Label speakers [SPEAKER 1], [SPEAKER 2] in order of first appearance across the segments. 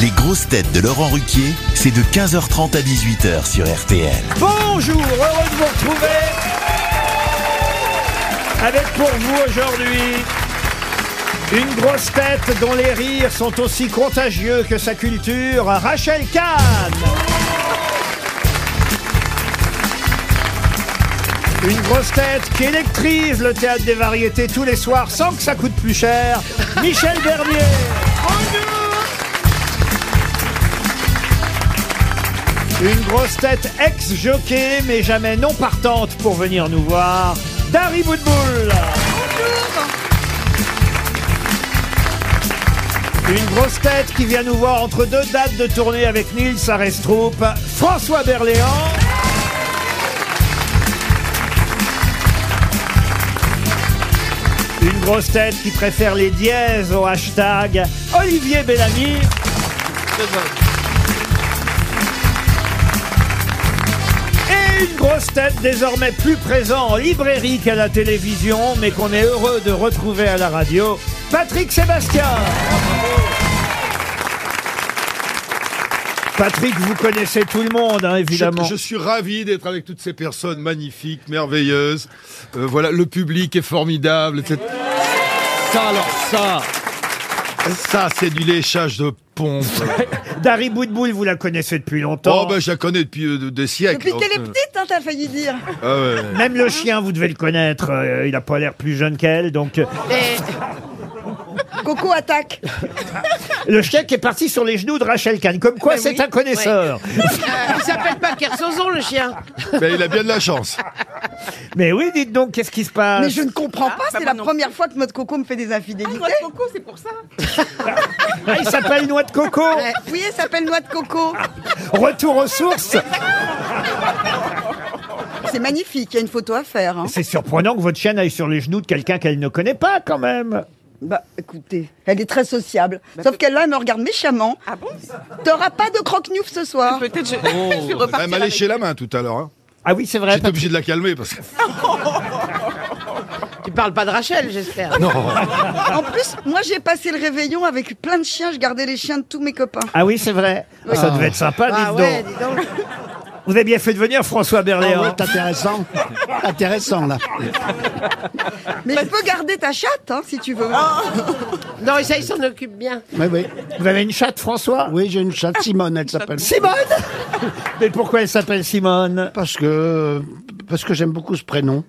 [SPEAKER 1] Les grosses têtes de Laurent Ruquier, c'est de 15h30 à 18h sur RTL.
[SPEAKER 2] Bonjour, heureux de vous retrouver avec pour vous aujourd'hui une grosse tête dont les rires sont aussi contagieux que sa culture, Rachel Kahn. Une grosse tête qui électrise le théâtre des variétés tous les soirs sans que ça coûte plus cher, Michel Bernier. Une grosse tête ex-jockey, mais jamais non partante pour venir nous voir, Dari Boudboul. Une grosse tête qui vient nous voir entre deux dates de tournée avec Nils Arestrup, François Berléand. Une grosse tête qui préfère les dièses au hashtag, Olivier Bellamy. Et une grosse tête désormais plus présent en librairie qu'à la télévision, mais qu'on est heureux de retrouver à la radio, Patrick Sébastien. Patrick, vous connaissez tout le monde, hein, évidemment.
[SPEAKER 3] Je, je suis ravi d'être avec toutes ces personnes magnifiques, merveilleuses. Euh, voilà, le public est formidable, etc. Ça, alors, ça, ça, c'est du léchage de pompe.
[SPEAKER 2] Dari Boudboul, vous la connaissez depuis longtemps.
[SPEAKER 3] Oh, ben, je la connais depuis euh, des siècles.
[SPEAKER 4] Depuis que t'es les
[SPEAKER 3] Euh,
[SPEAKER 4] petites, hein, t'as failli dire.
[SPEAKER 3] ah ouais.
[SPEAKER 2] Même le chien, vous devez le connaître. euh, il a pas l'air plus jeune qu'elle, donc... euh,
[SPEAKER 4] Coco attaque.
[SPEAKER 2] Le chien qui est parti sur les genoux de Rachel Kahn. Comme
[SPEAKER 4] Ben
[SPEAKER 2] quoi, c'est un connaisseur.
[SPEAKER 5] Euh, Il s'appelle pas Kersozon, le chien.
[SPEAKER 3] Mais Ben, il a bien de la chance.
[SPEAKER 2] Mais oui, dites donc, qu'est-ce qui se passe
[SPEAKER 4] Mais je ne comprends pas, c'est
[SPEAKER 5] moi
[SPEAKER 4] la
[SPEAKER 5] non
[SPEAKER 4] première fois que notre Coco me fait
[SPEAKER 5] Ah,
[SPEAKER 4] des infidélités.
[SPEAKER 5] c'est pour ça.
[SPEAKER 2] Ah, il s'appelle Noix de Coco.
[SPEAKER 4] Ouais. Oui, elle s'appelle Noix de Coco.
[SPEAKER 2] Retour aux sources.
[SPEAKER 4] C'est magnifique, il y a une photo à faire. hein.
[SPEAKER 2] C'est surprenant que votre chienne aille sur les genoux de quelqu'un qu'elle ne connaît pas, quand même.
[SPEAKER 4] Bah écoutez, elle est très sociable.
[SPEAKER 2] Bah,
[SPEAKER 4] Sauf qu'elle là, elle me regarde méchamment.
[SPEAKER 5] Ah bon
[SPEAKER 4] T'auras pas de croque-nouf ce soir.
[SPEAKER 5] Peut-être je, je vais repartir
[SPEAKER 3] Oh, Elle m'a léché
[SPEAKER 5] avec-
[SPEAKER 3] la main tout à l'heure. hein.
[SPEAKER 2] Ah oui, c'est vrai.
[SPEAKER 3] J'étais obligé de la calmer parce que.
[SPEAKER 5] Tu parles pas de Rachel, j'espère.
[SPEAKER 4] En plus, moi j'ai passé le réveillon avec plein de chiens, je gardais les chiens de tous mes copains.
[SPEAKER 2] Ah oui, c'est vrai. Ah, Ça devait être sympa,
[SPEAKER 5] Ah
[SPEAKER 2] dites
[SPEAKER 5] ouais,
[SPEAKER 2] donc.
[SPEAKER 5] dis donc.
[SPEAKER 2] Vous avez bien fait de venir, François
[SPEAKER 6] Ah
[SPEAKER 2] Berléand.
[SPEAKER 6] ouais, intéressant. intéressant, là.
[SPEAKER 4] Mais je peux garder ta chatte hein, si tu veux.
[SPEAKER 5] Non, ça, il s'en occupe bien.
[SPEAKER 6] Oui, oui.
[SPEAKER 2] Vous avez une chatte, François
[SPEAKER 6] Oui, j'ai une chatte, Simone, elle s'appelle.
[SPEAKER 2] Simone Mais pourquoi elle s'appelle Simone
[SPEAKER 6] Parce que, parce que j'aime beaucoup ce prénom.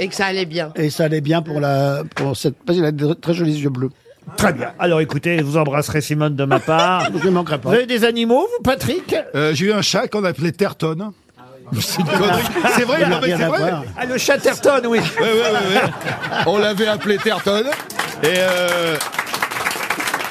[SPEAKER 5] Et que ça allait bien.
[SPEAKER 6] Et ça allait bien pour la, pour cette, parce qu'elle a de très jolis yeux bleus.
[SPEAKER 2] Très bien. Alors écoutez, vous embrasserez Simone de ma part.
[SPEAKER 6] Je ne manquerai
[SPEAKER 2] Vous
[SPEAKER 6] pas.
[SPEAKER 2] avez des animaux, vous, Patrick
[SPEAKER 3] Euh, J'ai eu un chat qu'on appelait Terton. C'est une connerie. C'est vrai, non, mais
[SPEAKER 6] Rien
[SPEAKER 3] c'est
[SPEAKER 6] à
[SPEAKER 3] vrai.
[SPEAKER 6] voir.
[SPEAKER 2] Ah, le Chatterton, oui.
[SPEAKER 3] Ouais, ouais, ouais, ouais. On l'avait appelé Terton. Et euh,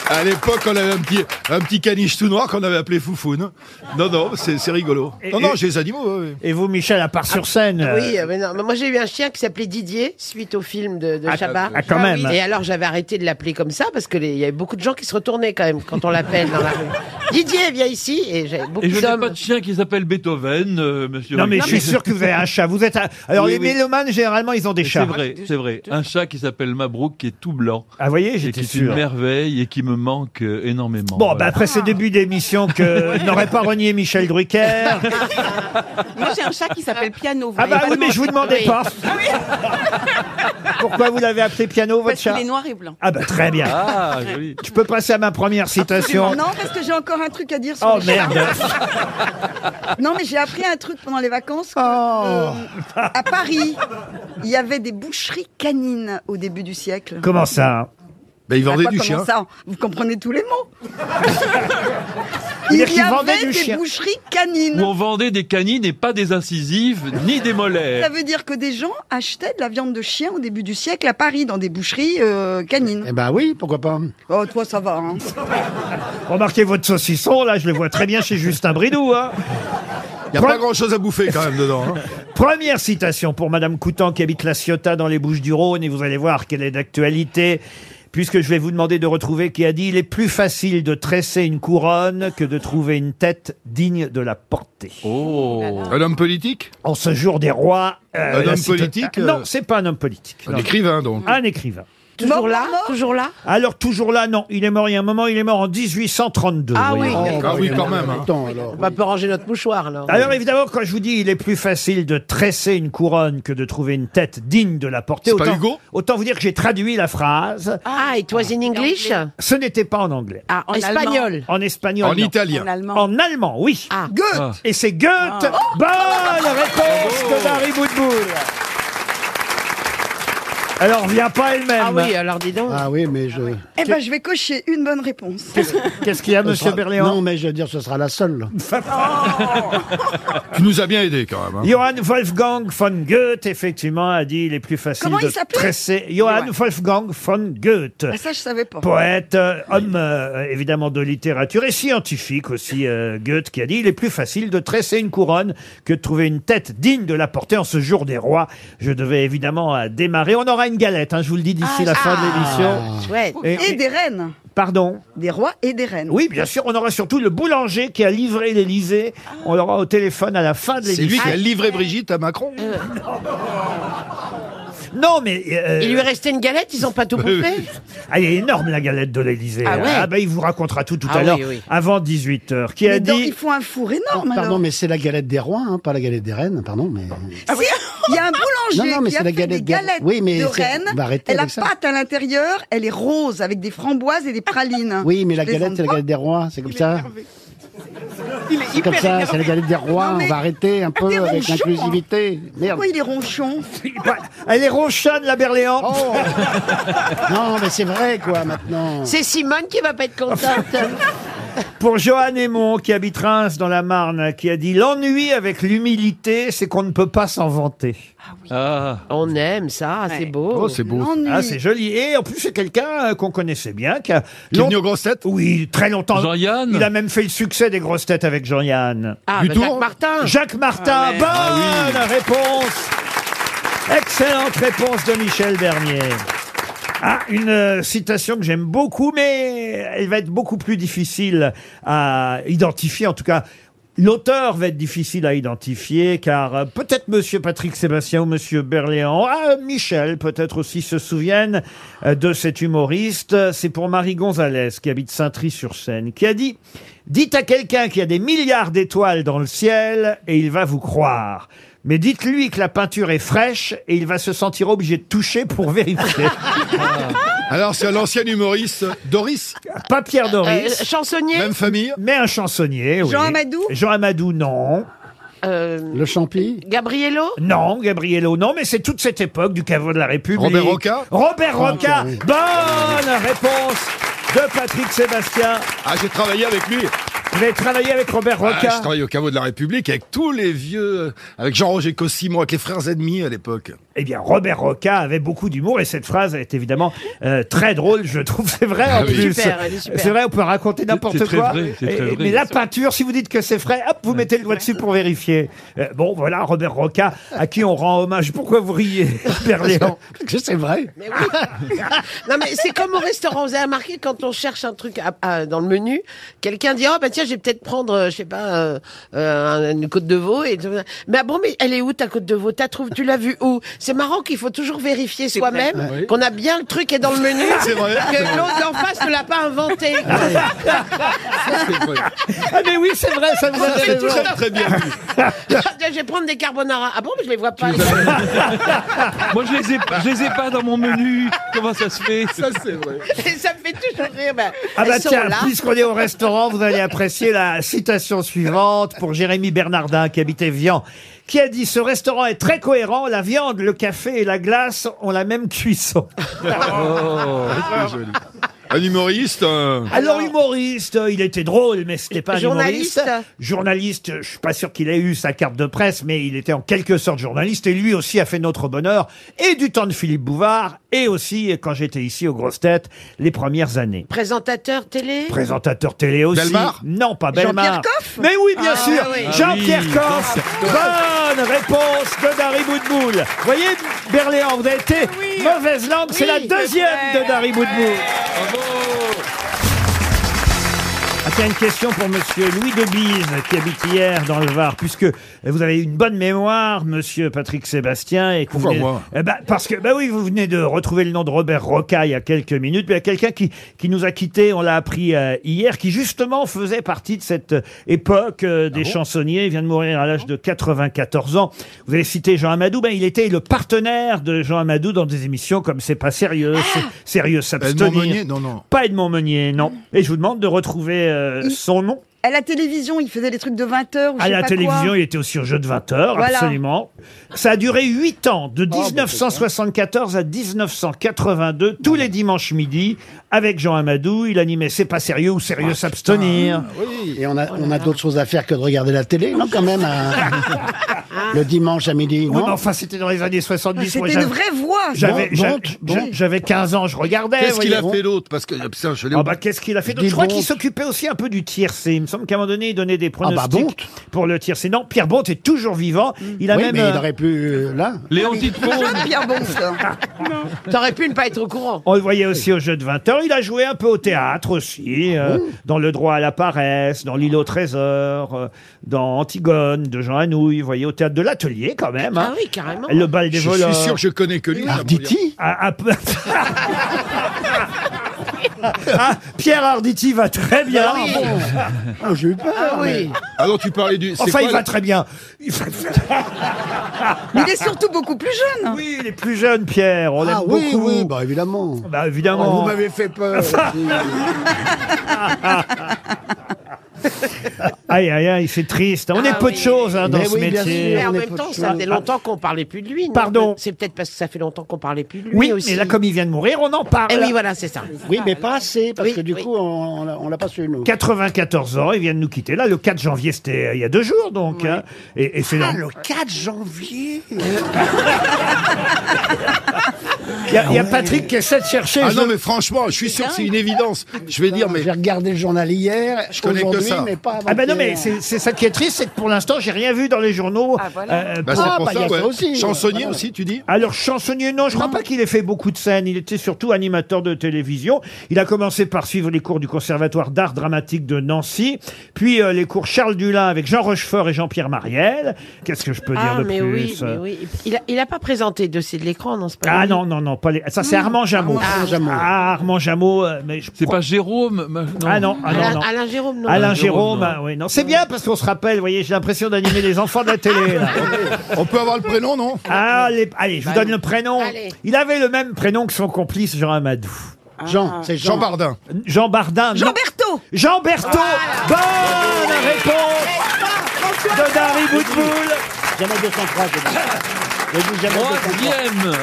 [SPEAKER 3] à l'époque, on avait un petit, un petit caniche tout noir qu'on avait appelé Foufoune. Non, non, c'est c'est rigolo.
[SPEAKER 2] Et-
[SPEAKER 3] non, non,
[SPEAKER 2] et-
[SPEAKER 3] j'ai les animaux. ouais, ouais.
[SPEAKER 2] Et vous, Michel, à part sur scène euh,
[SPEAKER 5] Oui, euh, mais non. mais Moi, j'ai eu un chien qui s'appelait Didier, suite au film de, de
[SPEAKER 2] Ah,
[SPEAKER 5] Chabat.
[SPEAKER 2] ah, quand même.
[SPEAKER 5] Et alors, j'avais arrêté de l'appeler comme ça parce qu'il y avait beaucoup de gens qui se retournaient quand même quand on l'appelle dans la rue. Didier, viens ici. Et j'avais beaucoup
[SPEAKER 7] Et je n'ai
[SPEAKER 5] d'hommes.
[SPEAKER 7] pas de chien qui s'appelle Beethoven, euh, monsieur.
[SPEAKER 2] Non, mais
[SPEAKER 7] Ruquier.
[SPEAKER 2] je suis sûr que vous avez un chat. Vous êtes un- Alors,
[SPEAKER 7] Oui,
[SPEAKER 2] les
[SPEAKER 7] oui.
[SPEAKER 2] mélomanes, généralement, ils ont des
[SPEAKER 7] C'est
[SPEAKER 2] chats.
[SPEAKER 5] Ah,
[SPEAKER 7] vrai, c'est vrai. Un chat qui s'appelle Mabrouk, qui est tout blanc,
[SPEAKER 2] Ah, vous voyez,
[SPEAKER 7] et qui
[SPEAKER 2] j'étais
[SPEAKER 7] est une
[SPEAKER 2] sûr.
[SPEAKER 7] merveille et qui me manque euh, énormément.
[SPEAKER 2] Bon, bah
[SPEAKER 7] Voilà.
[SPEAKER 2] après ce début d'émission que n'aurait pas renié Michel Drucker.
[SPEAKER 8] Moi, j'ai un chat qui s'appelle Piano. vous
[SPEAKER 2] Ah
[SPEAKER 8] voyez
[SPEAKER 2] bah
[SPEAKER 8] pas
[SPEAKER 2] oui,
[SPEAKER 8] le
[SPEAKER 2] mais
[SPEAKER 8] nom.
[SPEAKER 2] je vous demandais
[SPEAKER 5] Oui.
[SPEAKER 2] pas.
[SPEAKER 3] Ah
[SPEAKER 2] Pourquoi vous l'avez appelé piano, votre
[SPEAKER 8] Parce
[SPEAKER 2] chat
[SPEAKER 8] qu'il est noir et
[SPEAKER 5] hein.
[SPEAKER 8] blanc.
[SPEAKER 2] Ah bah très bien.
[SPEAKER 7] Ah, joli.
[SPEAKER 2] Je peux passer à ma première citation.
[SPEAKER 4] Non, parce que j'ai encore un truc à dire sur
[SPEAKER 2] Oh
[SPEAKER 4] les chiens.
[SPEAKER 2] merde.
[SPEAKER 4] Non, mais j'ai appris un truc pendant les vacances. que,
[SPEAKER 2] Oh.
[SPEAKER 4] euh, à Paris, il y avait des boucheries canines au début du siècle.
[SPEAKER 2] Comment ça hein
[SPEAKER 3] Ben, ils
[SPEAKER 5] Ah,
[SPEAKER 4] À
[SPEAKER 3] vendaient
[SPEAKER 4] quoi
[SPEAKER 3] du chien.
[SPEAKER 4] commence ça Vous comprenez tous les mots. il
[SPEAKER 2] C'est-à-dire
[SPEAKER 4] y
[SPEAKER 2] qu'ils vendaient
[SPEAKER 4] avait
[SPEAKER 2] du
[SPEAKER 4] des
[SPEAKER 2] chien.
[SPEAKER 4] boucheries
[SPEAKER 7] Où
[SPEAKER 4] canines.
[SPEAKER 7] on vendait des canines et pas des incisives ni des
[SPEAKER 4] Ça
[SPEAKER 7] molaires.
[SPEAKER 4] veut dire que des gens achetaient de la viande de chien au début du siècle à Paris dans des boucheries euh, canines.
[SPEAKER 6] Eh ben oui, pourquoi pas.
[SPEAKER 4] Oh, toi, ça va. hein.
[SPEAKER 2] Eh, Remarquez votre saucisson, là, je le vois très bien chez Justin Bridou. Hein.
[SPEAKER 3] Il n'y a pas grand chose à bouffer quand même dedans. hein.
[SPEAKER 2] Première citation pour Madame Coutan qui habite la Ciotat dans les Bouches-du-Rhône et vous allez voir qu'elle est d'actualité puisque je vais vous demander de retrouver qui a dit il est plus facile de tresser une couronne que de trouver une tête digne de la porter.
[SPEAKER 7] Oh.
[SPEAKER 3] Un homme politique
[SPEAKER 2] En ce jour des rois. euh,
[SPEAKER 3] Un
[SPEAKER 2] la
[SPEAKER 3] homme
[SPEAKER 2] cita-
[SPEAKER 3] politique, euh,
[SPEAKER 2] Non, c'est pas un homme politique.
[SPEAKER 3] Un
[SPEAKER 2] non.
[SPEAKER 3] écrivain donc.
[SPEAKER 2] Un écrivain.
[SPEAKER 5] Toujours
[SPEAKER 4] Mort,
[SPEAKER 5] là
[SPEAKER 4] mort, mort
[SPEAKER 5] Toujours là
[SPEAKER 2] Alors, toujours là, non. Il est mort il y a un moment, il est mort en 1832.
[SPEAKER 5] Ah
[SPEAKER 2] voyez.
[SPEAKER 5] oui.
[SPEAKER 3] Ah oui, quand même, hein.
[SPEAKER 6] Attends, alors.
[SPEAKER 5] On va peut ranger notre mouchoir, là.
[SPEAKER 2] Alors évidemment, quand je vous dis, il est plus facile de tresser une couronne que de trouver une tête digne de la porter.
[SPEAKER 3] C'est pas
[SPEAKER 2] Autant,
[SPEAKER 3] Hugo
[SPEAKER 2] autant vous dire que j'ai traduit la phrase.
[SPEAKER 5] Ah, it was in English
[SPEAKER 2] Ce n'était pas en anglais.
[SPEAKER 5] Ah, en
[SPEAKER 8] En allemand.
[SPEAKER 5] espagnol.
[SPEAKER 2] En espagnol.
[SPEAKER 3] En
[SPEAKER 2] non.
[SPEAKER 3] italien.
[SPEAKER 8] En allemand.
[SPEAKER 2] En allemand, oui.
[SPEAKER 5] Ah.
[SPEAKER 4] Goethe
[SPEAKER 7] Ah.
[SPEAKER 2] Et c'est Goethe. Bonne réponse
[SPEAKER 3] Oh.
[SPEAKER 2] de Dari Boudboul. Alors, vient pas elle-même.
[SPEAKER 5] Ah oui, alors dis donc.
[SPEAKER 6] Ah oui, mais je.
[SPEAKER 4] Eh ben, je vais cocher une bonne réponse.
[SPEAKER 2] Qu'est-ce qu'il y a,
[SPEAKER 6] ce
[SPEAKER 2] Monsieur
[SPEAKER 6] sera-
[SPEAKER 2] Berléand
[SPEAKER 6] Non, mais je veux dire, ce sera la seule.
[SPEAKER 3] Tu nous as bien aidés quand même. hein.
[SPEAKER 2] Johann Wolfgang von Goethe, effectivement, a dit il est plus facile
[SPEAKER 4] Comment il
[SPEAKER 2] de
[SPEAKER 4] s'appelait
[SPEAKER 2] tresser. Johann
[SPEAKER 4] Johann.
[SPEAKER 2] Wolfgang von Goethe.
[SPEAKER 4] Ah, ça, je savais pas.
[SPEAKER 2] Poète, euh, homme euh, évidemment de littérature et scientifique aussi, euh, Goethe qui a dit il est plus facile de tresser une couronne que de trouver une tête digne de la porter en ce jour des rois. Je devais évidemment euh, démarrer. On aura une galette, hein, je vous le dis d'ici la fin de l'émission.
[SPEAKER 5] Chouette.
[SPEAKER 2] Et-
[SPEAKER 4] Ah, Et des reines.
[SPEAKER 2] Pardon.
[SPEAKER 4] Des rois et des reines.
[SPEAKER 2] Oui, bien sûr, on aura surtout le boulanger qui a livré l'Elysée. On l'aura au téléphone à la fin de
[SPEAKER 3] C'est lui
[SPEAKER 2] l'émission.
[SPEAKER 3] qui a livré Brigitte à Macron.
[SPEAKER 2] Non, mais euh,
[SPEAKER 5] Il lui restait une galette, ils ont pas tout bouffé
[SPEAKER 2] ah, elle est énorme la galette de l'Elysée.
[SPEAKER 5] Ah
[SPEAKER 2] hein.
[SPEAKER 5] ouais
[SPEAKER 2] ben, il vous racontera tout tout
[SPEAKER 5] Ah
[SPEAKER 2] à
[SPEAKER 5] oui,
[SPEAKER 2] l'heure,
[SPEAKER 5] oui.
[SPEAKER 2] avant 18h. Qui a
[SPEAKER 4] Mais dans-
[SPEAKER 2] dit
[SPEAKER 4] Ils font un four énorme.
[SPEAKER 6] Pardon,
[SPEAKER 4] Ah, alors. Ah.
[SPEAKER 6] mais c'est la galette des rois, hein, pas la galette des reines. Pardon, mais.
[SPEAKER 4] Il y a un boulanger
[SPEAKER 6] Non, non, mais
[SPEAKER 4] qui
[SPEAKER 6] c'est
[SPEAKER 4] a
[SPEAKER 6] la
[SPEAKER 4] fait des
[SPEAKER 6] galette des-
[SPEAKER 4] galettes
[SPEAKER 6] Oui, mais
[SPEAKER 4] de
[SPEAKER 6] c'est-
[SPEAKER 4] rennes.
[SPEAKER 6] on va arrêter
[SPEAKER 4] et la
[SPEAKER 6] avec ça.
[SPEAKER 4] pâte à l'intérieur, elle est rose avec des framboises et des pralines.
[SPEAKER 6] Ah. Oui, mais la
[SPEAKER 4] Je les
[SPEAKER 6] galette, c'est la
[SPEAKER 4] aime
[SPEAKER 6] galette des rois, c'est comme ça.
[SPEAKER 8] Il est
[SPEAKER 6] C'est
[SPEAKER 8] hyper
[SPEAKER 6] comme ça, c'est la galette des rois.
[SPEAKER 4] Non, mais-
[SPEAKER 6] On va arrêter un peu
[SPEAKER 4] Des
[SPEAKER 6] avec
[SPEAKER 4] ronchons,
[SPEAKER 6] l'inclusivité.
[SPEAKER 4] pas.
[SPEAKER 6] Merde.
[SPEAKER 4] Pourquoi il est Oh, ronchon
[SPEAKER 2] Elle est ronchonne, la Berléand.
[SPEAKER 6] Oh. non, mais c'est vrai, quoi, maintenant.
[SPEAKER 5] C'est Simone qui va pas être contente.
[SPEAKER 2] Pour Johan Aymon, qui habite Reims dans la Marne, qui a dit L'ennui avec l'humilité, c'est qu'on ne peut pas s'en vanter.
[SPEAKER 7] Ah.
[SPEAKER 5] On aime ça, c'est
[SPEAKER 8] Ouais.
[SPEAKER 5] beau.
[SPEAKER 3] Oh, c'est beau.
[SPEAKER 4] L'ennui.
[SPEAKER 2] Ah, c'est joli. Et en plus, c'est quelqu'un euh, qu'on connaissait bien. Qui a
[SPEAKER 3] Qui est
[SPEAKER 2] long-
[SPEAKER 3] venu aux grosses têtes
[SPEAKER 2] Oui, très longtemps.
[SPEAKER 7] Jean-Yann
[SPEAKER 2] Il a même fait le succès des grosses têtes avec Jean-Yann.
[SPEAKER 5] Ah,
[SPEAKER 3] Du
[SPEAKER 5] bah,
[SPEAKER 3] tout.
[SPEAKER 5] Jacques Martin.
[SPEAKER 2] Jacques Martin,
[SPEAKER 8] Ah ouais.
[SPEAKER 2] bonne
[SPEAKER 3] Ah oui.
[SPEAKER 2] réponse. Excellente réponse de Michel Bernier. Ah, une euh, citation que j'aime beaucoup, mais elle va être beaucoup plus difficile à identifier. En tout cas, l'auteur va être difficile à identifier, car euh, peut-être Monsieur Patrick Sébastien ou Monsieur Berléand, ah, Michel peut-être aussi se souviennent euh, de cet humoriste. C'est pour Marie Gonzalez, qui habite Saint-Tri-sur-Seine, qui a dit Dites à quelqu'un qu'il y a des milliards d'étoiles dans le ciel et il va vous croire. Mais dites-lui que la peinture est fraîche et il va se sentir obligé de toucher pour vérifier.
[SPEAKER 3] Alors, c'est l'ancien humoriste Doris,
[SPEAKER 2] Pas Pierre
[SPEAKER 5] Euh,
[SPEAKER 2] Doris,
[SPEAKER 5] chansonnier.
[SPEAKER 3] même famille.
[SPEAKER 2] mais un chansonnier. oui.
[SPEAKER 4] Jean Amadou
[SPEAKER 2] Jean Amadou, non.
[SPEAKER 5] euh,
[SPEAKER 6] Le champi
[SPEAKER 5] Gabriello.
[SPEAKER 2] Non, Gabriello, non, mais c'est toute cette époque du caveau de la République.
[SPEAKER 3] Robert Roca
[SPEAKER 2] Robert Roca.
[SPEAKER 6] Roca, Ah, oui.
[SPEAKER 2] Bonne réponse de Patrick Sébastien.
[SPEAKER 3] Ah, j'ai travaillé avec lui.
[SPEAKER 2] Vous avez travaillé avec Robert
[SPEAKER 3] Ah,
[SPEAKER 2] Roca.
[SPEAKER 3] je travaille au caveau de la République avec tous les vieux, avec Jean-Roger Cossimo, avec les frères ennemis à l'époque.
[SPEAKER 2] Eh bien, Robert Roca avait beaucoup d'humour et cette phrase est évidemment euh, très drôle, je trouve. C'est vrai en
[SPEAKER 3] Ah oui.
[SPEAKER 2] plus.
[SPEAKER 5] Super, elle est super.
[SPEAKER 2] C'est vrai, on peut raconter n'importe
[SPEAKER 7] C'est très
[SPEAKER 2] quoi.
[SPEAKER 7] vrai, c'est très
[SPEAKER 2] Et-
[SPEAKER 7] vrai.
[SPEAKER 2] mais la peinture, si vous dites que c'est frais, hop, vous mettez le doigt dessus pour vérifier. Euh, bon, voilà, Robert Roca, à qui on rend hommage. Pourquoi vous riez, Pierre Léon
[SPEAKER 6] Parce que c'est vrai.
[SPEAKER 5] Mais oui. non mais c'est comme au restaurant. Vous avez remarqué quand on cherche un truc à- à- dans le menu, quelqu'un dit oh bah tiens je vais peut-être prendre euh, je sais pas euh, euh, une côte de veau et mais ah bon mais elle est où ta côte de veau T'as trouvé tu l'as vue où C'est marrant qu'il faut toujours vérifier soi-même
[SPEAKER 3] Ouais.
[SPEAKER 5] qu'on a bien le truc qui est dans le menu.
[SPEAKER 3] C'est vrai.
[SPEAKER 5] Que l'autre d'en face ne l'a pas inventé.
[SPEAKER 3] C'est vrai.
[SPEAKER 2] Ah, mais oui, c'est vrai, ça vous
[SPEAKER 3] C'est
[SPEAKER 2] avez
[SPEAKER 3] très, très bien vu.
[SPEAKER 5] je vais prendre des carbonara. Ah bon, mais je les vois pas.
[SPEAKER 7] Moi, je les, ai, je les ai pas dans mon menu. Comment ça se fait
[SPEAKER 3] Ça, c'est vrai.
[SPEAKER 5] ça me fait toujours rire. Ben,
[SPEAKER 2] Ah bah
[SPEAKER 5] elles sont
[SPEAKER 2] tiens,
[SPEAKER 5] là.
[SPEAKER 2] puisqu'on est au restaurant, vous allez apprécier la citation suivante pour Jérémy Bernardin qui habitait Vian, qui a dit ce restaurant est très cohérent, la viande, le café et la glace ont la même cuisson. Oh.
[SPEAKER 3] C'est joli. Un humoriste. euh,
[SPEAKER 2] Alors humoriste, euh, il était drôle, mais c'était pas un
[SPEAKER 5] Journaliste
[SPEAKER 2] humoriste. Journaliste, euh, je suis pas sûr qu'il ait eu sa carte de presse, mais il était en quelque sorte journaliste et lui aussi a fait notre bonheur et du temps de Philippe Bouvard et aussi euh, quand j'étais ici aux grosses têtes les premières années.
[SPEAKER 5] Présentateur télé.
[SPEAKER 2] Présentateur télé aussi.
[SPEAKER 3] Bellemare
[SPEAKER 2] Non, pas
[SPEAKER 4] Jean-Pierre
[SPEAKER 2] Belmar.
[SPEAKER 4] Coff
[SPEAKER 2] Mais oui, bien
[SPEAKER 5] Ah,
[SPEAKER 2] sûr.
[SPEAKER 5] oui.
[SPEAKER 2] Jean-Pierre
[SPEAKER 7] Ah oui,
[SPEAKER 2] Coff. Bonne réponse de Dari Boudboul. Vous voyez, Berléand, vous avez été mauvaise langue. C'est la deuxième de Dari Boudboul. Ah, Tiens, une question pour Monsieur Louis Debise, qui habite hier dans le Var, puisque vous avez une bonne mémoire, Monsieur Patrick Sébastien. Et que vous
[SPEAKER 3] Pourquoi
[SPEAKER 2] venez-
[SPEAKER 3] moi
[SPEAKER 2] Eh ben, Parce que, bah oui, vous venez de retrouver le nom de Robert Roca il y a quelques minutes, mais il y a quelqu'un qui, qui nous a quittés, on l'a appris euh, hier, qui justement faisait partie de cette époque euh,
[SPEAKER 3] Ah
[SPEAKER 2] des chansonniers. Il vient de mourir à l'âge de 94 ans. Vous avez cité Jean Amadou, ben, il était le partenaire de Jean Amadou dans des émissions comme C'est pas sérieux, C'est- Sérieux
[SPEAKER 6] Euh,
[SPEAKER 2] s'abstenir.
[SPEAKER 3] Meunier Non, non.
[SPEAKER 2] Pas Edmond Meunier, non. Et je vous demande de retrouver euh,
[SPEAKER 4] Il-
[SPEAKER 2] son nom.
[SPEAKER 4] À la télévision, il faisait des trucs de 20h.
[SPEAKER 2] À la télévision, il était aussi au jeu de 20
[SPEAKER 4] Voilà.
[SPEAKER 2] heures,
[SPEAKER 4] Oh, bah,
[SPEAKER 2] absolument. Ça a duré 8 ans, de 1974 à 1982, tous les dimanches midi, avec Jean Amadou. Il animait C'est pas sérieux ou Sérieux
[SPEAKER 6] Ah,
[SPEAKER 2] s'abstenir.
[SPEAKER 6] Et on
[SPEAKER 4] Oh
[SPEAKER 6] a, on a d'autres choses à faire que de regarder la télé, non, quand même à- Le dimanche à midi,
[SPEAKER 2] Oui,
[SPEAKER 6] non
[SPEAKER 2] mais enfin, c'était dans les années 70. moi,
[SPEAKER 4] Ah, C'était une
[SPEAKER 2] j'avais-
[SPEAKER 4] vraie voix.
[SPEAKER 2] J'avais,
[SPEAKER 6] Bon,
[SPEAKER 2] j'avais-
[SPEAKER 6] bon, bon.
[SPEAKER 2] j'avais 15 ans, je regardais.
[SPEAKER 3] Qu'est-ce qu'il a
[SPEAKER 2] voyez-vous.
[SPEAKER 3] fait l'autre Parce que ah, putain, je l'ai.
[SPEAKER 2] Ah bah qu'est-ce qu'il a fait d'autre
[SPEAKER 6] Dis
[SPEAKER 2] Je crois
[SPEAKER 6] donc.
[SPEAKER 2] qu'il s'occupait aussi un peu du tiercé. Il me semble qu'à un moment donné, il donnait des
[SPEAKER 6] Ah bah,
[SPEAKER 2] pronostics pour le tiercé. Non, Pierre Bonte est toujours vivant.
[SPEAKER 4] Mm.
[SPEAKER 2] Il a
[SPEAKER 6] Oui,
[SPEAKER 2] même
[SPEAKER 6] mais il
[SPEAKER 2] euh,
[SPEAKER 6] aurait pu, euh, là,
[SPEAKER 7] Léon Titfaut,
[SPEAKER 4] Jeune Pierre Bonce.
[SPEAKER 5] T'aurais pu ne pas être au courant.
[SPEAKER 2] On le voyait aussi au jeu de 20 heures. Il a joué un peu au théâtre aussi,
[SPEAKER 4] Ah
[SPEAKER 2] euh, dans Le droit à la paresse, dans L'île au trésor, euh, dans Antigone de Jean Anouilh. Vous voyez, au théâtre de l'atelier quand même.
[SPEAKER 5] Ah
[SPEAKER 2] hein.
[SPEAKER 5] oui, carrément.
[SPEAKER 2] Le bal des
[SPEAKER 3] Je
[SPEAKER 2] voleurs.
[SPEAKER 3] suis sûr que je connais que lui. ça, pour dire.
[SPEAKER 6] Arditi
[SPEAKER 2] Ah, ah, peu- Ah, Pierre Arditi va très bien.
[SPEAKER 4] Ah
[SPEAKER 6] Ah, J'ai eu peur.
[SPEAKER 5] Ah oui.
[SPEAKER 3] Ah non, tu parlais du. c'est
[SPEAKER 2] Enfin,
[SPEAKER 3] quoi,
[SPEAKER 2] il
[SPEAKER 3] le-
[SPEAKER 2] va très bien. Il va-
[SPEAKER 3] Ah,
[SPEAKER 4] Mais il est surtout beaucoup plus jeune.
[SPEAKER 2] Oui, il est plus jeune, Pierre. On l'aime
[SPEAKER 6] Ah oui,
[SPEAKER 2] beaucoup.
[SPEAKER 6] oui, bah évidemment.
[SPEAKER 2] Bah,
[SPEAKER 6] Oh,
[SPEAKER 2] évidemment.
[SPEAKER 6] vous m'avez fait peur.
[SPEAKER 2] Aïe, aïe, aïe, c'est triste. On est peu de choses hein, dans
[SPEAKER 6] Mais
[SPEAKER 2] ce
[SPEAKER 6] oui, bien
[SPEAKER 2] métier.
[SPEAKER 5] Ah Mais en
[SPEAKER 6] On est
[SPEAKER 5] même
[SPEAKER 6] pas
[SPEAKER 5] temps,
[SPEAKER 6] de Ah,
[SPEAKER 5] ça
[SPEAKER 6] chose.
[SPEAKER 5] fait longtemps qu'on parlait plus de lui. non
[SPEAKER 2] Ah. Pardon
[SPEAKER 5] C'est peut-être parce que ça fait longtemps qu'on parlait plus de lui
[SPEAKER 2] Oui,
[SPEAKER 5] aussi.
[SPEAKER 2] mais là, comme il vient de mourir, on en parle.
[SPEAKER 5] Eh oui, voilà, c'est ça.
[SPEAKER 6] oui, mais pas assez, parce
[SPEAKER 5] Oui,
[SPEAKER 6] que du
[SPEAKER 5] oui.
[SPEAKER 6] coup, on, on l'a- on l'a pas su, nous.
[SPEAKER 2] 94 ans, il vient de nous quitter. Là, le 4 janvier, c'était euh, il y a deux jours, donc. hein. et, et c'est
[SPEAKER 5] Ah,
[SPEAKER 2] normal.
[SPEAKER 6] le 4 janvier
[SPEAKER 2] Il y, a- il y a Patrick qui essaie de chercher.
[SPEAKER 3] Ah
[SPEAKER 2] je-
[SPEAKER 3] non, mais franchement, je suis sûr que c'est une évidence. Je vais dire, mais.
[SPEAKER 6] J'ai regardé le journal hier, je
[SPEAKER 3] connais que ça.
[SPEAKER 6] mais pas avant.
[SPEAKER 2] Ah ben non, mais c'est c'est ça qui est triste, c'est que pour l'instant, j'ai rien vu dans les journaux. euh,
[SPEAKER 3] Bah,
[SPEAKER 2] pour-
[SPEAKER 3] c'est
[SPEAKER 6] Ah,
[SPEAKER 3] pour
[SPEAKER 6] bah, il y
[SPEAKER 3] ça,
[SPEAKER 6] a ça
[SPEAKER 3] ouais.
[SPEAKER 6] aussi, ouais.
[SPEAKER 3] Chansonnier
[SPEAKER 6] Voilà.
[SPEAKER 3] aussi, tu dis
[SPEAKER 2] Alors chansonnier, non, je
[SPEAKER 5] Ah.
[SPEAKER 2] crois pas qu'il ait fait beaucoup de scènes. Il était surtout animateur de télévision. Il a commencé par suivre les cours du Conservatoire d'art dramatique de Nancy, puis euh, les cours Charles Dulin avec Jean Rochefort et Jean-Pierre Marielle. Qu'est-ce que je peux dire
[SPEAKER 5] Ah,
[SPEAKER 2] de
[SPEAKER 5] mais
[SPEAKER 2] plus
[SPEAKER 5] oui, mais
[SPEAKER 2] euh,
[SPEAKER 5] oui. Il a, il a pas présenté dossier de l'écran, non, c'est pas
[SPEAKER 2] Ah
[SPEAKER 5] lui.
[SPEAKER 2] non, non, non, pas les... ça c'est Armand Jameau.
[SPEAKER 6] Armand Jameau.
[SPEAKER 2] Ah, Armand Jameau, euh, mais je
[SPEAKER 7] c'est
[SPEAKER 2] crois-
[SPEAKER 7] pas Jérôme ma-
[SPEAKER 2] Ah non, ah non,
[SPEAKER 5] Alain,
[SPEAKER 2] non.
[SPEAKER 5] Alain Jérôme, non.
[SPEAKER 2] Alain Jérôme,
[SPEAKER 7] Jérôme, non.
[SPEAKER 2] ah oui, non. C'est bien parce qu'on se rappelle, vous voyez, j'ai l'impression d'animer les enfants de la télé. là.
[SPEAKER 3] On peut avoir le prénom, non
[SPEAKER 2] Ah, les- Allez, je vous donne le prénom.
[SPEAKER 5] Allez.
[SPEAKER 2] Il avait le même prénom que son complice Jean Amadou.
[SPEAKER 6] Jean, c'est
[SPEAKER 3] Jean
[SPEAKER 6] Jean.
[SPEAKER 3] Bardin.
[SPEAKER 2] Jean Bardin. non.
[SPEAKER 4] Jean Berthaud.
[SPEAKER 2] Jean Berthaud. Bonne réponse de Dari Boutboul.
[SPEAKER 6] Jamais 203, je dis. Je dis jamais 203.
[SPEAKER 7] Troisième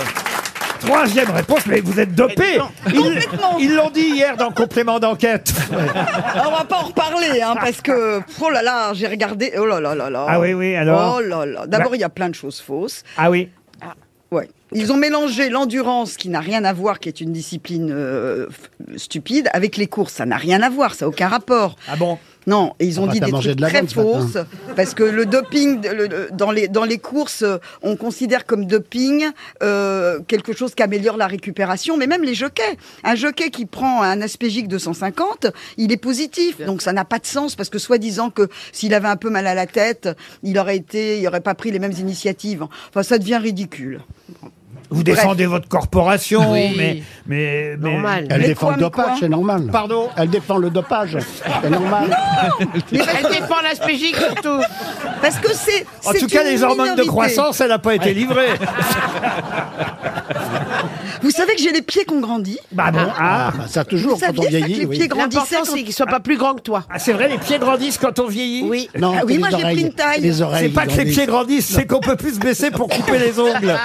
[SPEAKER 2] Troisième réponse, mais vous êtes dopé. Ils
[SPEAKER 4] Complètement.
[SPEAKER 2] ils l'ont dit hier dans complément d'enquête.
[SPEAKER 4] Alors, on va pas en reparler, hein, parce que, oh là là, j'ai regardé, oh là là là là.
[SPEAKER 2] Ah oui, oui, alors
[SPEAKER 4] Oh là là. D'abord,
[SPEAKER 2] Bah-
[SPEAKER 4] il y a plein de choses fausses.
[SPEAKER 2] Ah oui.
[SPEAKER 4] Ouais. Ils ont mélangé l'endurance, qui n'a rien à voir, qui est une discipline euh, f- stupide, avec les courses. Ça n'a rien à voir, ça n'a aucun rapport.
[SPEAKER 2] Ah bon
[SPEAKER 4] Non, et ils ont
[SPEAKER 6] Ah bah,
[SPEAKER 4] dit
[SPEAKER 6] t'as
[SPEAKER 4] des
[SPEAKER 6] mangé
[SPEAKER 4] trucs
[SPEAKER 6] de la
[SPEAKER 4] très
[SPEAKER 6] viande ce matin.
[SPEAKER 4] fausses, parce que le doping, de- le- le- dans, les, dans les courses, euh, on considère comme doping euh, quelque chose qui améliore la récupération, mais même les jockeys. Un jockey qui prend un aspégique 250, il est positif, donc ça n'a pas de sens, parce que soi-disant que s'il avait un peu mal à la tête, il aurait été, il n'aurait pas pris les mêmes initiatives. Enfin, ça devient ridicule.
[SPEAKER 2] Vous
[SPEAKER 4] Bref.
[SPEAKER 2] défendez votre corporation,
[SPEAKER 5] Oui.
[SPEAKER 2] mais, mais, mais-
[SPEAKER 5] Normal.
[SPEAKER 6] Elle
[SPEAKER 4] Mais
[SPEAKER 6] défend
[SPEAKER 4] quoi,
[SPEAKER 6] le
[SPEAKER 4] mais quoi
[SPEAKER 6] dopage, c'est normal.
[SPEAKER 2] Pardon
[SPEAKER 6] Elle défend le dopage, c'est normal.
[SPEAKER 5] Elle défend l'aspégique surtout.
[SPEAKER 4] Parce que c'est.
[SPEAKER 2] En
[SPEAKER 4] c'est
[SPEAKER 2] tout cas,
[SPEAKER 4] une
[SPEAKER 2] les hormones de
[SPEAKER 4] minorité.
[SPEAKER 2] croissance, elle n'a pas été livrée.
[SPEAKER 6] Ah,
[SPEAKER 4] Vous savez que j'ai les pieds qu'on grandit.
[SPEAKER 2] bah bon, ah.
[SPEAKER 6] Ah, bah, ça
[SPEAKER 4] Vous
[SPEAKER 6] toujours, quand on
[SPEAKER 4] saviez ça, que
[SPEAKER 6] vieillit,
[SPEAKER 4] les
[SPEAKER 6] oui.
[SPEAKER 4] pieds grandissaient
[SPEAKER 5] L'important,
[SPEAKER 4] quand-
[SPEAKER 5] c'est qu'il soit pas plus grand que toi.
[SPEAKER 2] Ah, c'est vrai, les pieds grandissent quand on vieillit.
[SPEAKER 5] Oui.
[SPEAKER 6] Non,
[SPEAKER 4] Ah
[SPEAKER 6] c'est
[SPEAKER 4] oui,
[SPEAKER 6] les
[SPEAKER 4] moi, j'ai pris
[SPEAKER 6] oreilles.
[SPEAKER 4] une taille.
[SPEAKER 6] C'est les oreilles.
[SPEAKER 2] C'est pas
[SPEAKER 6] qui
[SPEAKER 2] que les
[SPEAKER 6] grandissent.
[SPEAKER 2] pieds grandissent, c'est qu'on peut plus se baisser pour couper les ongles.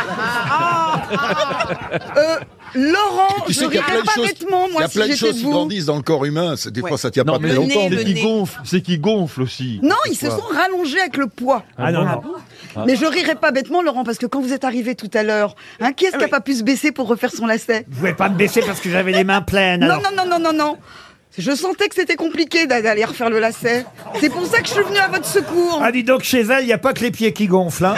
[SPEAKER 4] Euh, Laurent,
[SPEAKER 3] ah, Tu
[SPEAKER 4] je
[SPEAKER 3] sais qu'il y a plein
[SPEAKER 4] rirais
[SPEAKER 3] de
[SPEAKER 4] pas
[SPEAKER 3] choses,
[SPEAKER 4] bêtement,
[SPEAKER 3] il y
[SPEAKER 4] moi,
[SPEAKER 3] a
[SPEAKER 4] si
[SPEAKER 3] plein de
[SPEAKER 4] j'étais
[SPEAKER 3] choses
[SPEAKER 4] de
[SPEAKER 3] qui
[SPEAKER 4] vous.
[SPEAKER 3] grandissent dans le corps humain. C'est- Des fois, ça tient pas très longtemps.
[SPEAKER 7] c'est qui gonfle, c'est qui gonfle aussi.
[SPEAKER 4] Non, ils se sont rallongés avec le poids.
[SPEAKER 2] Ah non, non.
[SPEAKER 4] Mais je rirais pas bêtement, Laurent, parce que quand vous êtes arrivé tout à l'heure, hein,
[SPEAKER 5] Eh
[SPEAKER 4] qui est-ce qui a pas pu se baisser pour refaire son lacet
[SPEAKER 2] Vous pouvez pas me baisser parce que j'avais les mains pleines.
[SPEAKER 4] Non,
[SPEAKER 2] Ben, alors.
[SPEAKER 4] non, non, non, non, non. Je sentais que c'était compliqué d'a- d'aller refaire le lacet. C'est pour ça que je suis venue à votre secours.
[SPEAKER 2] Ah, dis donc, chez elle, il n'y a pas que les pieds qui gonflent. hein.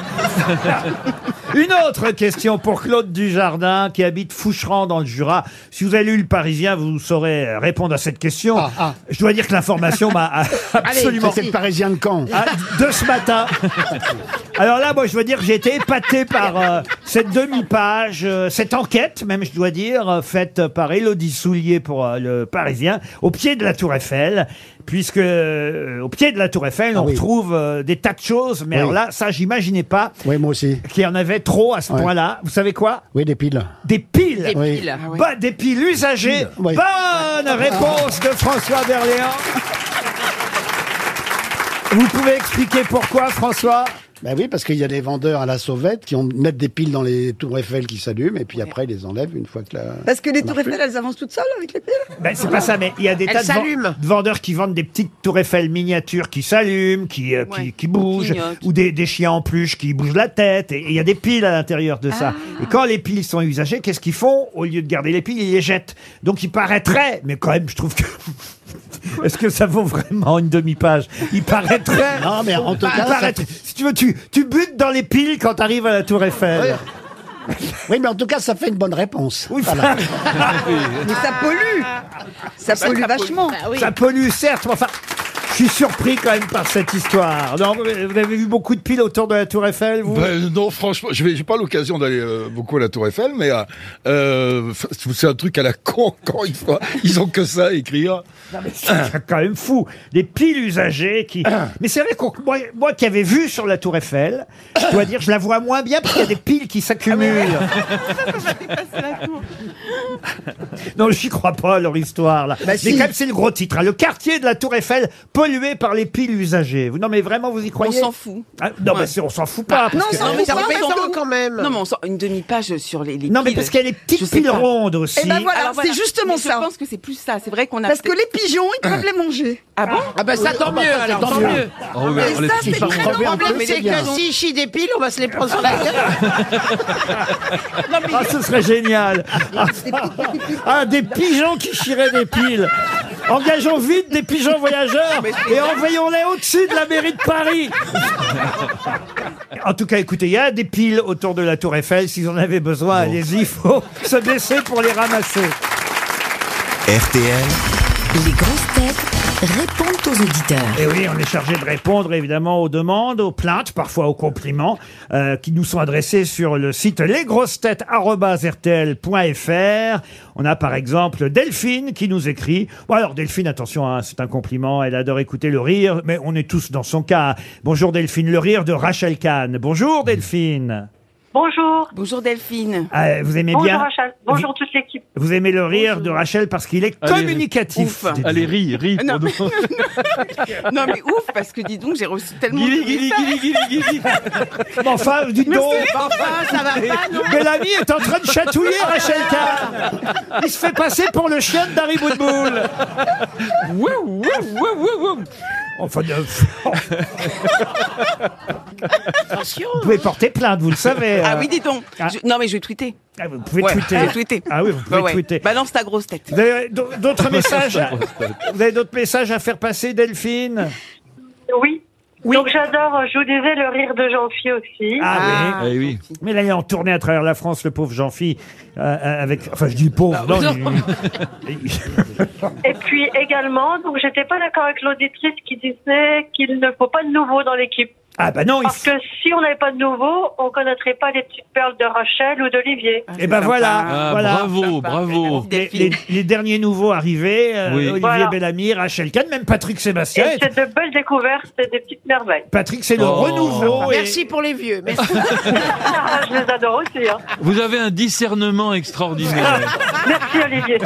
[SPEAKER 2] Une autre question pour Claude Dujardin, qui habite Foucheran dans le Jura. Si vous avez lu Le Parisien, vous saurez répondre à cette question.
[SPEAKER 6] Ah,
[SPEAKER 2] Je dois dire que l'information m'a a- absolument...
[SPEAKER 6] C'était le Parisien de Caen.
[SPEAKER 2] Ah, de ce matin. Alors là, moi, je veux dire, j'ai été épaté par euh, cette demi-page, euh, cette enquête, même, je dois dire, euh, faite par Élodie Soulier pour euh, le Parisien, au pied de la Tour Eiffel, puisque euh, au pied de la Tour Eiffel,
[SPEAKER 6] Ah
[SPEAKER 2] on
[SPEAKER 6] oui.
[SPEAKER 2] retrouve euh, des tas de choses. Mais
[SPEAKER 6] Oui.
[SPEAKER 2] alors là, ça, j'imaginais pas
[SPEAKER 6] Oui, moi aussi.
[SPEAKER 2] qu'il y en avait trop à ce
[SPEAKER 6] Ouais.
[SPEAKER 2] point-là. Vous savez quoi
[SPEAKER 6] Oui, des piles.
[SPEAKER 2] Des piles.
[SPEAKER 5] Des
[SPEAKER 6] Oui.
[SPEAKER 5] piles.
[SPEAKER 2] Bah, des piles usagées.
[SPEAKER 6] Oui.
[SPEAKER 2] Bonne réponse de François Berléand. Vous pouvez expliquer pourquoi, François
[SPEAKER 6] Ben oui, parce qu'il y a des vendeurs à la sauvette qui ont, mettent des piles dans les tours Eiffel qui s'allument et puis après ils les enlèvent une fois que la.
[SPEAKER 4] Parce que les tours
[SPEAKER 6] marche plus.
[SPEAKER 4] Eiffel, elles avancent toutes seules avec les piles.
[SPEAKER 2] Ben, c'est pas ça, mais il y a des
[SPEAKER 5] Elle
[SPEAKER 2] tas de,
[SPEAKER 5] s'allume.
[SPEAKER 2] de vendeurs qui vendent des petites tours Eiffel miniatures qui s'allument, qui, euh, qui, qui bougent,
[SPEAKER 9] clignotent.
[SPEAKER 2] ou des, des chiens en peluche qui bougent la tête, et et il y a des piles à l'intérieur de ça. Et quand les piles sont usagées, qu'est-ce qu'ils font Au lieu de garder les piles, ils les jettent. Donc il paraîtrait, mais quand même, je trouve que... Est-ce que ça vaut vraiment une demi-page Il paraîtrait...
[SPEAKER 6] Non, mais en tout
[SPEAKER 2] Il
[SPEAKER 6] cas, ça-
[SPEAKER 2] paraîtrait- Si tu veux, tu, tu butes dans les piles quand t'arrives à la tour Eiffel.
[SPEAKER 6] oui, mais en tout cas, ça fait une bonne réponse.
[SPEAKER 2] Oui,
[SPEAKER 6] Voilà.
[SPEAKER 4] Mais ça pollue. Ça pollue vachement.
[SPEAKER 5] Bah oui.
[SPEAKER 2] Bah, Ça pollue, certes, mais enfin, je suis surpris quand même par cette histoire. Non, vous avez vu beaucoup de piles autour de la Tour Eiffel, vous
[SPEAKER 3] Ben, non, franchement, je n'ai pas l'occasion d'aller euh, beaucoup à la Tour Eiffel, mais euh, euh, c'est un truc à la con, encore une fois. Ils ont que ça à écrire. Ah.
[SPEAKER 2] C'est quand même fou. Des piles usagées qui. mais c'est vrai que moi, moi qui avais vu sur la Tour Eiffel, je dois dire, je la vois moins bien parce qu'il y a des piles qui s'accumulent.
[SPEAKER 9] Ah
[SPEAKER 2] non, j'y crois pas, leur histoire, là. mais
[SPEAKER 4] Bah si.
[SPEAKER 2] quand même, c'est le gros titre. hein. Le quartier de la Tour Eiffel pollué par les piles usagées. Vous- Non, mais vraiment, vous y
[SPEAKER 9] On
[SPEAKER 2] croyez
[SPEAKER 9] s'en fout.
[SPEAKER 2] Ah, non, mais c'est- on s'en fout pas. parce
[SPEAKER 4] non,
[SPEAKER 2] que-
[SPEAKER 4] ça-
[SPEAKER 5] Non, mais ça
[SPEAKER 4] Non, mais
[SPEAKER 5] représente
[SPEAKER 4] ça-
[SPEAKER 5] quand même.
[SPEAKER 9] Non, mais on sort une demi-page sur les, les
[SPEAKER 2] Non, mais
[SPEAKER 9] piles.
[SPEAKER 2] parce qu'il y a les
[SPEAKER 10] Eh
[SPEAKER 9] Je
[SPEAKER 2] petites
[SPEAKER 9] sais
[SPEAKER 2] piles
[SPEAKER 9] pas.
[SPEAKER 2] rondes aussi. Ah,
[SPEAKER 4] Eh ben voilà,
[SPEAKER 9] Alors,
[SPEAKER 4] c'est justement
[SPEAKER 9] Mais
[SPEAKER 4] ça.
[SPEAKER 9] Je pense que c'est plus ça. C'est vrai qu'on a.
[SPEAKER 4] Parce que les pigeons, ils peuvent les manger.
[SPEAKER 9] Ah bon
[SPEAKER 5] Ah bah ça tant mieux alors, tant
[SPEAKER 6] mieux.
[SPEAKER 5] mieux.
[SPEAKER 2] Ah
[SPEAKER 7] Oh,
[SPEAKER 4] Et
[SPEAKER 7] regarde,
[SPEAKER 4] ça,
[SPEAKER 7] les petits
[SPEAKER 4] c'est
[SPEAKER 7] parents.
[SPEAKER 4] très
[SPEAKER 6] Robert,
[SPEAKER 4] normal.
[SPEAKER 6] mais
[SPEAKER 5] C'est
[SPEAKER 6] c'est bien.
[SPEAKER 5] que s'il chie des piles, on va se les prendre sur la tête.
[SPEAKER 2] Ah, ce serait génial. Ah, des pigeons qui chiraient des piles. Engageons vite des pigeons voyageurs et envoyons-les au-dessus de la mairie de Paris. En tout cas, écoutez, il y a des piles autour de la Tour Eiffel. Si vous en avez besoin, allez-y. Il faut se baisser pour les ramasser.
[SPEAKER 1] RTL,
[SPEAKER 11] Les grosses têtes répondent aux auditeurs.
[SPEAKER 2] Et Eh oui, on est chargé de répondre évidemment aux demandes, aux plaintes, parfois aux compliments euh, qui nous sont adressés sur le site lesgrossetêtes.rtl.fr. On a par exemple Delphine qui nous écrit. Bon alors Delphine, attention, hein, c'est un compliment, elle adore écouter le rire, mais on est tous dans son cas. Bonjour Delphine, le rire de Rachel Kahn. Bonjour Delphine.
[SPEAKER 12] Bonjour.
[SPEAKER 9] Bonjour Delphine.
[SPEAKER 2] Ah, vous aimez
[SPEAKER 12] Bonjour
[SPEAKER 2] bien
[SPEAKER 12] Rachel. Bonjour toute l'équipe.
[SPEAKER 2] Vous aimez le rire de Rachel parce qu'il est
[SPEAKER 7] Allez,
[SPEAKER 2] communicatif.
[SPEAKER 9] ouf.
[SPEAKER 2] dites-vous.
[SPEAKER 7] Allez, ris, ris.
[SPEAKER 9] Non,
[SPEAKER 7] Bruno.
[SPEAKER 9] Non mais ouf parce que dis donc j'ai reçu tellement. de
[SPEAKER 7] Guili, guili, guili, guili, guili.
[SPEAKER 2] Mais Enfin, dites donc.
[SPEAKER 5] Enfin, ça va pas, non
[SPEAKER 2] Bellamy est en train de chatouiller Rachel Kahn. Il se fait passer pour le chien de Darry Boudboul.
[SPEAKER 7] Ouh, ouh, ouh, ouh, ouh.
[SPEAKER 2] Enfin, euh, vous
[SPEAKER 5] hein.
[SPEAKER 2] pouvez porter plainte, vous le savez.
[SPEAKER 9] Ah
[SPEAKER 2] euh.
[SPEAKER 9] oui dis donc.
[SPEAKER 2] Ah.
[SPEAKER 9] Je- Non mais je vais tweeter.
[SPEAKER 2] Ah, vous pouvez
[SPEAKER 9] Ouais,
[SPEAKER 2] tweeter.
[SPEAKER 9] je vais tweeter.
[SPEAKER 2] Ah oui, vous pouvez
[SPEAKER 9] Bah ouais.
[SPEAKER 2] tweeter.
[SPEAKER 9] Balance ta grosse tête.
[SPEAKER 2] Vous avez d- d'autres messages à- Vous avez d'autres messages à faire passer, Delphine
[SPEAKER 12] Oui. Donc j'adore, euh, je vous disais, le rire de Jean-Phi aussi.
[SPEAKER 2] Ah, oui.
[SPEAKER 7] Eh oui.
[SPEAKER 2] Mais là, il est en tournée à travers la France, le pauvre Jean-Phi, euh, euh, avec... Enfin, je dis pauvre,
[SPEAKER 7] Ah
[SPEAKER 2] non, il-
[SPEAKER 12] Et puis également, donc j'étais pas d'accord avec l'auditrice qui disait qu'il ne faut pas de nouveau dans l'équipe.
[SPEAKER 2] Ah bah non, il
[SPEAKER 12] Parce que si on n'avait pas de nouveau, on connaîtrait pas les petites perles de Rachel ou d'Olivier.
[SPEAKER 2] Et ben voilà,
[SPEAKER 7] Ah,
[SPEAKER 2] voilà.
[SPEAKER 7] Bravo, bravo.
[SPEAKER 2] Les,
[SPEAKER 9] Delphine.
[SPEAKER 2] les- les derniers nouveaux arrivés, euh,
[SPEAKER 7] Oui.
[SPEAKER 2] Olivier
[SPEAKER 12] Voilà.
[SPEAKER 2] Bellamy, Rachel Kahn, même Patrick
[SPEAKER 12] Et
[SPEAKER 2] Sébastien.
[SPEAKER 12] c'est de belles découvertes, c'est des petites merveilles.
[SPEAKER 2] Patrick, c'est le
[SPEAKER 7] Oh.
[SPEAKER 2] renouveau. et-
[SPEAKER 5] Merci pour les vieux. Merci.
[SPEAKER 12] Ah, je les adore aussi. hein.
[SPEAKER 7] Vous avez un discernement extraordinaire.
[SPEAKER 12] Merci Olivier.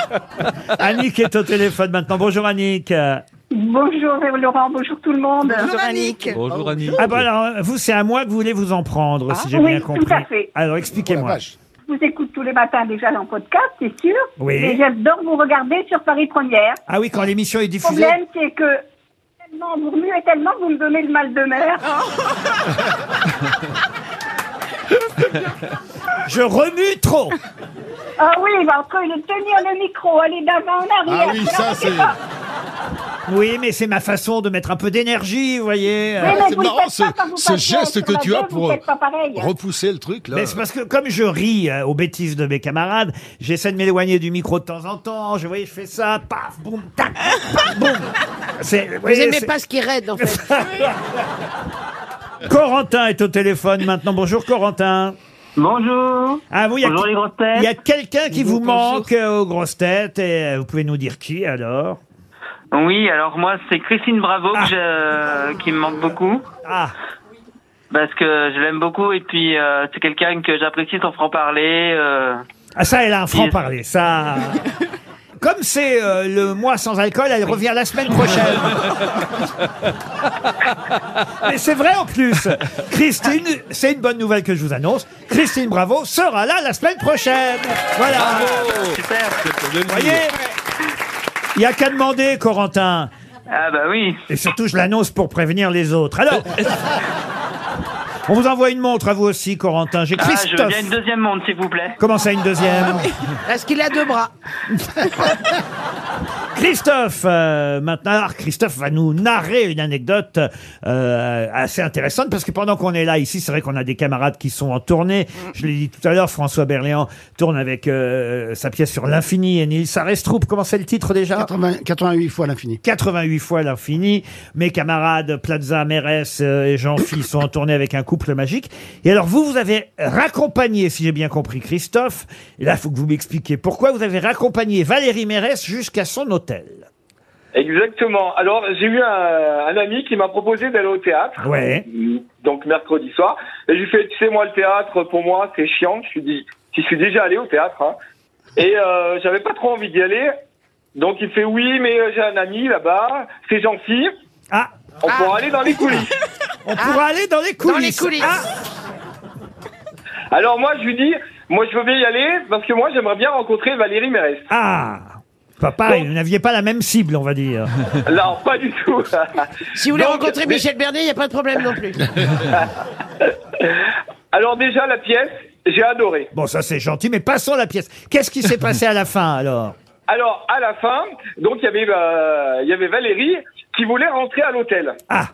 [SPEAKER 2] Annick est au téléphone maintenant. Bonjour Annick. Euh,
[SPEAKER 12] Bonjour Laurent, bonjour tout le monde.
[SPEAKER 4] Bonjour Annick.
[SPEAKER 7] Bonjour Annie.
[SPEAKER 2] Ah bah alors, euh, vous, c'est à moi que vous voulez vous en
[SPEAKER 13] Ah,
[SPEAKER 2] prendre, si j'ai
[SPEAKER 12] oui,
[SPEAKER 2] bien
[SPEAKER 12] tout
[SPEAKER 2] compris.
[SPEAKER 12] à fait.
[SPEAKER 6] Oh
[SPEAKER 2] Alors
[SPEAKER 6] la
[SPEAKER 2] expliquez-moi.
[SPEAKER 6] vache.
[SPEAKER 12] Je vous écoute tous les matins déjà dans le podcast, c'est sûr.
[SPEAKER 2] Oui.
[SPEAKER 12] Et j'adore vous regarder sur Paris Première.
[SPEAKER 2] Ah oui, quand l'émission est
[SPEAKER 12] Le
[SPEAKER 2] diffusée.
[SPEAKER 12] problème, c'est que tellement vous remuez, tellement vous me donnez le mal de mer.
[SPEAKER 2] Je remue trop.
[SPEAKER 13] Ah oui, il va encore le tenir le micro, aller d'avant en arrière. Non, mais pas-
[SPEAKER 2] Oui, mais c'est ma façon de mettre un peu d'énergie, vous voyez.
[SPEAKER 13] Oui, mais vous le faites pas quand vous passez sur la deux, vous faites pas pareil.
[SPEAKER 2] repousser le truc là. Mais c'est parce que comme je ris euh, aux bêtises de mes camarades, j'essaie de m'éloigner du micro de temps en temps. Je voyez, je fais ça, paf, boum, tac, paf, boum. C'est- vous
[SPEAKER 5] Vous
[SPEAKER 2] voyez,
[SPEAKER 5] aimez
[SPEAKER 2] c'est-
[SPEAKER 5] pas ce qui raide, en fait.
[SPEAKER 2] Corentin est au téléphone maintenant. Bonjour Corentin. Bonjour. Ah oui, il y a-
[SPEAKER 14] Bonjour, les grosses têtes.
[SPEAKER 2] Il y a quelqu'un qui vous
[SPEAKER 14] Bonjour,
[SPEAKER 2] manque euh, aux grosses têtes et euh, vous pouvez nous dire qui alors
[SPEAKER 14] Oui, alors moi, c'est Christine Bravo que je- euh, qui me manque beaucoup.
[SPEAKER 2] Ah.
[SPEAKER 14] Parce que je l'aime beaucoup et puis euh, c'est quelqu'un que j'apprécie son franc-parler. euh.
[SPEAKER 2] Ah ça, elle a un franc-parler, ça... Comme c'est euh, le mois sans alcool, elle revient la semaine prochaine. Mais c'est vrai en plus. Christine, c'est une bonne nouvelle que je vous annonce. Christine Bravo sera là la semaine prochaine. Voilà.
[SPEAKER 14] Super.
[SPEAKER 2] Vous voyez Il n'y a qu'à demander, Corentin.
[SPEAKER 14] Ah bah oui.
[SPEAKER 2] Et surtout, je l'annonce pour prévenir les autres. Alors, on vous envoie une montre à vous aussi, Corentin. J'ai
[SPEAKER 14] Ah, je veux
[SPEAKER 2] Christophe.
[SPEAKER 14] bien une Ah deuxième montre, s'il vous plaît.
[SPEAKER 2] Comment ça, une deuxième
[SPEAKER 5] Ah Parce qu'il a deux bras.
[SPEAKER 2] Christophe, euh, maintenant, alors, Christophe va nous narrer une anecdote euh, assez intéressante parce que pendant qu'on est là ici, c'est vrai qu'on a des camarades qui sont en tournée. Je l'ai dit tout à l'heure, François Berléand tourne avec euh, sa pièce sur l'infini et Nils Arestroup. Comment c'est le titre déjà
[SPEAKER 6] 88 fois l'infini.
[SPEAKER 2] 88 fois l'infini. Mes camarades Plaza, Mérès euh, et Jean-Phi sont en tournée avec un couple magique. Et alors vous, vous avez raccompagné, si j'ai bien compris Christophe, et là il faut que vous m'expliquiez pourquoi, vous avez raccompagné Valérie Mérès jusqu'à son hôtel.
[SPEAKER 15] Exactement. Alors, j'ai eu un, un ami qui m'a proposé d'aller au théâtre.
[SPEAKER 2] Ouais.
[SPEAKER 15] Donc, mercredi soir. Et je lui fais, tu sais, moi, le théâtre, pour moi, c'est chiant. Je suis dit, si je suis déjà allé au théâtre, hein. Et, euh, j'avais pas trop envie d'y aller. Donc, il fait, oui, mais euh, j'ai un ami là-bas. C'est gentil.
[SPEAKER 2] Ah.
[SPEAKER 15] On pourra aller dans les coulisses.
[SPEAKER 2] On pourra aller dans les coulisses. Ah.
[SPEAKER 5] Dans les coulisses.
[SPEAKER 9] Ah.
[SPEAKER 15] Alors, moi, je lui dis, moi, je veux bien y aller parce que moi, j'aimerais bien rencontrer Valérie Mérès.
[SPEAKER 2] Ah Pas pareil, vous n'aviez pas la même cible, on va dire.
[SPEAKER 15] Non, pas du tout.
[SPEAKER 5] Si vous voulez
[SPEAKER 15] Donc,
[SPEAKER 5] rencontrer
[SPEAKER 15] mais-
[SPEAKER 5] Michel Bernier, il n'y a pas de problème non plus.
[SPEAKER 15] Alors, déjà, la pièce, j'ai adoré.
[SPEAKER 2] Bon, ça c'est gentil, mais passons la pièce. Qu'est-ce qui s'est passé à la fin alors
[SPEAKER 15] Alors, à la fin, donc, il y avait, euh, il y avait Valérie qui voulait rentrer à l'hôtel.
[SPEAKER 2] Ah.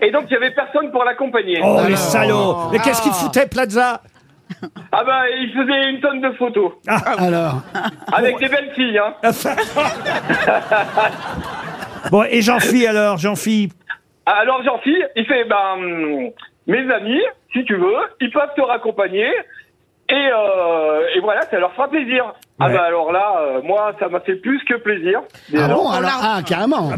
[SPEAKER 15] Et donc, il y avait personne pour l'accompagner.
[SPEAKER 2] Oh, les salauds Mais qu'est-ce qu'il foutait, Plaza Ah.
[SPEAKER 15] Ah bah, il faisait une tonne de photos.
[SPEAKER 6] Ah, Alors
[SPEAKER 15] Avec des belles filles, hein.
[SPEAKER 2] Bon, et Jean-Phi alors Jean-Phi
[SPEAKER 15] Alors, Jean-Phil, il fait, ben, hum, mes amis, si tu veux, ils peuvent te raccompagner. Et, euh, et voilà, ça leur fera plaisir. Ah bah, alors là, euh, moi, ça m'a fait plus que plaisir.
[SPEAKER 6] Ah
[SPEAKER 15] Déjà.
[SPEAKER 6] bon alors, Ah, carrément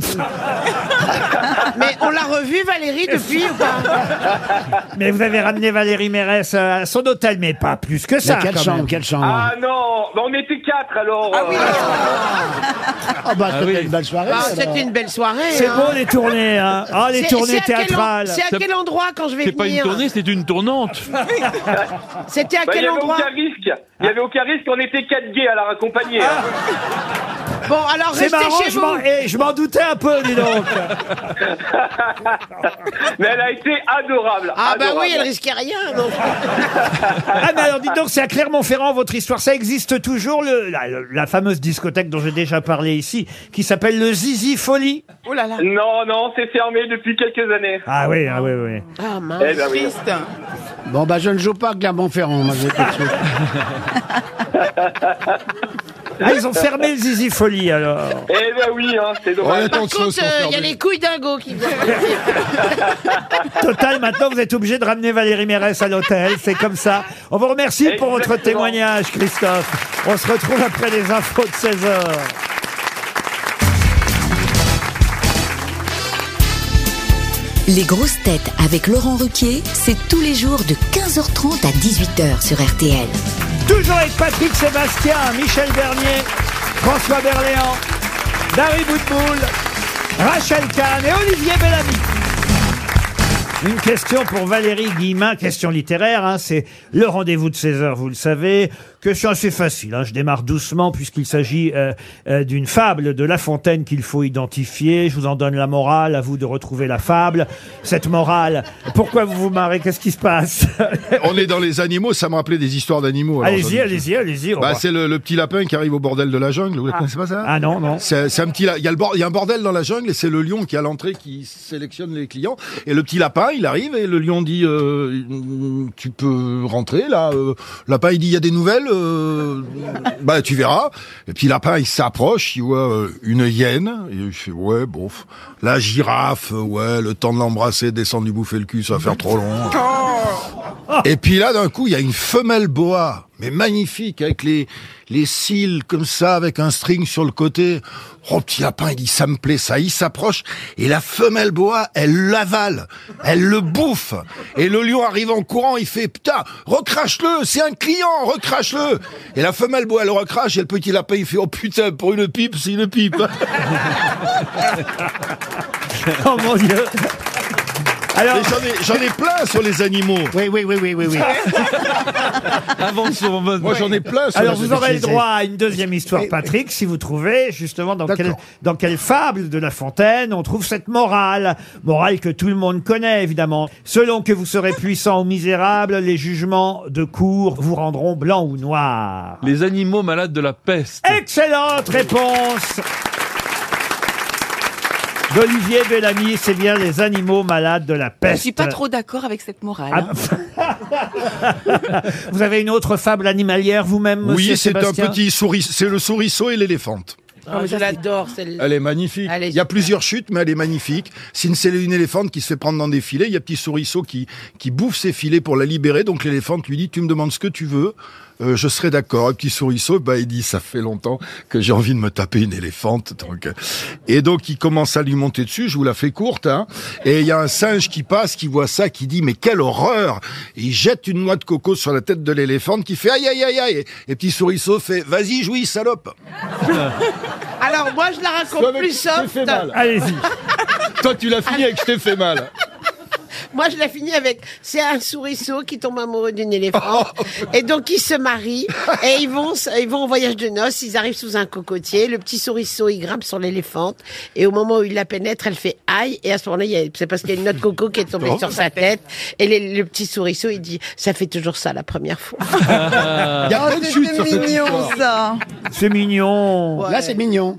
[SPEAKER 5] Mais on l'a revu, Valérie, depuis ou
[SPEAKER 2] Ah
[SPEAKER 5] pas
[SPEAKER 2] Mais vous avez ramené Valérie Mérès euh, à son hôtel, mais pas plus que ça.
[SPEAKER 6] quelle
[SPEAKER 2] quand
[SPEAKER 6] chambre,
[SPEAKER 2] même.
[SPEAKER 6] quelle
[SPEAKER 15] Ah non, bah, on était quatre alors. Ah oui.
[SPEAKER 6] Ah bah, c'était une belle soirée.
[SPEAKER 5] Ah,
[SPEAKER 6] alors.
[SPEAKER 5] C'était une belle soirée.
[SPEAKER 2] C'est
[SPEAKER 5] hein.
[SPEAKER 2] beau les tournées, hein. Ah, les
[SPEAKER 5] C'est-
[SPEAKER 2] tournées
[SPEAKER 5] c'est à quel en-
[SPEAKER 2] théâtrales.
[SPEAKER 5] C'est à quel endroit quand je vais
[SPEAKER 7] C'est pas une
[SPEAKER 5] venir
[SPEAKER 7] tournée, c'est une tournante.
[SPEAKER 5] C'était à
[SPEAKER 15] Bah, il y avait
[SPEAKER 5] quel endroit
[SPEAKER 15] aucun risque. Il y avait aucun risque. On était quatre gays à la raccompagner. hein.
[SPEAKER 5] Bon, Ah. alors
[SPEAKER 2] C'est
[SPEAKER 5] restez
[SPEAKER 2] marrant,
[SPEAKER 5] chez
[SPEAKER 2] je
[SPEAKER 5] vous.
[SPEAKER 2] m'en- eh, je m'en doutais un peu, dis donc.
[SPEAKER 15] Mais elle a été adorable.
[SPEAKER 5] Ah bah
[SPEAKER 15] adorable.
[SPEAKER 5] oui, elle risquait rien. donc.
[SPEAKER 2] Ah, mais alors, dites donc, c'est à Clermont-Ferrand, votre histoire. Ça existe toujours, le, la, la fameuse discothèque dont j'ai déjà parlé ici, qui s'appelle le Zizi Folie.
[SPEAKER 15] Oh là là. Non, non, c'est fermé depuis quelques années.
[SPEAKER 2] Ah oui, ah oui, oui.
[SPEAKER 5] Ah mince.
[SPEAKER 15] Eh ben oui.
[SPEAKER 6] Bon, bah, je ne joue pas à Clermont-Ferrand. moi, je vais tout de suite.
[SPEAKER 2] Ah, ils ont fermé le Zizi Folie, alors.
[SPEAKER 15] Eh ben oui, hein,
[SPEAKER 2] Oh,
[SPEAKER 15] c'est dommage.
[SPEAKER 5] Par contre, il y a les couilles dingo qui viennent.
[SPEAKER 2] Total, maintenant, vous êtes obligé de ramener Valérie Mérès à l'hôtel. C'est comme ça. On vous remercie pour votre
[SPEAKER 15] Exactement.
[SPEAKER 2] témoignage, Christophe. On se retrouve après les infos de 16h.
[SPEAKER 11] Les grosses têtes avec Laurent Ruquier, c'est tous les jours de 15h30 à 18h sur RTL.
[SPEAKER 2] Toujours avec Patrick Sébastien, Michel Bernier, François Berléand, Dari Boutboul, Rachel Kahn et Olivier Bellamy. Une question pour Valérie Guillemin, question littéraire, hein, c'est le rendez-vous de 16 heures, vous le savez. Question assez facile, hein. je démarre doucement puisqu'il s'agit euh, euh, d'une fable de La Fontaine qu'il faut identifier. Je vous en donne la morale, à vous de retrouver la fable. Cette morale, pourquoi vous vous marrez Qu'est-ce qui se passe
[SPEAKER 3] On est dans les animaux, ça me rappelait des histoires d'animaux. alors,
[SPEAKER 2] Allez-y,
[SPEAKER 3] ça-
[SPEAKER 2] allez-y, allez-y. au
[SPEAKER 3] Bah,
[SPEAKER 2] revoir.
[SPEAKER 3] c'est le, le petit lapin qui arrive au bordel de la jungle. Vous ne
[SPEAKER 2] Ah.
[SPEAKER 3] connaissez pas ça
[SPEAKER 2] Ah non, non.
[SPEAKER 3] C'est c'est un petit. la- Il y, a le bor- il y a un bordel dans la jungle et c'est le lion qui à l'entrée qui sélectionne les clients. Et le petit lapin, il arrive et le lion dit euh, Tu peux rentrer là. euh. Le lapin, il dit Il y a des nouvelles. euh, bah tu verras. Le petit lapin, il s'approche, il voit euh, une hyène. Et il fait Ouais, bon. La girafe, euh, ouais, le temps de l'embrasser, descendre du bouffer le cul, ça va faire trop long. Et puis là, d'un coup, il y a une femelle boa, mais magnifique, avec les, les cils comme ça, avec un string sur le côté. Oh, petit lapin, il dit, ça me plaît, ça, il s'approche. Et la femelle boa, elle l'avale, elle le bouffe. Et le lion arrive en courant, il fait, putain, recrache-le, c'est un client, recrache-le. Et la femelle boa, elle le recrache, et le petit lapin, il fait, oh putain, pour une pipe, c'est une pipe.
[SPEAKER 2] oh mon dieu.
[SPEAKER 3] Mais j'en ai, j'en ai plein sur les animaux. Ah,
[SPEAKER 6] Oui, oui, oui, oui, oui, oui.
[SPEAKER 7] Avançons.
[SPEAKER 3] Moi, j'en ai plein sur
[SPEAKER 2] Alors
[SPEAKER 3] les
[SPEAKER 2] vous aurez le
[SPEAKER 3] animaux.
[SPEAKER 2] droit à une deuxième histoire, Patrick, si vous trouvez justement dans, quelle, dans quelle fable de La Fontaine on trouve cette morale. Morale que tout le monde connaît, évidemment. Selon que vous serez puissant ou misérable, les jugements de cour vous rendront blanc ou noir.
[SPEAKER 7] Les animaux malades de la peste.
[SPEAKER 2] Excellente réponse D'Olivier Bellamy, c'est bien les animaux malades de la
[SPEAKER 16] Je
[SPEAKER 2] peste.
[SPEAKER 16] suis pas trop d'accord avec cette morale.
[SPEAKER 9] hein.
[SPEAKER 2] Ah, Vous avez une autre fable animalière vous-même, monsieur
[SPEAKER 3] Oui, c'est un
[SPEAKER 2] Sébastien
[SPEAKER 3] petit souris, c'est le souriceau et l'éléphante.
[SPEAKER 5] Ah, je l'adore, celle-là.
[SPEAKER 3] Elle est magnifique. Il y a plusieurs chutes, mais elle est magnifique. Si c'est une éléphante qui se fait prendre dans des filets, il y a petit souriceau qui, qui bouffe ses filets pour la libérer. Donc l'éléphante lui dit, tu me demandes ce que tu veux, euh, je serai d'accord. Et petit souriceau, bah, il dit, ça fait longtemps que j'ai envie de me taper une éléphante. Donc, euh, et donc il commence à lui monter dessus, je vous la fais courte. hein. Et il y a un singe qui passe, qui voit ça, qui dit, mais quelle horreur Et il jette une noix de coco sur la tête de l'éléphante qui fait, aïe, aïe, aïe, aïe. Et petit souriceau fait, vas-y, jouis, salope.
[SPEAKER 5] Alors moi je la
[SPEAKER 3] Toi,
[SPEAKER 5] raconte
[SPEAKER 3] mec,
[SPEAKER 5] plus
[SPEAKER 3] tu t'es
[SPEAKER 5] soft.
[SPEAKER 3] fait mal. Allez-y. Toi, tu l'as fini avec je t'ai fait mal.
[SPEAKER 5] Moi je la finis avec c'est un souriceau qui tombe amoureux d'une éléphante et donc ils se marient et ils vont s- ils vont en voyage de noces, ils arrivent sous un cocotier, le petit souriceau il grimpe sur l'éléphante et au moment où il la pénètre, elle fait aïe et à ce moment-là il y a- c'est parce qu'il y a une noix de coco qui est tombée
[SPEAKER 3] Oh.
[SPEAKER 5] sur sa tête et les- le petit souriceau il dit ça fait toujours ça la première fois.
[SPEAKER 2] Euh,
[SPEAKER 3] Il y
[SPEAKER 2] Ah,
[SPEAKER 3] a plein de chutes sur cette histoire.
[SPEAKER 5] ça.
[SPEAKER 2] C'est mignon.
[SPEAKER 6] Là, c'est mignon.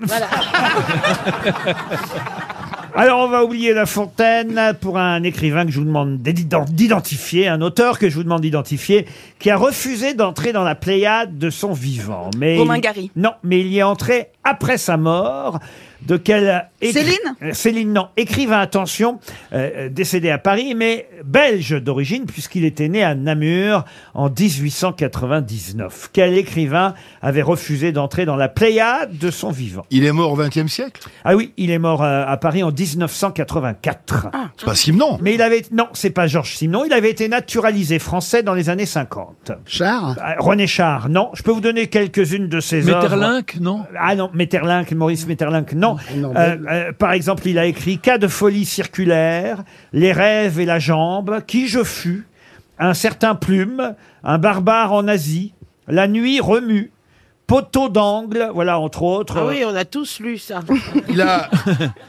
[SPEAKER 2] Alors on va oublier La Fontaine pour un écrivain que je vous demande d'ident- d'identifier, un auteur que je vous demande d'identifier, qui a refusé d'entrer dans la Pléiade de son vivant. Mais
[SPEAKER 16] Romain
[SPEAKER 2] il-
[SPEAKER 16] Gary.
[SPEAKER 2] Non, mais il y est entré après sa mort. De quelle Céline Euh, Céline, non. Écrivain, attention, euh, euh, décédé à Paris, mais belge d'origine, puisqu'il était né à Namur en 1899. Quel écrivain avait refusé d'entrer dans la Pléiade de son vivant
[SPEAKER 3] Il est mort au XXe siècle
[SPEAKER 2] Ah oui, il est mort euh, à Paris en 1984.
[SPEAKER 3] C'est pas Simon
[SPEAKER 2] Mais il avait non, c'est pas Georges Simenon. Il avait été naturalisé français dans les années 50.
[SPEAKER 6] Char
[SPEAKER 2] René Char, non. Je peux vous donner quelques-unes de ses œuvres.
[SPEAKER 7] Metterlinck, non
[SPEAKER 2] Ah non, Metterlinck, Maurice Metterlinck, non.
[SPEAKER 7] Non,
[SPEAKER 2] Euh,
[SPEAKER 7] mais-
[SPEAKER 2] euh, par exemple, il a écrit Cas de folie circulaire, Les rêves et la jambe, Qui je fus, Un certain plume, Un barbare en Asie, La nuit remue, Poteau d'angle, voilà entre autres.
[SPEAKER 5] Ah oui, on a tous lu ça.
[SPEAKER 3] Il a,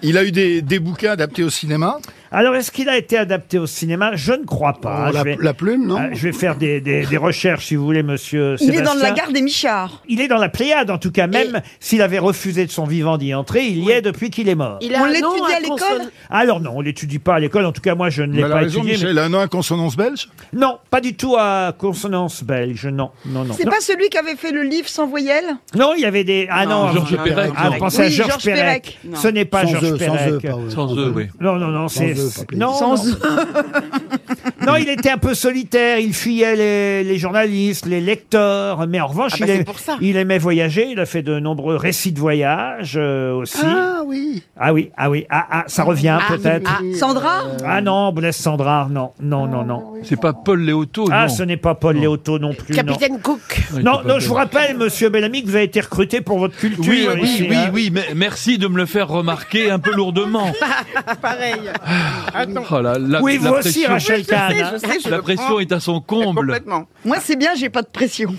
[SPEAKER 3] il a eu des, des bouquins adaptés au cinéma
[SPEAKER 2] Alors, est-ce qu'il a été adapté au cinéma Je ne crois pas.
[SPEAKER 3] Oh, la-
[SPEAKER 2] plume, non Je vais faire des, des- des recherches, si vous voulez, monsieur
[SPEAKER 4] Il est dans la
[SPEAKER 2] Sébastien.
[SPEAKER 4] gare des Michards.
[SPEAKER 2] Il est dans la Pléiade, en tout cas, même s'il avait refusé de son vivant d'y entrer, il y est depuis qu'il est mort.
[SPEAKER 4] On l'étudie à l'école
[SPEAKER 2] Alors non, on l'étudie pas à l'école. En tout cas, moi, je ne
[SPEAKER 3] Mais
[SPEAKER 2] l'ai
[SPEAKER 3] elle a
[SPEAKER 2] pas
[SPEAKER 3] raison,
[SPEAKER 2] étudié.
[SPEAKER 3] Michel, un an à consonance belge
[SPEAKER 2] Non, pas du tout à consonance belge. Non, non, non.
[SPEAKER 4] C'est
[SPEAKER 2] non.
[SPEAKER 4] pas celui qui avait fait le livre sans voyelle
[SPEAKER 2] Non, il y avait des. Ah non,
[SPEAKER 7] Non, Georges
[SPEAKER 2] ah,
[SPEAKER 7] Perec,
[SPEAKER 2] Ah,
[SPEAKER 7] non.
[SPEAKER 2] pensez à
[SPEAKER 4] Oui,
[SPEAKER 2] Georges
[SPEAKER 4] Georges
[SPEAKER 2] Perec.
[SPEAKER 4] Perec. Non.
[SPEAKER 2] Ce n'est pas
[SPEAKER 7] Sans
[SPEAKER 2] Georges
[SPEAKER 7] eux, sans
[SPEAKER 2] Perec.
[SPEAKER 7] eux, pas eux. Sans eux, oui.
[SPEAKER 2] Non, non, non,
[SPEAKER 7] Sans
[SPEAKER 2] c'est.
[SPEAKER 3] E,
[SPEAKER 7] eux, pas plus.
[SPEAKER 2] Non,
[SPEAKER 7] Sans
[SPEAKER 2] non. Non, il était un peu solitaire. Il fuyait les, les journalistes, les lecteurs. Mais en revanche,
[SPEAKER 16] Ah bah,
[SPEAKER 2] il,
[SPEAKER 16] c'est
[SPEAKER 2] aimait-
[SPEAKER 16] pour ça.
[SPEAKER 2] il aimait voyager. Il a fait de nombreux récits de voyage euh, aussi. Ah oui. Ah oui, ah oui. Ah, ah, ça revient
[SPEAKER 4] Ah,
[SPEAKER 2] peut-être.
[SPEAKER 4] ah, Sandra
[SPEAKER 2] Ah non, Blaise Sandrard, non, non, non, non.
[SPEAKER 7] C'est pas Paul Léoto,
[SPEAKER 2] Ah,
[SPEAKER 7] non.
[SPEAKER 2] ce n'est pas Paul Léoto non plus. non.
[SPEAKER 5] Capitaine Cook.
[SPEAKER 2] Non, non, je vous rappelle, monsieur Bellamy, que vous avez été recruté pour votre culture.
[SPEAKER 7] Oui, oui,
[SPEAKER 2] ici,
[SPEAKER 7] oui, oui,
[SPEAKER 2] hein.
[SPEAKER 7] oui, mais merci de me le faire remarquer un peu lourdement.
[SPEAKER 5] Pareil.
[SPEAKER 7] Oh là, la-
[SPEAKER 2] Oui, vous
[SPEAKER 7] la
[SPEAKER 2] aussi,
[SPEAKER 7] pression.
[SPEAKER 2] Rachel Kahn. hein
[SPEAKER 7] Anna.
[SPEAKER 4] je sais, je
[SPEAKER 7] La
[SPEAKER 4] le
[SPEAKER 7] pression
[SPEAKER 4] prends.
[SPEAKER 7] est à son comble.
[SPEAKER 4] Moi, c'est bien, j'ai pas de pression.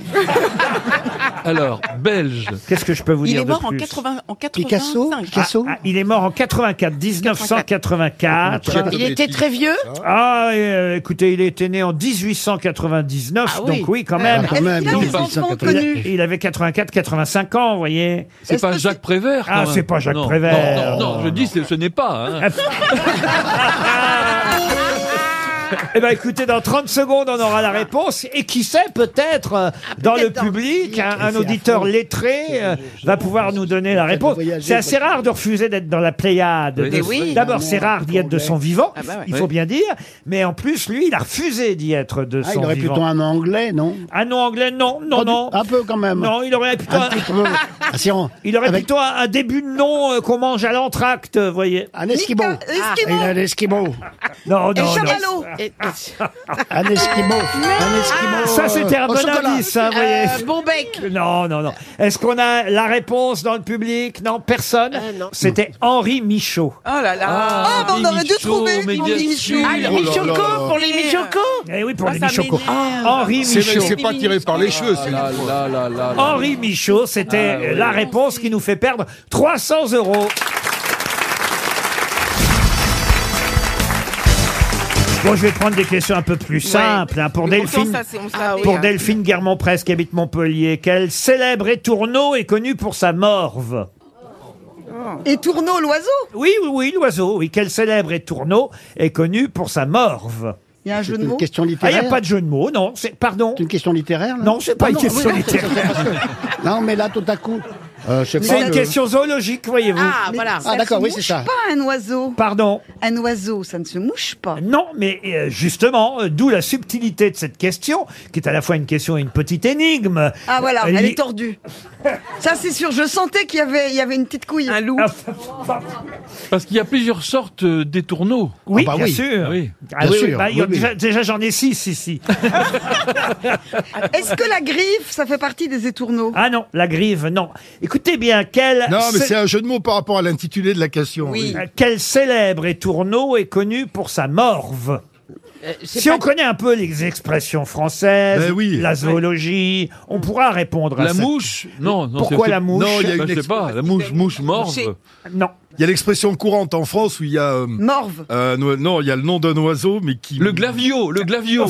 [SPEAKER 7] Alors, belge.
[SPEAKER 2] Qu'est-ce que je peux vous
[SPEAKER 16] Il
[SPEAKER 2] dire
[SPEAKER 16] est
[SPEAKER 2] de
[SPEAKER 16] mort en
[SPEAKER 2] plus
[SPEAKER 16] 80, en 85.
[SPEAKER 2] Ah, ah, Il est mort en 84, 1984.
[SPEAKER 5] Il était très vieux
[SPEAKER 2] Ah, euh, écoutez, il était né en 1899,
[SPEAKER 5] Ah oui.
[SPEAKER 2] donc oui, quand
[SPEAKER 5] Ah,
[SPEAKER 2] même.
[SPEAKER 5] quand Est-ce même, qu'il a
[SPEAKER 2] Donc,
[SPEAKER 5] des enfants
[SPEAKER 2] il, a-
[SPEAKER 5] connus
[SPEAKER 2] il avait 84-85 ans, vous voyez.
[SPEAKER 7] C'est pas Jacques Prévert. quand
[SPEAKER 2] Ah,
[SPEAKER 7] même.
[SPEAKER 2] c'est pas Jacques
[SPEAKER 7] Non,
[SPEAKER 2] Prévert.
[SPEAKER 7] Non, non, non, je dis, c'est- ce n'est pas. hein.
[SPEAKER 2] Eh ben écoutez, dans 30 secondes, on aura la réponse. Et qui sait, peut-être, euh,
[SPEAKER 6] Ah,
[SPEAKER 2] dans le public, un, un auditeur lettré euh, va pouvoir nous donner la réponse. C'est assez rare de refuser d'être dans la Pléiade.
[SPEAKER 5] Oui,
[SPEAKER 2] De-
[SPEAKER 5] mais oui.
[SPEAKER 2] D'abord, c'est rare d'y être de son vivant,
[SPEAKER 5] Ah bah ouais.
[SPEAKER 2] il
[SPEAKER 5] Oui.
[SPEAKER 2] faut bien dire. Mais en plus, lui, il a refusé d'y être de
[SPEAKER 6] Ah,
[SPEAKER 2] son
[SPEAKER 6] il aurait
[SPEAKER 2] vivant.
[SPEAKER 6] plutôt un anglais, non
[SPEAKER 2] Un nom anglais, non, non,
[SPEAKER 6] Pas du-
[SPEAKER 2] non.
[SPEAKER 6] Un peu quand même.
[SPEAKER 2] Non, il aurait plutôt un,
[SPEAKER 6] Un petit peu. Ah, si on-
[SPEAKER 2] il aurait plutôt un, un début de nom euh, qu'on mange à l'entracte, vous voyez.
[SPEAKER 6] Un esquimau. Ah,
[SPEAKER 4] Esquimau.
[SPEAKER 6] Il a un esquimau.
[SPEAKER 3] Oh,
[SPEAKER 2] Non, non,
[SPEAKER 6] Et
[SPEAKER 2] non.
[SPEAKER 6] chamallow.
[SPEAKER 5] Et-
[SPEAKER 6] Un esquimau. Un esquimau. euh,
[SPEAKER 2] Ça, c'était un
[SPEAKER 6] au
[SPEAKER 2] bon
[SPEAKER 6] chocolat.
[SPEAKER 2] indice, hein, vous voyez.
[SPEAKER 5] Euh, bon bec.
[SPEAKER 2] Non, non, non. Est-ce qu'on a la réponse dans le public Non, personne. C'était Henri Michaud.
[SPEAKER 9] Oh là là.
[SPEAKER 7] Ah,
[SPEAKER 9] oh, mais on aurait dû
[SPEAKER 7] Michaud,
[SPEAKER 9] trouver
[SPEAKER 7] mais
[SPEAKER 9] mon
[SPEAKER 7] bien
[SPEAKER 9] Michaud.
[SPEAKER 7] sûr.
[SPEAKER 5] Ah, les
[SPEAKER 7] Oh là
[SPEAKER 5] Michoko,
[SPEAKER 7] là.
[SPEAKER 5] pour les Michoko
[SPEAKER 2] Eh oui, pour
[SPEAKER 5] Ah,
[SPEAKER 2] les
[SPEAKER 5] ça
[SPEAKER 2] Michoko.
[SPEAKER 5] m'énerve.
[SPEAKER 2] Henri
[SPEAKER 3] C'est
[SPEAKER 2] Michaud.
[SPEAKER 3] c'est pas tiré par les cheveux, c'est une fois.
[SPEAKER 2] Henri Michaud, c'était
[SPEAKER 7] Ah, ouais.
[SPEAKER 2] la réponse qui nous fait perdre 300 euros. Bon, je vais prendre des questions un peu plus simples hein, pour
[SPEAKER 9] Mais
[SPEAKER 2] Delphine.
[SPEAKER 9] pourtant, ça, c'est- on se rappelait,
[SPEAKER 2] Pour
[SPEAKER 9] hein.
[SPEAKER 2] Delphine Guermont-Presse qui habite Montpellier, quel célèbre étourneau est connu pour sa morve
[SPEAKER 4] Et tourneau l'oiseau.
[SPEAKER 2] Oui, oui, oui, l'oiseau, oui. Quel célèbre étourneau est connu pour sa morve
[SPEAKER 4] Il y a un jeu de
[SPEAKER 6] Une
[SPEAKER 4] mots.
[SPEAKER 6] question
[SPEAKER 2] Ah, il
[SPEAKER 6] littéraire.
[SPEAKER 2] n'y a pas de jeu de mots, non. c'est- Pardon
[SPEAKER 6] C'est une question littéraire. là
[SPEAKER 2] Non, c'est pas Ah,
[SPEAKER 6] Ah,
[SPEAKER 2] une
[SPEAKER 6] oui,
[SPEAKER 2] question
[SPEAKER 6] oui.
[SPEAKER 2] littéraire.
[SPEAKER 6] non, mais là, tout à coup. euh, je sais
[SPEAKER 2] C'est
[SPEAKER 6] pas,
[SPEAKER 2] une
[SPEAKER 6] le-
[SPEAKER 2] question zoologique, voyez-vous.
[SPEAKER 5] Ah, voilà.
[SPEAKER 6] Ah, d'accord, oui,
[SPEAKER 4] se
[SPEAKER 6] c'est
[SPEAKER 4] mouche
[SPEAKER 6] ça.
[SPEAKER 4] Pas un oiseau.
[SPEAKER 2] Pardon
[SPEAKER 4] Un oiseau, ça ne se mouche pas.
[SPEAKER 2] Non, mais euh, justement, euh, d'où la subtilité de cette question, qui est à la fois une question et une petite énigme.
[SPEAKER 4] Ah voilà,
[SPEAKER 2] Euh,
[SPEAKER 4] elle
[SPEAKER 2] li-
[SPEAKER 4] est tordue. Ça c'est sûr, je sentais qu'il y avait, il y avait une petite couille. Un loup.
[SPEAKER 7] Parce qu'il y a plusieurs sortes euh, d'étourneaux.
[SPEAKER 2] Oui,
[SPEAKER 6] Ah bah
[SPEAKER 2] bien
[SPEAKER 6] oui.
[SPEAKER 2] sûr.
[SPEAKER 7] Oui.
[SPEAKER 2] Ah
[SPEAKER 6] Bien
[SPEAKER 2] oui, oui,
[SPEAKER 6] sûr,
[SPEAKER 2] bah, il y a
[SPEAKER 6] oui, oui.
[SPEAKER 2] Déjà, déjà, j'en ai six ici.
[SPEAKER 4] Est-ce que la griffe, ça fait partie des étourneaux
[SPEAKER 2] Ah non, la grive, non. Écoutez bien, quel,
[SPEAKER 3] Non, mais
[SPEAKER 2] cé-
[SPEAKER 3] c'est un jeu de mots par rapport à l'intitulé de la question.
[SPEAKER 9] Oui.
[SPEAKER 2] euh, quel célèbre étourneau est connu pour sa morve
[SPEAKER 5] Euh, c'est
[SPEAKER 2] Si
[SPEAKER 5] pas-
[SPEAKER 2] on connaît un peu les expressions françaises,
[SPEAKER 3] Ben oui.
[SPEAKER 2] la zoologie, on pourra répondre à
[SPEAKER 7] La
[SPEAKER 2] ça.
[SPEAKER 7] mouche Non, non
[SPEAKER 2] Pourquoi
[SPEAKER 7] c'est-
[SPEAKER 2] la Ben, mouche
[SPEAKER 7] Non, il y a
[SPEAKER 3] Bah,
[SPEAKER 7] une
[SPEAKER 3] je sais
[SPEAKER 7] sais pas, la mouche, mouche morve.
[SPEAKER 9] Moucher.
[SPEAKER 2] Non.
[SPEAKER 3] Il y a l'expression courante en France où il y a. euh,
[SPEAKER 4] Morve.
[SPEAKER 3] euh, no- non, il y a le nom d'un oiseau, mais qui.
[SPEAKER 7] Le glavio, le glavio.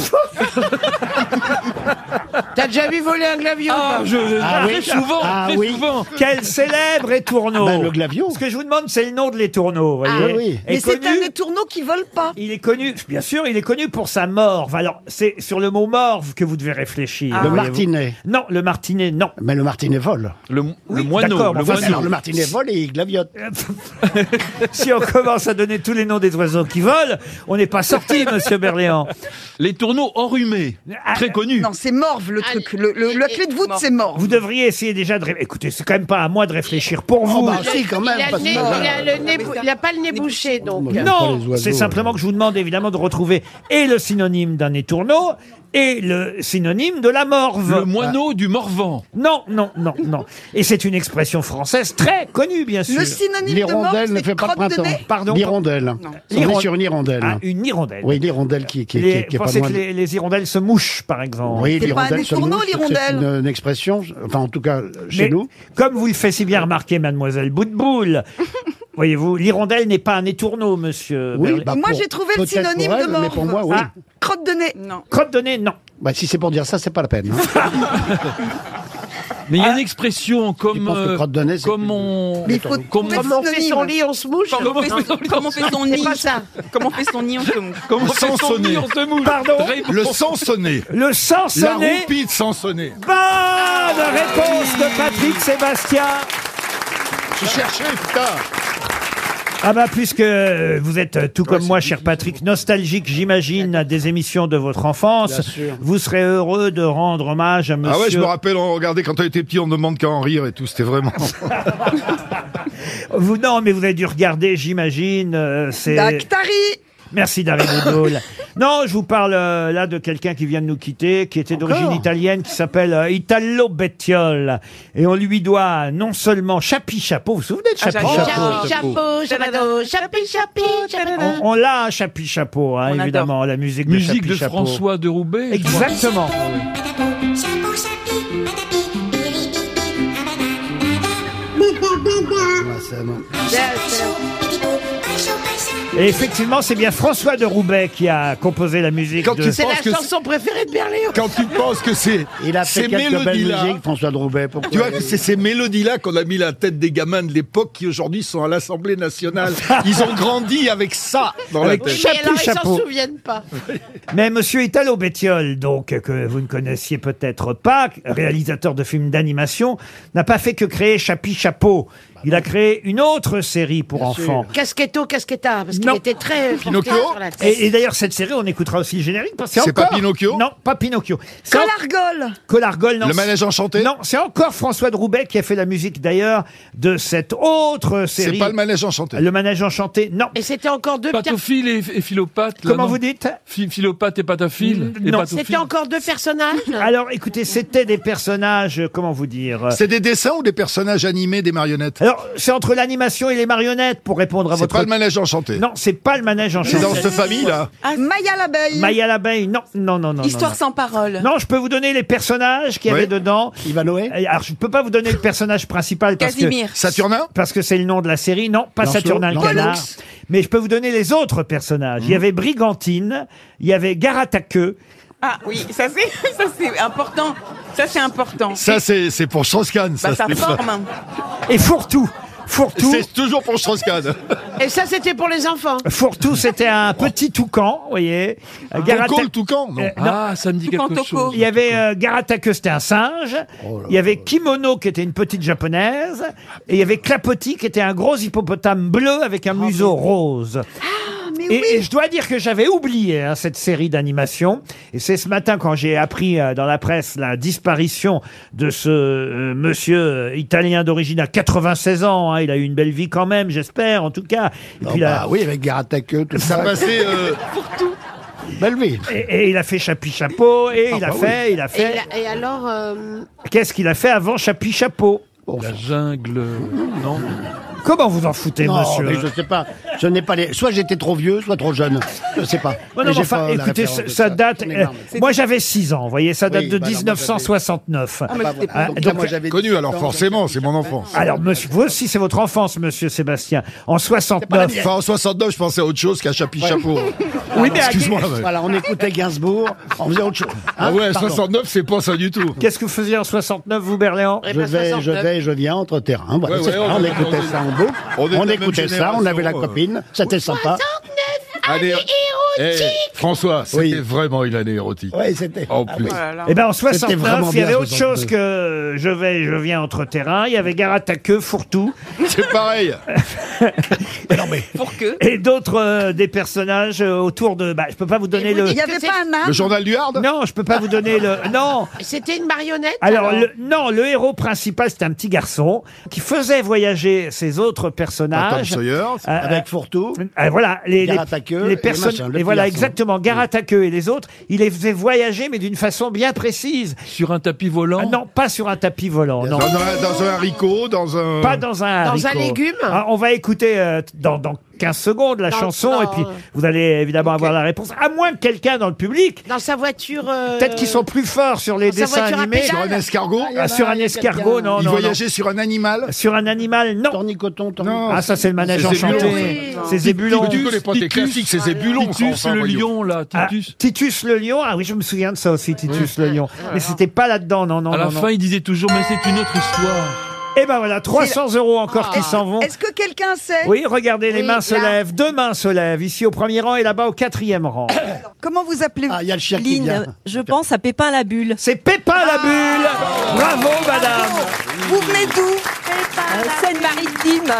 [SPEAKER 5] T'as déjà vu voler un glavion
[SPEAKER 7] Ah, je,
[SPEAKER 6] Ah
[SPEAKER 7] très
[SPEAKER 6] oui.
[SPEAKER 7] souvent,
[SPEAKER 6] Ah
[SPEAKER 7] très
[SPEAKER 6] oui.
[SPEAKER 7] souvent.
[SPEAKER 2] Quel célèbre étourneau
[SPEAKER 6] Ben, le glavion. Ah
[SPEAKER 2] Ce que je vous demande, c'est le nom de l'étourneau, vous voyez.
[SPEAKER 6] oui.
[SPEAKER 2] Est
[SPEAKER 4] Mais c'est
[SPEAKER 2] connu-
[SPEAKER 4] un étourneau qui vole pas.
[SPEAKER 2] Il est connu, bien sûr, il est connu pour sa morve. Alors, c'est sur le mot morve que vous devez réfléchir.
[SPEAKER 6] Le
[SPEAKER 2] voyez-vous.
[SPEAKER 6] martinet.
[SPEAKER 2] Non, le martinet, non.
[SPEAKER 6] Mais le martinet vole.
[SPEAKER 7] Le, le moineau,
[SPEAKER 2] d'accord,
[SPEAKER 7] le
[SPEAKER 2] enfin,
[SPEAKER 6] Enfin,
[SPEAKER 2] c'est-
[SPEAKER 7] moineau.
[SPEAKER 6] alors, le martinet vole et il glaviote.
[SPEAKER 2] Euh, si on commence à donner tous les noms des oiseaux qui volent, on n'est pas sorti, monsieur Berléand.
[SPEAKER 7] Les tourneaux enrhumés,
[SPEAKER 2] Ah,
[SPEAKER 7] très connus.
[SPEAKER 4] Non, c'est morve le
[SPEAKER 5] Ah,
[SPEAKER 4] truc. Le, le- la
[SPEAKER 5] et-
[SPEAKER 4] clé de voûte,
[SPEAKER 5] morve.
[SPEAKER 4] c'est morve.
[SPEAKER 2] Vous devriez essayer déjà de. ré- Écoutez, c'est quand même pas à moi de réfléchir pour
[SPEAKER 6] Oh,
[SPEAKER 2] vous.
[SPEAKER 6] bah, si, quand même.
[SPEAKER 5] il, a le
[SPEAKER 6] parce que-
[SPEAKER 5] nez- il a le nez bou- il a pas le nez bouché, donc. euh.
[SPEAKER 6] Moi, j'aime pas les
[SPEAKER 2] Non,
[SPEAKER 6] oiseaux, hein.
[SPEAKER 2] c'est simplement
[SPEAKER 6] alors.
[SPEAKER 2] que je vous demande évidemment de retrouver et le synonyme d'un étourneau et le synonyme de la morve.
[SPEAKER 7] Le moineau du Morvan.
[SPEAKER 2] Non, non, non, non. Et c'est une expression française très connue, bien sûr.
[SPEAKER 4] Le synonyme de morve,
[SPEAKER 6] L'hirondelle ne
[SPEAKER 4] c'est
[SPEAKER 6] fait pas de
[SPEAKER 4] crotte de
[SPEAKER 6] printemps.
[SPEAKER 4] nez.
[SPEAKER 2] Pardon
[SPEAKER 6] L'hirondelle. On
[SPEAKER 2] L'hiron-
[SPEAKER 6] est sur une hirondelle.
[SPEAKER 2] Ah, une hirondelle.
[SPEAKER 6] Oui, l'hirondelle qui, qui, qui-
[SPEAKER 2] Les-
[SPEAKER 6] qui est pas
[SPEAKER 2] pensez
[SPEAKER 6] loin.
[SPEAKER 2] que
[SPEAKER 6] de-
[SPEAKER 2] les, les hirondelles se mouchent, par exemple.
[SPEAKER 6] Oui,
[SPEAKER 4] pas
[SPEAKER 6] l'hirondelle.
[SPEAKER 4] un
[SPEAKER 6] se
[SPEAKER 4] étourneau,
[SPEAKER 6] mouche, C'est
[SPEAKER 4] l'hirondelle.
[SPEAKER 6] une, une expression, enfin en tout cas chez
[SPEAKER 2] Mais
[SPEAKER 6] nous.
[SPEAKER 2] Comme vous le fait si bien remarquer, mademoiselle Boutboul, voyez-vous, l'hirondelle n'est pas un étourneau, monsieur. Berlet.
[SPEAKER 6] bah,
[SPEAKER 4] Moi,
[SPEAKER 6] pour-
[SPEAKER 4] j'ai trouvé le
[SPEAKER 6] peut-être pour
[SPEAKER 4] synonyme
[SPEAKER 6] elle,
[SPEAKER 4] de morve.
[SPEAKER 6] Mais pour moi, oui.
[SPEAKER 2] Ah.
[SPEAKER 4] Crotte de nez.
[SPEAKER 9] Non.
[SPEAKER 2] Crotte de nez, non.
[SPEAKER 6] Bah, si c'est pour dire ça, c'est pas la peine. hein.
[SPEAKER 7] Mais il y a une
[SPEAKER 2] Ah.
[SPEAKER 7] expression comme
[SPEAKER 6] penses que
[SPEAKER 7] euh,
[SPEAKER 6] crotte de nez, c'est
[SPEAKER 7] comme
[SPEAKER 6] plus-
[SPEAKER 7] on
[SPEAKER 4] Mais il faut
[SPEAKER 7] comme
[SPEAKER 4] trouver
[SPEAKER 5] Comment on fait son
[SPEAKER 4] synonyme.
[SPEAKER 5] lit, on se mouche
[SPEAKER 9] Comment on fait son, comment on fait son
[SPEAKER 5] C'est
[SPEAKER 9] nid
[SPEAKER 5] pas ça.
[SPEAKER 9] Comment on fait son nid, on se mouche.
[SPEAKER 7] comment on
[SPEAKER 3] Le
[SPEAKER 7] fait
[SPEAKER 3] sang
[SPEAKER 7] son nid,
[SPEAKER 3] sonné.
[SPEAKER 7] on se mouche.
[SPEAKER 2] Pardon
[SPEAKER 7] Réponse.
[SPEAKER 3] Le sang sonné.
[SPEAKER 2] Le sang
[SPEAKER 3] La
[SPEAKER 2] sonné.
[SPEAKER 3] roupie de sang sonné.
[SPEAKER 2] Bonne réponse de Patrick Ah, Sébastien.
[SPEAKER 3] Je cherchais, putain.
[SPEAKER 2] Ah bah puisque euh, vous êtes euh, tout comme moi, cher Patrick, nostalgique, j'imagine, à des émissions de votre
[SPEAKER 6] Bien
[SPEAKER 2] enfance,
[SPEAKER 6] sûr.
[SPEAKER 2] vous serez heureux de rendre hommage à monsieur.
[SPEAKER 3] Ah ouais, je me rappelle, on regardait quand on était petit, on ne demande qu'à en rire et tout, c'était vraiment.
[SPEAKER 2] Vous non, mais vous avez dû regarder, j'imagine. euh, c'est
[SPEAKER 4] Dactari.
[SPEAKER 2] Merci Darry Boudboul. Non, je vous parle euh, là de quelqu'un qui vient de nous quitter, qui était d'origine italienne, qui s'appelle euh, Italo Bettiol. Et on lui doit non seulement Chapi Chapeau, vous vous souvenez de
[SPEAKER 9] Ah,
[SPEAKER 2] Chapi Chapeau
[SPEAKER 5] Ah, Chapeau, chapeau, chapeau, chapeau, chapeau.
[SPEAKER 2] On, on l'a un Chapi Chapeau, hein,
[SPEAKER 7] adore.
[SPEAKER 2] évidemment, la musique de
[SPEAKER 7] Musique de
[SPEAKER 2] Chapi Chapeau.
[SPEAKER 7] François de Roubaix. je crois.
[SPEAKER 2] Exactement. Et effectivement, c'est bien François de Roubaix qui a composé la musique de
[SPEAKER 5] C'est la chanson préférée de Berléo.
[SPEAKER 3] Quand tu penses que c'est
[SPEAKER 6] Il a fait
[SPEAKER 3] ces
[SPEAKER 6] quelques belles
[SPEAKER 3] mélodies-là,
[SPEAKER 6] musiques, François de Roubaix. Pourquoi
[SPEAKER 3] tu vois, c'est ces mélodies-là qu'on a mis la tête des gamins de l'époque qui aujourd'hui sont à l'Assemblée nationale. Ils ont grandi avec ça dans
[SPEAKER 2] Avec
[SPEAKER 3] la tête.
[SPEAKER 5] Mais alors, ils
[SPEAKER 2] chapeau.
[SPEAKER 5] s'en souviennent pas.
[SPEAKER 2] Mais Monsieur Italo Bettiol, donc, que vous ne connaissiez peut-être pas, réalisateur de films d'animation, n'a pas fait que créer Chapi Chapeau. Il a créé une autre série pour enfants.
[SPEAKER 5] Casquetto, casquetta, parce qu'il était très.
[SPEAKER 2] Pinocchio.
[SPEAKER 5] porteur sur la tête.
[SPEAKER 2] Et, et d'ailleurs, cette série, on écoutera aussi le générique parce que
[SPEAKER 3] C'est pas
[SPEAKER 2] encore-
[SPEAKER 3] Pinocchio
[SPEAKER 2] Non, pas Pinocchio. C'est en-
[SPEAKER 4] Colargol
[SPEAKER 2] Colargol, non.
[SPEAKER 3] Le manège enchanté
[SPEAKER 2] Non, c'est encore François de Roubaix qui a fait la musique d'ailleurs de cette autre série.
[SPEAKER 3] C'est pas le manège enchanté.
[SPEAKER 2] Le manège enchanté, non.
[SPEAKER 5] Et c'était encore deux. per-
[SPEAKER 7] Patophile et, et philopathe. là,
[SPEAKER 2] Comment
[SPEAKER 7] non
[SPEAKER 2] vous dites
[SPEAKER 7] Phi- Philopathe et patophile.
[SPEAKER 2] Mm,
[SPEAKER 7] et
[SPEAKER 2] non.
[SPEAKER 7] patophile.
[SPEAKER 5] C'était encore deux personnages.
[SPEAKER 2] Alors, écoutez, c'était des personnages, euh, comment vous dire euh,
[SPEAKER 3] C'est des dessins ou des personnages animés, des marionnettes
[SPEAKER 2] Alors, c'est entre l'animation et les marionnettes pour répondre à
[SPEAKER 3] C'est
[SPEAKER 2] votre.
[SPEAKER 3] pas le manège enchanté.
[SPEAKER 2] Non, c'est pas le manège
[SPEAKER 3] C'est
[SPEAKER 2] enchanté.
[SPEAKER 3] dans cette famille-là.
[SPEAKER 9] Ah,
[SPEAKER 4] Maya l'abeille.
[SPEAKER 2] Maya l'abeille, non, non, non, non.
[SPEAKER 16] Histoire
[SPEAKER 2] non,
[SPEAKER 16] sans parole.
[SPEAKER 2] non. Non, je peux vous donner les personnages qu'il y
[SPEAKER 3] Oui.
[SPEAKER 2] avait dedans.
[SPEAKER 6] Ivanoé
[SPEAKER 2] Et Alors, je peux pas vous donner le personnage principal parce que
[SPEAKER 16] Casimir.
[SPEAKER 3] Saturnin
[SPEAKER 2] parce que c'est le nom de la série. Non, pas
[SPEAKER 6] Lancelot,
[SPEAKER 2] Saturnin le
[SPEAKER 6] Pollux.
[SPEAKER 2] canard. Mais je peux vous donner les autres personnages. Il y avait Brigantine, il y avait Garataqueux.
[SPEAKER 16] Ah oui, ça c'est ça c'est important. Ça c'est important.
[SPEAKER 3] Ça, c'est c'est pour Strauss-Kahn.
[SPEAKER 16] Bah, ça
[SPEAKER 3] c'est ça.
[SPEAKER 16] forme.
[SPEAKER 2] et Fourtou. Fourtou,
[SPEAKER 3] C'est toujours pour Strauss-Kahn.
[SPEAKER 5] Et ça, c'était pour les enfants.
[SPEAKER 2] Fourtou, c'était un petit toucan, vous voyez. Euh,
[SPEAKER 3] Coco
[SPEAKER 2] Garataqueux-
[SPEAKER 3] le toucan non
[SPEAKER 2] Euh, non.
[SPEAKER 7] Ah, ça me dit quelque
[SPEAKER 16] Toco.
[SPEAKER 7] chose.
[SPEAKER 2] Il y avait euh, Garatake, c'était un singe.
[SPEAKER 6] Oh
[SPEAKER 2] il y avait Kimono, qui était une petite japonaise. Et il y avait Clapoti, qui était un gros hippopotame bleu avec
[SPEAKER 6] Ah,
[SPEAKER 2] un museau rose.
[SPEAKER 4] mais
[SPEAKER 2] Et,
[SPEAKER 4] oui.
[SPEAKER 2] et je dois dire que j'avais oublié hein, cette série d'animation. Et c'est ce matin quand j'ai appris euh, dans la presse la disparition de ce euh, monsieur euh, italien d'origine à 96 ans. hein. il a eu une belle vie quand même, j'espère, en tout cas. Et,
[SPEAKER 6] Non,
[SPEAKER 2] puis
[SPEAKER 6] bah
[SPEAKER 2] là,
[SPEAKER 6] oui, avec Garatake, tout ça.
[SPEAKER 3] Ça passait. euh,
[SPEAKER 6] Belle vie.
[SPEAKER 2] et, et il a fait chapi chapeau. Et il a
[SPEAKER 6] bah oui.
[SPEAKER 2] fait, il a
[SPEAKER 5] Et,
[SPEAKER 2] fait.
[SPEAKER 5] la- et alors. euh,
[SPEAKER 2] Qu'est-ce qu'il a fait avant chapi chapeau
[SPEAKER 7] La jungle. Non.
[SPEAKER 2] Comment vous en foutez,
[SPEAKER 6] Non,
[SPEAKER 2] monsieur hein
[SPEAKER 6] mais je sais pas. Je n'ai pas les. Soit j'étais trop vieux, soit trop jeune. Je sais pas.
[SPEAKER 2] Ouais,
[SPEAKER 6] Mais
[SPEAKER 2] non, mais
[SPEAKER 6] j'ai
[SPEAKER 2] enfin,
[SPEAKER 6] pas la
[SPEAKER 2] écoutez,
[SPEAKER 6] référence
[SPEAKER 2] ça,
[SPEAKER 6] de
[SPEAKER 2] ça date.
[SPEAKER 6] C'est une
[SPEAKER 2] euh,
[SPEAKER 6] énorme-
[SPEAKER 2] moi, j'avais 6 ans, vous voyez, ça date
[SPEAKER 6] Oui,
[SPEAKER 2] de
[SPEAKER 6] bah non, moi, j'avais-
[SPEAKER 2] 1969.
[SPEAKER 6] Ah, bah, voilà.
[SPEAKER 2] Ah,
[SPEAKER 6] Donc,
[SPEAKER 2] donc-
[SPEAKER 6] moi, j'avais
[SPEAKER 3] Connu,
[SPEAKER 6] 18
[SPEAKER 3] alors
[SPEAKER 6] ans,
[SPEAKER 3] forcément, c'est mon enfance.
[SPEAKER 2] Alors, monsieur, vous aussi, c'est votre enfance, monsieur Sébastien. En 69.
[SPEAKER 3] Enfin, en 69, je pensais à autre chose qu'à Chapi Chapeau.
[SPEAKER 2] Oui, mais à-
[SPEAKER 3] Excuse-moi. ouais.
[SPEAKER 6] Voilà, on écoutait Gainsbourg, on faisait autre chose. Hein,
[SPEAKER 3] Ah ouais,
[SPEAKER 6] pardon.
[SPEAKER 3] 69, c'est pas ça du tout.
[SPEAKER 2] Qu'est-ce que vous faisiez en 69, vous, Berléand
[SPEAKER 5] eh
[SPEAKER 6] Je
[SPEAKER 5] ben,
[SPEAKER 6] vais, je
[SPEAKER 5] 69.
[SPEAKER 6] vais, je viens entre terrains. Voilà,
[SPEAKER 3] Ouais,
[SPEAKER 6] c'est
[SPEAKER 3] ouais,
[SPEAKER 6] ça.
[SPEAKER 3] on
[SPEAKER 6] on
[SPEAKER 3] est-
[SPEAKER 6] écoutait
[SPEAKER 3] on est-
[SPEAKER 6] ça en boucle.
[SPEAKER 3] on est de la
[SPEAKER 6] On
[SPEAKER 3] même
[SPEAKER 6] écoutait ça, on avait la
[SPEAKER 3] génération, euh.
[SPEAKER 6] copine. C'était sympa.
[SPEAKER 3] Allez, eh, François, c'était
[SPEAKER 6] Oui.
[SPEAKER 3] vraiment une année érotique.
[SPEAKER 6] Oui, c'était.
[SPEAKER 3] En plus.
[SPEAKER 2] Eh ben, en
[SPEAKER 6] C'était
[SPEAKER 2] 69,
[SPEAKER 6] vraiment
[SPEAKER 2] il y avait
[SPEAKER 6] bien,
[SPEAKER 2] autre chose que Je vais, je viens entre terrain. Il y avait Garataqueux, Fourtou.
[SPEAKER 3] C'est pareil.
[SPEAKER 16] Pour que
[SPEAKER 2] Et d'autres, euh, des personnages euh, autour de. Bah, je peux pas vous donner le.
[SPEAKER 4] Il n'y avait
[SPEAKER 5] que
[SPEAKER 4] pas un
[SPEAKER 3] Le
[SPEAKER 4] âne
[SPEAKER 3] journal du Hard
[SPEAKER 2] Non, je peux pas vous donner le. Non!
[SPEAKER 5] C'était une marionnette.
[SPEAKER 2] Alors, le- non, le héros principal, c'était un petit garçon qui faisait voyager ses autres
[SPEAKER 3] Pas Tom
[SPEAKER 2] personnages.
[SPEAKER 3] Sawyer.
[SPEAKER 2] Euh,
[SPEAKER 6] Avec Fourtou.
[SPEAKER 2] euh, voilà, les, les,
[SPEAKER 6] Garataqueux
[SPEAKER 2] les
[SPEAKER 6] et
[SPEAKER 2] personnes,
[SPEAKER 6] machin, le
[SPEAKER 2] et
[SPEAKER 6] petit
[SPEAKER 2] voilà
[SPEAKER 6] garçon.
[SPEAKER 2] exactement, Garataqueux et les autres, il les faisait voyager, mais d'une façon bien précise.
[SPEAKER 7] Sur un tapis volant.
[SPEAKER 2] Ah non, pas sur un tapis volant, non.
[SPEAKER 3] Dans un, dans un haricot, dans un.
[SPEAKER 2] Pas dans un
[SPEAKER 5] Dans un
[SPEAKER 2] haricot.
[SPEAKER 5] légume
[SPEAKER 2] Ah, on va écouter euh, dans, dans 15 secondes la
[SPEAKER 5] Dans-
[SPEAKER 2] chanson
[SPEAKER 5] dans-
[SPEAKER 2] et puis vous allez évidemment avoir la réponse. À moins que quelqu'un dans le public,
[SPEAKER 5] Dans sa voiture. euh,
[SPEAKER 2] peut-être qu'ils sont plus forts sur les
[SPEAKER 5] dans sa
[SPEAKER 2] dessins
[SPEAKER 5] voiture à
[SPEAKER 2] animés.
[SPEAKER 5] pédale.
[SPEAKER 3] Sur un escargot.
[SPEAKER 2] Ah, sur un escargot, non,
[SPEAKER 3] Il
[SPEAKER 2] non, non.
[SPEAKER 3] voyageait sur un animal.
[SPEAKER 2] Sur un animal, non.
[SPEAKER 6] Tornicoton,
[SPEAKER 3] Non.
[SPEAKER 6] tornicoton.
[SPEAKER 2] Ah, ça, c'est le manège
[SPEAKER 3] C'est Zébulon.
[SPEAKER 2] enchanté. C'est Zébulon.
[SPEAKER 3] Tu connais pas tes classiques, c'est Zébulon. ça,
[SPEAKER 7] Titus
[SPEAKER 3] enfin,
[SPEAKER 7] le
[SPEAKER 3] voyons.
[SPEAKER 7] lion, là.
[SPEAKER 2] Ah,
[SPEAKER 7] Titus.
[SPEAKER 2] Titus le lion. Ah oui, je me souviens de ça aussi, Titus le lion. Mais c'était pas là-dedans, non, non,
[SPEAKER 7] à la
[SPEAKER 2] non, non.
[SPEAKER 7] fin, il disait toujours, mais c'est une autre histoire.
[SPEAKER 2] Eh ben voilà, 300 euros encore qui s'en vont.
[SPEAKER 4] Est-ce que quelqu'un sait
[SPEAKER 2] Oui, regardez, les
[SPEAKER 5] Oui,
[SPEAKER 2] mains se
[SPEAKER 5] là.
[SPEAKER 2] lèvent, deux mains se lèvent, ici au premier rang et là-bas au quatrième rang.
[SPEAKER 4] Comment vous appelez-vous
[SPEAKER 6] Ah, il y a le chien qui vient.
[SPEAKER 17] je pense à Pépin la bulle.
[SPEAKER 2] C'est Pépin la bulle Bravo, madame
[SPEAKER 4] Ah. Vous venez d'où
[SPEAKER 17] Seine-Maritime.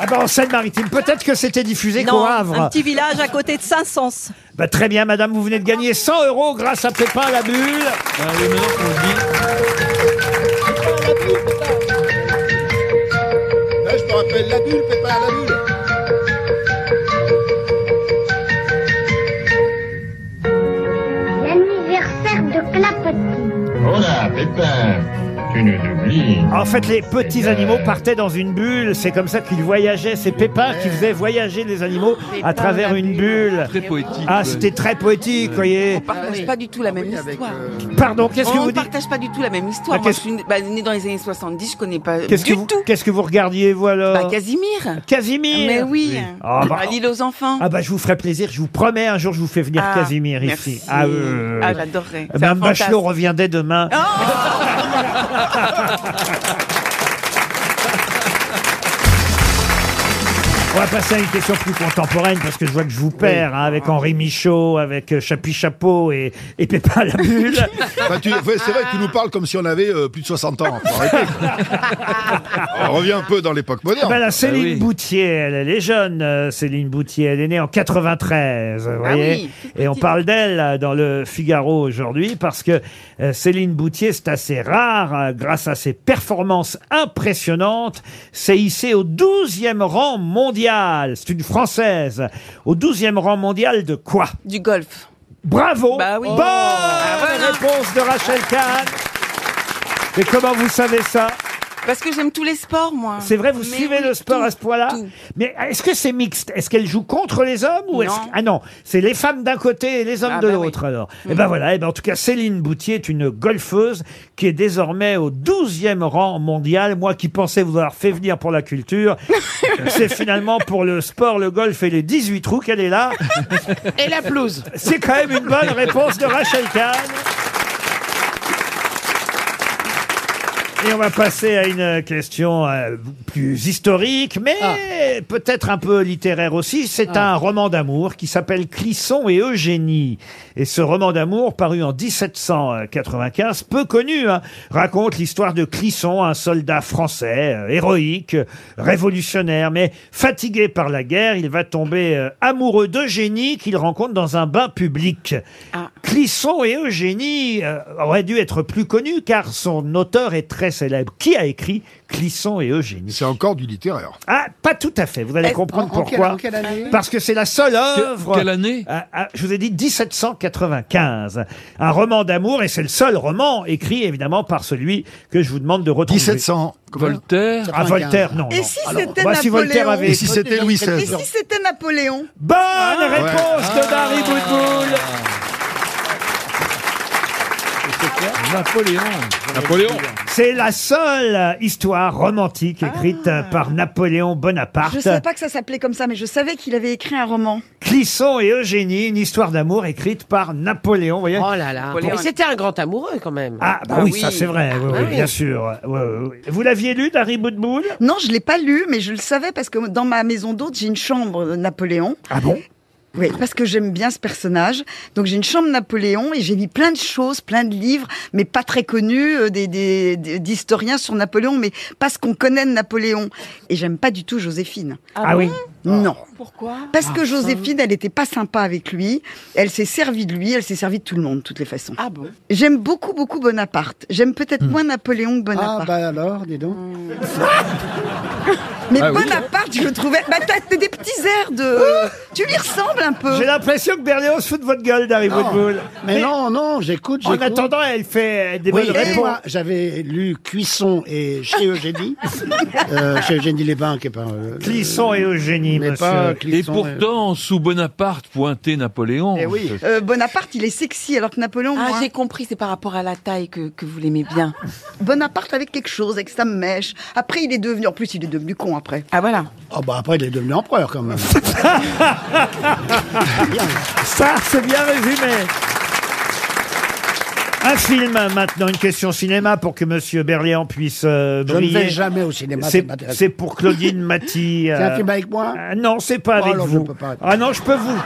[SPEAKER 2] Ah ben, en Seine-Maritime, peut-être que c'était diffusé qu'au
[SPEAKER 17] Non, un
[SPEAKER 2] Havre.
[SPEAKER 17] petit village à côté de Saint-Saëns.
[SPEAKER 2] Bah, très bien, madame, vous venez de gagner 100 euros grâce à Pépin la bulle.
[SPEAKER 7] Allez, maintenant qu'on dit.
[SPEAKER 10] Ah,
[SPEAKER 3] Là, je me rappelle la bulle, Pépin, la bulle.
[SPEAKER 2] En fait, les petits animaux partaient dans une bulle. C'est comme ça qu'ils voyageaient. C'est Pépin qui faisait voyager les animaux à travers une bulle. Très poétique. Ah, c'était très poétique, voyez.
[SPEAKER 10] On partage pas du tout la même histoire.
[SPEAKER 2] Pardon, qu'est-ce que
[SPEAKER 10] On
[SPEAKER 2] vous dites
[SPEAKER 10] partage pas du tout la même histoire.
[SPEAKER 2] Bah,
[SPEAKER 10] Moi, je
[SPEAKER 2] qu'est-ce-
[SPEAKER 10] suis née- bah, née dans les années 70, je connais pas du
[SPEAKER 2] Qu'est-ce que vous,
[SPEAKER 10] tout.
[SPEAKER 2] qu'est-ce que vous regardiez, voilà
[SPEAKER 10] Bah, Casimir.
[SPEAKER 2] Casimir.
[SPEAKER 10] Mais oui.
[SPEAKER 2] Ah, bah.
[SPEAKER 10] À l'île aux enfants.
[SPEAKER 2] Ah bah je vous ferai plaisir, je vous promets, un jour je vous fais venir
[SPEAKER 10] Ah,
[SPEAKER 2] Casimir
[SPEAKER 10] merci.
[SPEAKER 2] ici. Ah, euh,
[SPEAKER 10] Ah, j'adorerais. C'est un
[SPEAKER 2] Madame Bachelot
[SPEAKER 10] fantasme. Ah.
[SPEAKER 2] revient dès demain. On va passer à une question plus contemporaine parce que je vois que je vous perds hein, avec Henri Michaud, avec euh, Chapi Chapeau et, et Pépin la bulle.
[SPEAKER 3] Enfin, tu- ouais, c'est vrai, tu nous parles comme si on avait euh, plus de 60 ans. Faut arrêter, quoi. on revient un peu dans l'époque moderne.
[SPEAKER 2] Ah bah, la Céline
[SPEAKER 3] Eh oui.
[SPEAKER 2] Boutier, elle, elle est jeune, euh, Céline Boutier, elle est née en 93, vous
[SPEAKER 18] Ah
[SPEAKER 2] voyez.
[SPEAKER 18] oui,
[SPEAKER 2] Et on parle d'elle euh, dans le Figaro aujourd'hui parce que euh, Céline Boutier, c'est assez rare, euh, grâce à ses performances impressionnantes, s'est hissée au 12e rang mondial. C'est une Française. Au 12e rang mondial de quoi
[SPEAKER 10] Du golf.
[SPEAKER 2] Bravo
[SPEAKER 10] Bah oui.
[SPEAKER 2] Bonne
[SPEAKER 10] Ah, voilà.
[SPEAKER 2] réponse de Rachel Kahn Et comment vous savez ça
[SPEAKER 10] Parce que j'aime tous les sports, moi.
[SPEAKER 2] c'est vrai, vous
[SPEAKER 10] Mais
[SPEAKER 2] suivez
[SPEAKER 10] oui,
[SPEAKER 2] le sport
[SPEAKER 10] tout,
[SPEAKER 2] à ce point-là
[SPEAKER 10] tout.
[SPEAKER 2] Mais est-ce que c'est mixte Est-ce qu'elle joue contre les hommes ou est-ce
[SPEAKER 10] Non.
[SPEAKER 2] que- Ah non, c'est les femmes d'un côté et les hommes
[SPEAKER 10] Ah
[SPEAKER 2] de
[SPEAKER 10] bah oui.
[SPEAKER 2] l'autre alors. Et ben voilà, et ben en tout cas, Céline Boutier est une golfeuse qui est désormais au 12e rang mondial. Moi qui pensais vous avoir fait venir pour la culture, c'est finalement pour le sport, le golf et les 18 trous qu'elle est là.
[SPEAKER 5] Et la pelouse.
[SPEAKER 2] C'est quand même une bonne réponse de Rachel Kahn. Et on va passer à une question euh, plus historique, mais peut-être un peu littéraire aussi. C'est un roman d'amour qui s'appelle Clisson et Eugénie. Et ce roman d'amour, paru en 1795, peu connu, hein, raconte l'histoire de Clisson, un soldat français, euh, héroïque, euh, révolutionnaire, mais fatigué par la guerre, il va tomber euh, amoureux d'Eugénie qu'il rencontre dans un bain public.
[SPEAKER 6] Ah.
[SPEAKER 2] Clisson et Eugénie euh, auraient dû être plus connus car son auteur est très célèbre. Qui a écrit Clisson et Eugénie C'est encore du littéraire. Ah, pas tout à fait. Vous allez comprendre
[SPEAKER 6] en- en quelle-
[SPEAKER 2] pourquoi.
[SPEAKER 6] en quelle année
[SPEAKER 2] Parce que c'est la seule
[SPEAKER 6] Que-
[SPEAKER 2] œuvre.
[SPEAKER 6] quelle
[SPEAKER 2] année Je vous ai dit 1795. Un roman d'amour et c'est le seul roman écrit évidemment par celui que je vous demande de retrouver. 1700.
[SPEAKER 7] Voltaire
[SPEAKER 2] Ah, Voltaire, non.
[SPEAKER 4] Et
[SPEAKER 2] non.
[SPEAKER 4] si
[SPEAKER 2] Alors,
[SPEAKER 4] c'était
[SPEAKER 2] bah,
[SPEAKER 4] Napoléon
[SPEAKER 2] si Voltaire avait-
[SPEAKER 4] Et si Ah. c'était Napoléon
[SPEAKER 2] Bonne
[SPEAKER 4] réponse
[SPEAKER 2] de Barry Boudboul.
[SPEAKER 7] Napoléon.
[SPEAKER 3] Napoléon.
[SPEAKER 2] C'est la seule histoire romantique écrite par Napoléon Bonaparte.
[SPEAKER 4] Ah. Je savais pas que ça s'appelait comme ça, mais je savais qu'il avait écrit un roman.
[SPEAKER 2] Clisson et Eugénie, une histoire d'amour écrite par Napoléon, vous voyez
[SPEAKER 5] Oh là là. Mais c'était un grand amoureux quand même.
[SPEAKER 2] Ah, bah oui, ça c'est vrai, oui,
[SPEAKER 5] Ah
[SPEAKER 2] oui,
[SPEAKER 5] oui.
[SPEAKER 2] bien sûr. Ouais, ouais, ouais. Vous l'aviez lu, Dari Boudboul
[SPEAKER 4] Non, je l'ai pas lu, mais je le savais parce que dans ma maison d'hôte, j'ai une chambre euh, Napoléon.
[SPEAKER 2] Ah bon
[SPEAKER 4] Oui, parce que j'aime bien ce personnage. Donc j'ai une chambre Napoléon et j'ai lu plein de choses, plein de livres, mais pas très connus, euh, des des- des- d'historiens sur Napoléon, mais pas ce qu'on connaît de Napoléon. Et j'aime pas du tout Joséphine.
[SPEAKER 2] Ah Ah oui
[SPEAKER 4] Non.
[SPEAKER 10] Pourquoi
[SPEAKER 4] Parce que Joséphine, elle n'était pas sympa avec lui. Elle s'est servie de lui, elle s'est servie de tout le monde, de toutes les façons.
[SPEAKER 10] Ah bon
[SPEAKER 4] J'aime beaucoup, beaucoup Bonaparte. J'aime peut-être moins Napoléon que
[SPEAKER 6] Ah
[SPEAKER 4] Bonaparte.
[SPEAKER 6] bah alors, dis donc.
[SPEAKER 4] Mais
[SPEAKER 6] Ah oui.
[SPEAKER 4] Bonaparte, je le trouvais. Bah, t'as t'as des petits airs de. tu lui ressembles un peu.
[SPEAKER 2] J'ai l'impression que Berléon se fout de votre gueule, Dari
[SPEAKER 6] Non.
[SPEAKER 2] Boudboul.
[SPEAKER 6] Mais non, non, j'écoute,
[SPEAKER 2] En
[SPEAKER 6] j'écoute.
[SPEAKER 2] attendant, elle fait des
[SPEAKER 6] Oui,
[SPEAKER 2] bonnes
[SPEAKER 6] et
[SPEAKER 2] réponses.
[SPEAKER 6] moi, j'avais lu Cuisson et chez Eugénie, euh, chez Eugénie Lébin, qui est pas. euh,
[SPEAKER 2] Clisson et Eugénie,
[SPEAKER 6] mais
[SPEAKER 2] monsieur.
[SPEAKER 6] pas
[SPEAKER 7] Et
[SPEAKER 6] Clisson
[SPEAKER 7] pourtant, sous Bonaparte, pointé Napoléon.
[SPEAKER 4] Eh oui. Euh, Bonaparte, il est sexy, alors que Napoléon.
[SPEAKER 10] Ah,
[SPEAKER 4] moins.
[SPEAKER 10] j'ai compris, c'est par rapport à la taille que, que vous l'aimez bien.
[SPEAKER 4] Bonaparte avec quelque chose, avec sa mèche. Après, il est devenu. En plus, il est devenu con après.
[SPEAKER 10] Ah voilà.
[SPEAKER 6] Oh bah après, il est devenu empereur quand même.
[SPEAKER 2] Ça, c'est bien résumé. Un film maintenant, une question cinéma pour que Monsieur Berléand puisse euh,
[SPEAKER 6] Je ne
[SPEAKER 2] briller.
[SPEAKER 6] vais jamais au cinéma,
[SPEAKER 2] C'est-
[SPEAKER 6] ça m'intéresse.
[SPEAKER 2] C'est pour Claudine Maty.
[SPEAKER 6] C'est un
[SPEAKER 2] euh,
[SPEAKER 6] film avec moi
[SPEAKER 2] Ah, Non, c'est pas
[SPEAKER 6] Oh,
[SPEAKER 2] avec
[SPEAKER 6] alors, je
[SPEAKER 2] vous.
[SPEAKER 6] peux pas répondre.
[SPEAKER 2] ah non, je peux vous,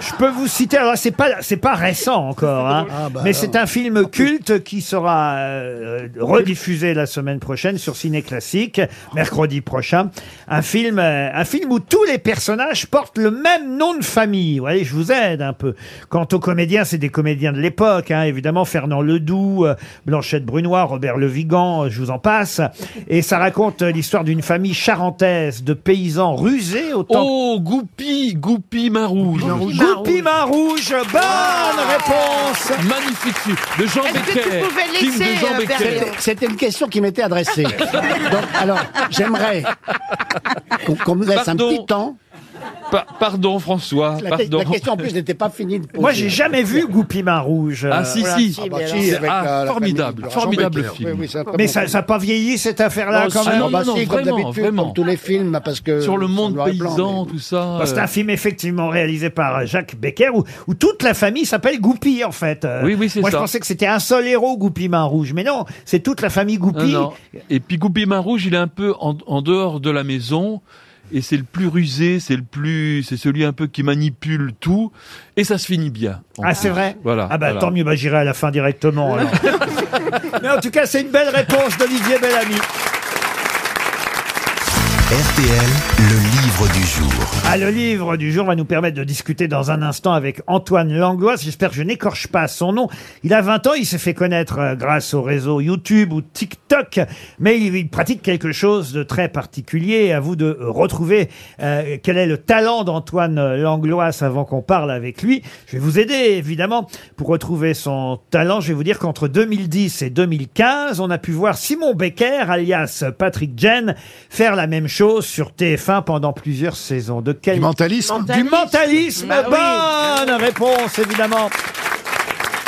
[SPEAKER 2] je peux vous citer. Alors c'est pas, c'est pas récent encore, hein.
[SPEAKER 6] bah alors.
[SPEAKER 2] mais c'est un film culte qui sera euh, rediffusé la semaine prochaine sur Ciné Classique, mercredi prochain. Un film, euh, un film où tous les personnages portent le même nom de famille. Vous voyez, je vous aide un peu. Quant aux comédiens, c'est des comédiens de l'époque, hein, évidemment. Faire Fernand Ledoux, euh, Blanchette Brunois, Robert Le Vigan, euh, je vous en passe. Et ça raconte euh, l'histoire d'une famille charentaise de paysans rusés au temps...
[SPEAKER 7] Oh, Goupy, Goupy Marouge. Ah.
[SPEAKER 2] Goupy Marouge, bonne réponse
[SPEAKER 7] Magnifique film de Jean
[SPEAKER 5] Est-ce que
[SPEAKER 7] Becker.
[SPEAKER 5] tu pouvais
[SPEAKER 7] Film de
[SPEAKER 5] laisser,
[SPEAKER 7] Jean
[SPEAKER 5] euh,
[SPEAKER 7] Becker.
[SPEAKER 5] Berléand
[SPEAKER 6] C'était une question qui m'était adressée. Donc, alors, j'aimerais qu'on qu'on me laisse un
[SPEAKER 7] Pardon.
[SPEAKER 6] petit temps.
[SPEAKER 7] Pa- pardon François,
[SPEAKER 6] La, que-
[SPEAKER 7] pardon.
[SPEAKER 6] la question en plus n'était pas finie. de poser.
[SPEAKER 2] Moi, j'ai jamais vu Goupy Marouge.
[SPEAKER 7] Ah si
[SPEAKER 6] voilà,
[SPEAKER 7] si,
[SPEAKER 6] si, mais alors-
[SPEAKER 7] C'est-
[SPEAKER 6] avec,
[SPEAKER 7] ah,
[SPEAKER 6] euh, la famille
[SPEAKER 7] formidable,
[SPEAKER 6] de Jean
[SPEAKER 7] formidable
[SPEAKER 6] Becker.
[SPEAKER 7] film.
[SPEAKER 6] Oui, oui, c'est un très
[SPEAKER 2] Mais
[SPEAKER 6] bon
[SPEAKER 2] ça
[SPEAKER 6] film.
[SPEAKER 2] n'a pas vieilli, cette affaire-là,
[SPEAKER 7] Oh,
[SPEAKER 2] quand
[SPEAKER 7] si,
[SPEAKER 2] même
[SPEAKER 7] non,
[SPEAKER 6] Ah bah si, comme
[SPEAKER 7] vraiment,
[SPEAKER 6] d'habitude,
[SPEAKER 7] vraiment.
[SPEAKER 6] comme tous les films, parce que
[SPEAKER 7] Sur le
[SPEAKER 6] ils sont
[SPEAKER 7] monde
[SPEAKER 6] noir et blanc,
[SPEAKER 7] paysan,
[SPEAKER 6] mais-
[SPEAKER 7] tout ça.
[SPEAKER 2] C'est un
[SPEAKER 7] euh,
[SPEAKER 2] film effectivement réalisé par Jacques Becker où, où toute la famille s'appelle Goupy en fait. Euh,
[SPEAKER 7] Oui, oui, c'est
[SPEAKER 2] Moi je
[SPEAKER 7] ça.
[SPEAKER 2] pensais que c'était un seul héros Goupy Main Rouge, mais non, c'est toute la famille Goupy.
[SPEAKER 7] Ah Non, non. Et puis Goupy Main Rouge, il est un peu en, en dehors de la maison. Et c'est le plus rusé, c'est le plus, c'est celui un peu qui manipule tout. Et ça se finit bien. en
[SPEAKER 2] Ah c'est
[SPEAKER 7] plus.
[SPEAKER 2] vrai
[SPEAKER 7] Voilà.
[SPEAKER 2] Ah bah
[SPEAKER 7] voilà.
[SPEAKER 2] tant mieux, bah, j'irai à la fin directement alors. mais en tout cas c'est une belle réponse d'Olivier Bellamy.
[SPEAKER 1] RTL, le livre du jour.
[SPEAKER 2] Ah, le livre du jour va nous permettre de discuter dans un instant avec Antoine Langlois. J'espère que je n'écorche pas son nom. Il a 20 ans, il s'est fait connaître euh, grâce au réseau YouTube ou TikTok, mais il, il pratique quelque chose de très particulier. À vous de euh, retrouver euh, quel est le talent d'Antoine Langlois euh, avant qu'on parle avec lui. Je vais vous aider, évidemment, pour retrouver son talent. Je vais vous dire qu'entre 2010 et 2015, on a pu voir Simon Becker, alias Patrick Jen, faire la même chose sur TF1 pendant plusieurs saisons. De quel...
[SPEAKER 18] Du mentalisme
[SPEAKER 2] Du mentalisme
[SPEAKER 5] Bah oui.
[SPEAKER 2] Bonne réponse, évidemment,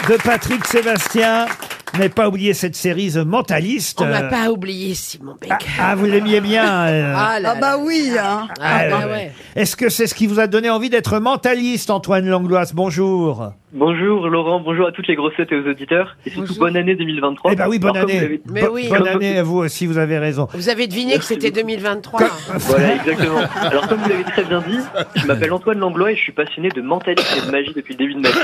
[SPEAKER 2] de Patrick Sébastien. N'avez pas oublié cette série The Mentalist.
[SPEAKER 5] On n'a
[SPEAKER 2] Euh,
[SPEAKER 5] pas oublié Simon Becker.
[SPEAKER 2] Ah, vous l'aimiez bien euh.
[SPEAKER 5] là
[SPEAKER 4] Ah bah oui, hein.
[SPEAKER 5] Ah,
[SPEAKER 2] Ah,
[SPEAKER 5] bah
[SPEAKER 2] ouais.
[SPEAKER 5] ouais.
[SPEAKER 2] Est-ce que c'est ce qui vous a donné envie d'être mentaliste, Antoine Langlois Bonjour.
[SPEAKER 14] Bonjour Laurent, bonjour à toutes les grossettes et aux auditeurs. Et surtout bonne année 2023.
[SPEAKER 2] Eh ben oui, bonne
[SPEAKER 14] Alors, comme vous
[SPEAKER 2] année.
[SPEAKER 14] avez-
[SPEAKER 5] Mais
[SPEAKER 2] Bo-
[SPEAKER 5] oui.
[SPEAKER 2] Bonne année à vous aussi, vous avez raison.
[SPEAKER 5] Vous avez deviné que c'était 2023.
[SPEAKER 14] Voilà, exactement. Alors, comme vous l'avez très bien dit, je m'appelle Antoine Langlois et je suis passionné de mentalité et de magie depuis le début de ma vie.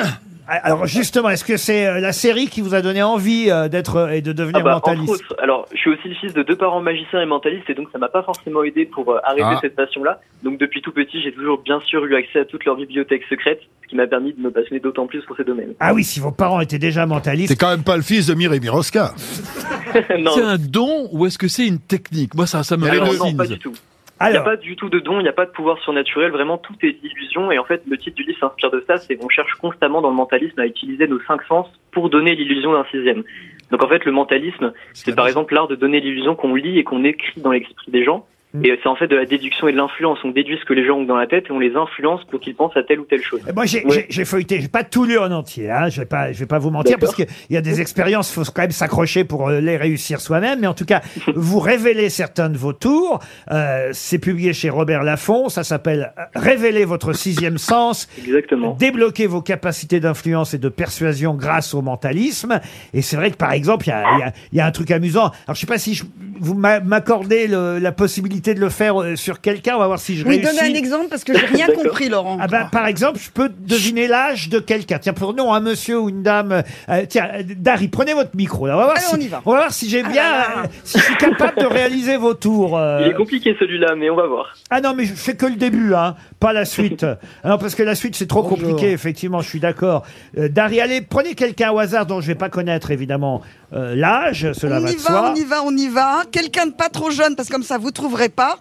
[SPEAKER 2] Ah, Alors justement, est-ce que c'est euh, la série qui vous a donné envie euh, d'être euh, et de devenir
[SPEAKER 14] Ah bah,
[SPEAKER 2] mentaliste
[SPEAKER 14] Entre autres, alors, je suis aussi le fils de deux parents magiciens et mentalistes et donc ça m'a pas forcément aidé pour euh, arriver
[SPEAKER 18] Ah.
[SPEAKER 14] à cette passion-là. Donc, depuis tout petit, j'ai toujours bien sûr eu accès à toute leur bibliothèque secrète, ce qui m'a permis de me passionner d'autant plus pour ces domaines.
[SPEAKER 2] Ah oui, si vos parents étaient déjà
[SPEAKER 18] T'es
[SPEAKER 2] mentalistes.
[SPEAKER 18] quand même pas le fils de Mireille Mirosca.
[SPEAKER 14] non,
[SPEAKER 7] C'est un don ou est-ce que c'est une technique Moi, ça, ça me
[SPEAKER 18] Il y a les
[SPEAKER 14] alors,
[SPEAKER 18] deux
[SPEAKER 14] non,
[SPEAKER 7] fascine.
[SPEAKER 14] pas du tout. Il n'y a
[SPEAKER 2] Alors,
[SPEAKER 14] pas du tout de don, il n'y a pas de pouvoir surnaturel, vraiment tout est illusion. Et en fait, le titre du livre s'inspire de ça, c'est qu'on cherche constamment dans le mentalisme à utiliser nos cinq sens pour donner l'illusion d'un sixième. Donc en fait, le mentalisme, c'est par exemple l'art de donner l'illusion qu'on lit et qu'on écrit dans l'esprit des gens.
[SPEAKER 2] Hmm.
[SPEAKER 14] Et c'est en fait de la déduction et de l'influence. On déduit ce que les gens ont dans la tête et on les influence pour qu'ils pensent à telle ou telle chose.
[SPEAKER 2] Eh, moi ben, j'ai
[SPEAKER 14] Ouais.
[SPEAKER 2] j'ai- j'ai feuilleté, j'ai pas tout lu en entier, hein, je vais pas, je vais pas vous mentir, parce
[SPEAKER 14] D'accord.
[SPEAKER 2] qu'il y a des expériences, faut quand même s'accrocher pour euh, les réussir soi-même, mais en tout cas, vous révélez certains de vos tours, Euh, c'est publié chez Robert Laffont, ça s'appelle euh, Révéler votre sixième sens,
[SPEAKER 14] Exactement.
[SPEAKER 2] débloquer vos capacités d'influence et de persuasion grâce au mentalisme. Et c'est vrai que, par exemple, il y a, il y a- il y a un truc amusant. Alors, je sais pas si je- vous m'a- m'accordez le- la possibilité de le faire euh, sur quelqu'un. On va voir si je
[SPEAKER 4] Oui,
[SPEAKER 2] réussis.
[SPEAKER 4] donnez un exemple parce que j'ai rien
[SPEAKER 14] D'accord.
[SPEAKER 4] compris, Laurent.
[SPEAKER 2] Ah ben, par exemple, je peux deviner l'âge de quelqu'un. Tiens, prenons un monsieur ou une dame. Euh, tiens, euh, Dari, prenez votre micro. Là. On va voir
[SPEAKER 4] Allez,
[SPEAKER 2] si,
[SPEAKER 4] on y va. Ah
[SPEAKER 2] va voir si j'ai bien,
[SPEAKER 4] là là.
[SPEAKER 2] euh, si je suis capable de réaliser vos tours. euh.
[SPEAKER 14] Il est compliqué celui-là, mais on va voir.
[SPEAKER 2] Ah non, mais je fais que le début, hein, pas la suite. Alors parce que la suite c'est trop
[SPEAKER 6] Bonjour.
[SPEAKER 2] compliqué, effectivement, je suis d'accord. Euh, Dari, allez, prenez quelqu'un au hasard dont je vais pas connaître évidemment euh, l'âge, cela
[SPEAKER 4] on
[SPEAKER 2] va
[SPEAKER 4] y
[SPEAKER 2] de soi.
[SPEAKER 4] va, on y va, on y va. Quelqu'un de pas trop jeune parce que comme ça vous trouverez pas.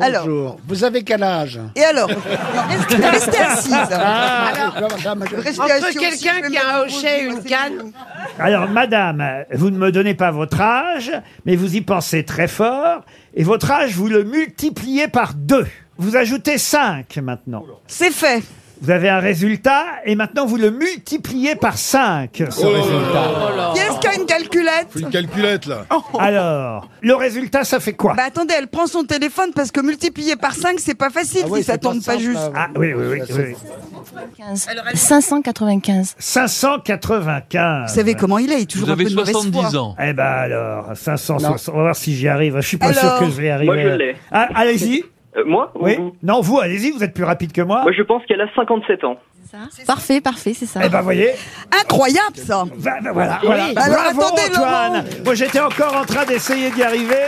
[SPEAKER 4] Alors,
[SPEAKER 6] Bonjour. Vous avez quel âge
[SPEAKER 4] et alors Non, restez, restez assise.
[SPEAKER 6] Ah,
[SPEAKER 5] Alors,
[SPEAKER 6] je vais avoir ça, ma-
[SPEAKER 4] Restez
[SPEAKER 5] Entre
[SPEAKER 4] assise aussi, je
[SPEAKER 5] quelqu'un
[SPEAKER 4] vais
[SPEAKER 5] qui a un
[SPEAKER 4] mettre mon
[SPEAKER 5] hochet et
[SPEAKER 4] gros
[SPEAKER 5] une
[SPEAKER 4] doigt,
[SPEAKER 5] canne.
[SPEAKER 2] Alors madame, euh, vous ne me donnez pas votre âge, mais vous y pensez très fort et votre âge vous le multipliez par deux. Vous ajoutez 5 maintenant.
[SPEAKER 4] C'est fait.
[SPEAKER 2] Vous avez un résultat et maintenant vous le multipliez par 5 ce résultat.
[SPEAKER 4] Qui est-ce qui a une calculette
[SPEAKER 3] Faut une calculette là.
[SPEAKER 2] Alors, le résultat ça fait quoi
[SPEAKER 4] Bah attendez, elle prend son téléphone parce que multiplier par 5, c'est pas facile
[SPEAKER 6] Ah oui,
[SPEAKER 4] si ça
[SPEAKER 6] c'est
[SPEAKER 4] tombe pas,
[SPEAKER 6] simple,
[SPEAKER 4] juste.
[SPEAKER 6] là.
[SPEAKER 2] Ah oui, oui, oui. oui, oui.
[SPEAKER 19] 595.
[SPEAKER 2] 595.
[SPEAKER 4] Vous savez comment il est, il est toujours
[SPEAKER 7] Vous
[SPEAKER 4] un peu
[SPEAKER 7] avez
[SPEAKER 4] de mauvaise
[SPEAKER 7] 70
[SPEAKER 4] foi.
[SPEAKER 7] ans.
[SPEAKER 2] Eh ben alors, 560. On va voir si j'y arrive. Je suis pas
[SPEAKER 4] Alors
[SPEAKER 2] sûr que je vais y arriver.
[SPEAKER 14] Moi, je l'ai.
[SPEAKER 2] Ah, allez-y.
[SPEAKER 14] Euh, moi ou
[SPEAKER 2] Oui.
[SPEAKER 14] vous
[SPEAKER 2] Non, vous, allez-y. Vous êtes plus rapide que moi.
[SPEAKER 14] Moi, je pense qu'elle a 57 ans.
[SPEAKER 19] Parfait, parfait, c'est ça.
[SPEAKER 2] Eh ben, voyez.
[SPEAKER 4] Incroyable ça
[SPEAKER 2] Va- va- Ah ben voilà, voilà.
[SPEAKER 4] Alors,
[SPEAKER 2] Bravo,
[SPEAKER 4] attendez,
[SPEAKER 2] Antoine.
[SPEAKER 4] Laurent.
[SPEAKER 2] Moi, j'étais encore en train d'essayer d'y arriver.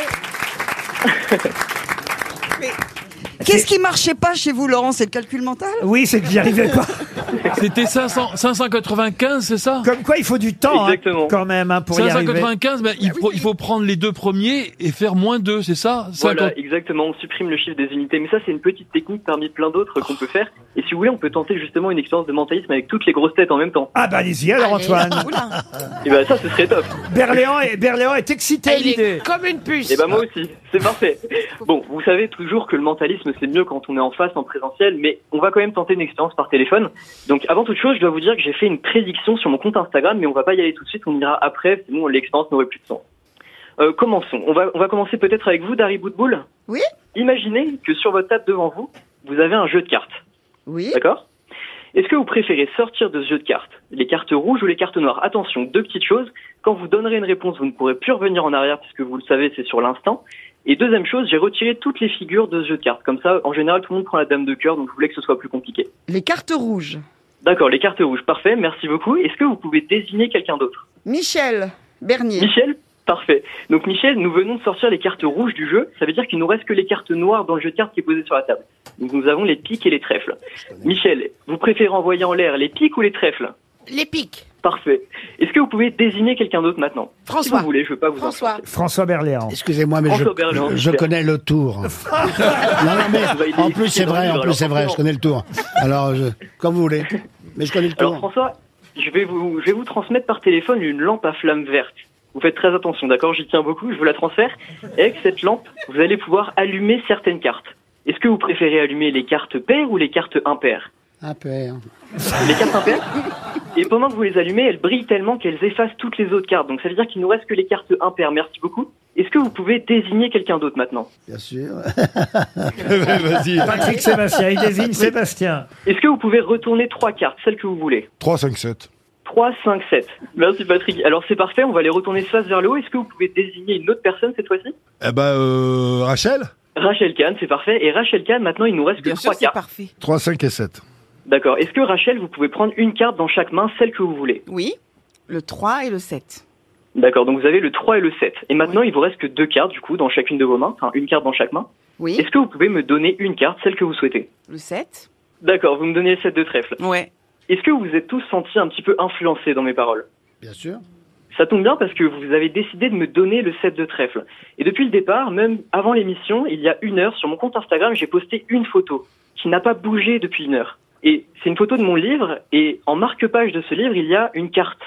[SPEAKER 4] Qu'est-ce qui marchait pas chez vous, Laurent C'est le calcul mental
[SPEAKER 2] Oui, c'est que j'y arrivais pas.
[SPEAKER 7] C'était 500 595, c'est ça
[SPEAKER 2] Comme quoi, il faut du temps, hein,
[SPEAKER 7] Exactement.
[SPEAKER 2] quand même, hein, pour y arriver. Ah
[SPEAKER 7] 595, ben, il, faut, il faut prendre les deux premiers et faire moins deux, c'est ça
[SPEAKER 14] Voilà,
[SPEAKER 7] 50.
[SPEAKER 14] exactement, on supprime le chiffre des unités, mais ça c'est une petite technique parmi plein d'autres qu'on peut faire. Et si vous voulez, on peut tenter justement une expérience de mentalisme avec toutes les grosses têtes en même temps.
[SPEAKER 2] Ah bah allez-y alors Antoine.
[SPEAKER 14] Et bah ça ce serait top.
[SPEAKER 2] Berléand est, Berléand est excité à
[SPEAKER 14] Il est
[SPEAKER 2] l'idée.
[SPEAKER 5] Comme une puce.
[SPEAKER 14] Et ben moi aussi, c'est parfait. Bon, vous savez toujours que le mentalisme c'est mieux quand on est en face, en présentiel, mais on va quand même tenter une expérience par téléphone. Donc avant toute chose, je dois vous dire que j'ai fait une prédiction sur mon compte Instagram, mais on va pas y aller tout de suite, on ira après, sinon l'expérience n'aurait plus de sens. Euh, commençons. On va, on va commencer peut-être avec vous, Dari Boutboul.
[SPEAKER 4] Oui.
[SPEAKER 14] Imaginez que sur votre table devant vous, vous avez un jeu de cartes.
[SPEAKER 4] Oui.
[SPEAKER 14] D'accord Est-ce que vous préférez sortir de ce jeu de cartes Les cartes rouges ou les cartes noires Attention, deux petites choses. Quand vous donnerez une réponse, vous ne pourrez plus revenir en arrière puisque vous le savez, c'est sur l'instant. Et deuxième chose, j'ai retiré toutes les figures de ce jeu de cartes. Comme ça, en général, tout le monde prend la dame de cœur, donc je voulais que ce soit plus compliqué.
[SPEAKER 4] Les cartes rouges.
[SPEAKER 14] D'accord, les cartes rouges, parfait, merci beaucoup. Est-ce que vous pouvez désigner quelqu'un d'autre
[SPEAKER 4] Michel Bernier.
[SPEAKER 14] Michel Parfait. Donc Michel, nous venons de sortir les cartes rouges du jeu. Ça veut dire qu'il nous reste que les cartes noires dans le jeu de cartes qui est posé sur la table. Donc nous avons les piques et les trèfles. Michel, vous préférez envoyer en l'air les piques ou les trèfles
[SPEAKER 5] Les pics.
[SPEAKER 14] Parfait. Est-ce que vous pouvez désigner quelqu'un d'autre maintenant
[SPEAKER 5] François.
[SPEAKER 14] Si vous voulez, je veux pas vous
[SPEAKER 5] François.
[SPEAKER 2] François Berléand.
[SPEAKER 6] Excusez-moi, mais je,
[SPEAKER 14] François Berléand,
[SPEAKER 6] je- je
[SPEAKER 14] super.
[SPEAKER 6] connais le tour. non, non, mais en plus, c'est vrai, en plus, c'est vrai, je connais le tour. Alors, je- comme vous voulez. Mais je connais le
[SPEAKER 14] Alors
[SPEAKER 6] tour.
[SPEAKER 14] François, je vais vous, je vais vous transmettre par téléphone une lampe à flamme verte. Vous faites très attention, d'accord J'y tiens beaucoup, je vous la transfère. Et avec cette lampe, vous allez pouvoir allumer certaines cartes. Est-ce que vous préférez allumer les cartes paires ou les cartes impaires
[SPEAKER 6] Un peu. hein.
[SPEAKER 14] Les cartes impaires Et pendant que vous les allumez, elles brillent tellement qu'elles effacent toutes les autres cartes. Donc ça veut dire qu'il nous reste que les cartes impaires. Merci beaucoup. Est-ce que vous pouvez désigner quelqu'un d'autre maintenant
[SPEAKER 6] Bien sûr.
[SPEAKER 18] Vas-y.
[SPEAKER 2] Patrick Sébastien, il désigne Sébastien.
[SPEAKER 14] Est-ce que vous pouvez retourner trois cartes, celles que vous voulez
[SPEAKER 18] 3, 5, 7.
[SPEAKER 14] 3, 5, 7. Merci Patrick. Alors c'est parfait, on va les retourner face vers le haut. Est-ce que vous pouvez désigner une autre personne cette fois-ci
[SPEAKER 18] Eh ben, euh, Rachel
[SPEAKER 14] Rachel Kahn, c'est parfait. Et Rachel Kahn, maintenant, il nous reste que 3 cartes.
[SPEAKER 18] 3, 5 et 7.
[SPEAKER 14] D'accord. Est-ce que Rachel, vous pouvez prendre une carte dans chaque main, celle que vous voulez
[SPEAKER 10] Oui, le 3 Ah, et le 7.
[SPEAKER 14] D'accord, donc vous avez le 3 et le 7. Et maintenant, il vous reste que deux cartes, du coup, dans chacune de vos mains. Enfin, une carte dans chaque main.
[SPEAKER 10] Oui.
[SPEAKER 14] Est-ce que vous pouvez me donner une carte, celle que vous souhaitez
[SPEAKER 10] Le 7
[SPEAKER 14] D'accord, vous me donnez le 7 de trèfle.
[SPEAKER 10] Ouais.
[SPEAKER 14] Est-ce que vous vous êtes tous sentis un petit peu influencés dans mes paroles
[SPEAKER 6] Bien sûr.
[SPEAKER 14] Ça tombe bien parce que vous avez décidé de me donner le 7 de trèfle. Et depuis le départ, même avant l'émission, il y a une heure, sur mon compte Instagram, j'ai posté une photo qui n'a pas bougé depuis une heure. Et c'est une photo de mon livre, et en marque-page de ce livre, il y a une carte.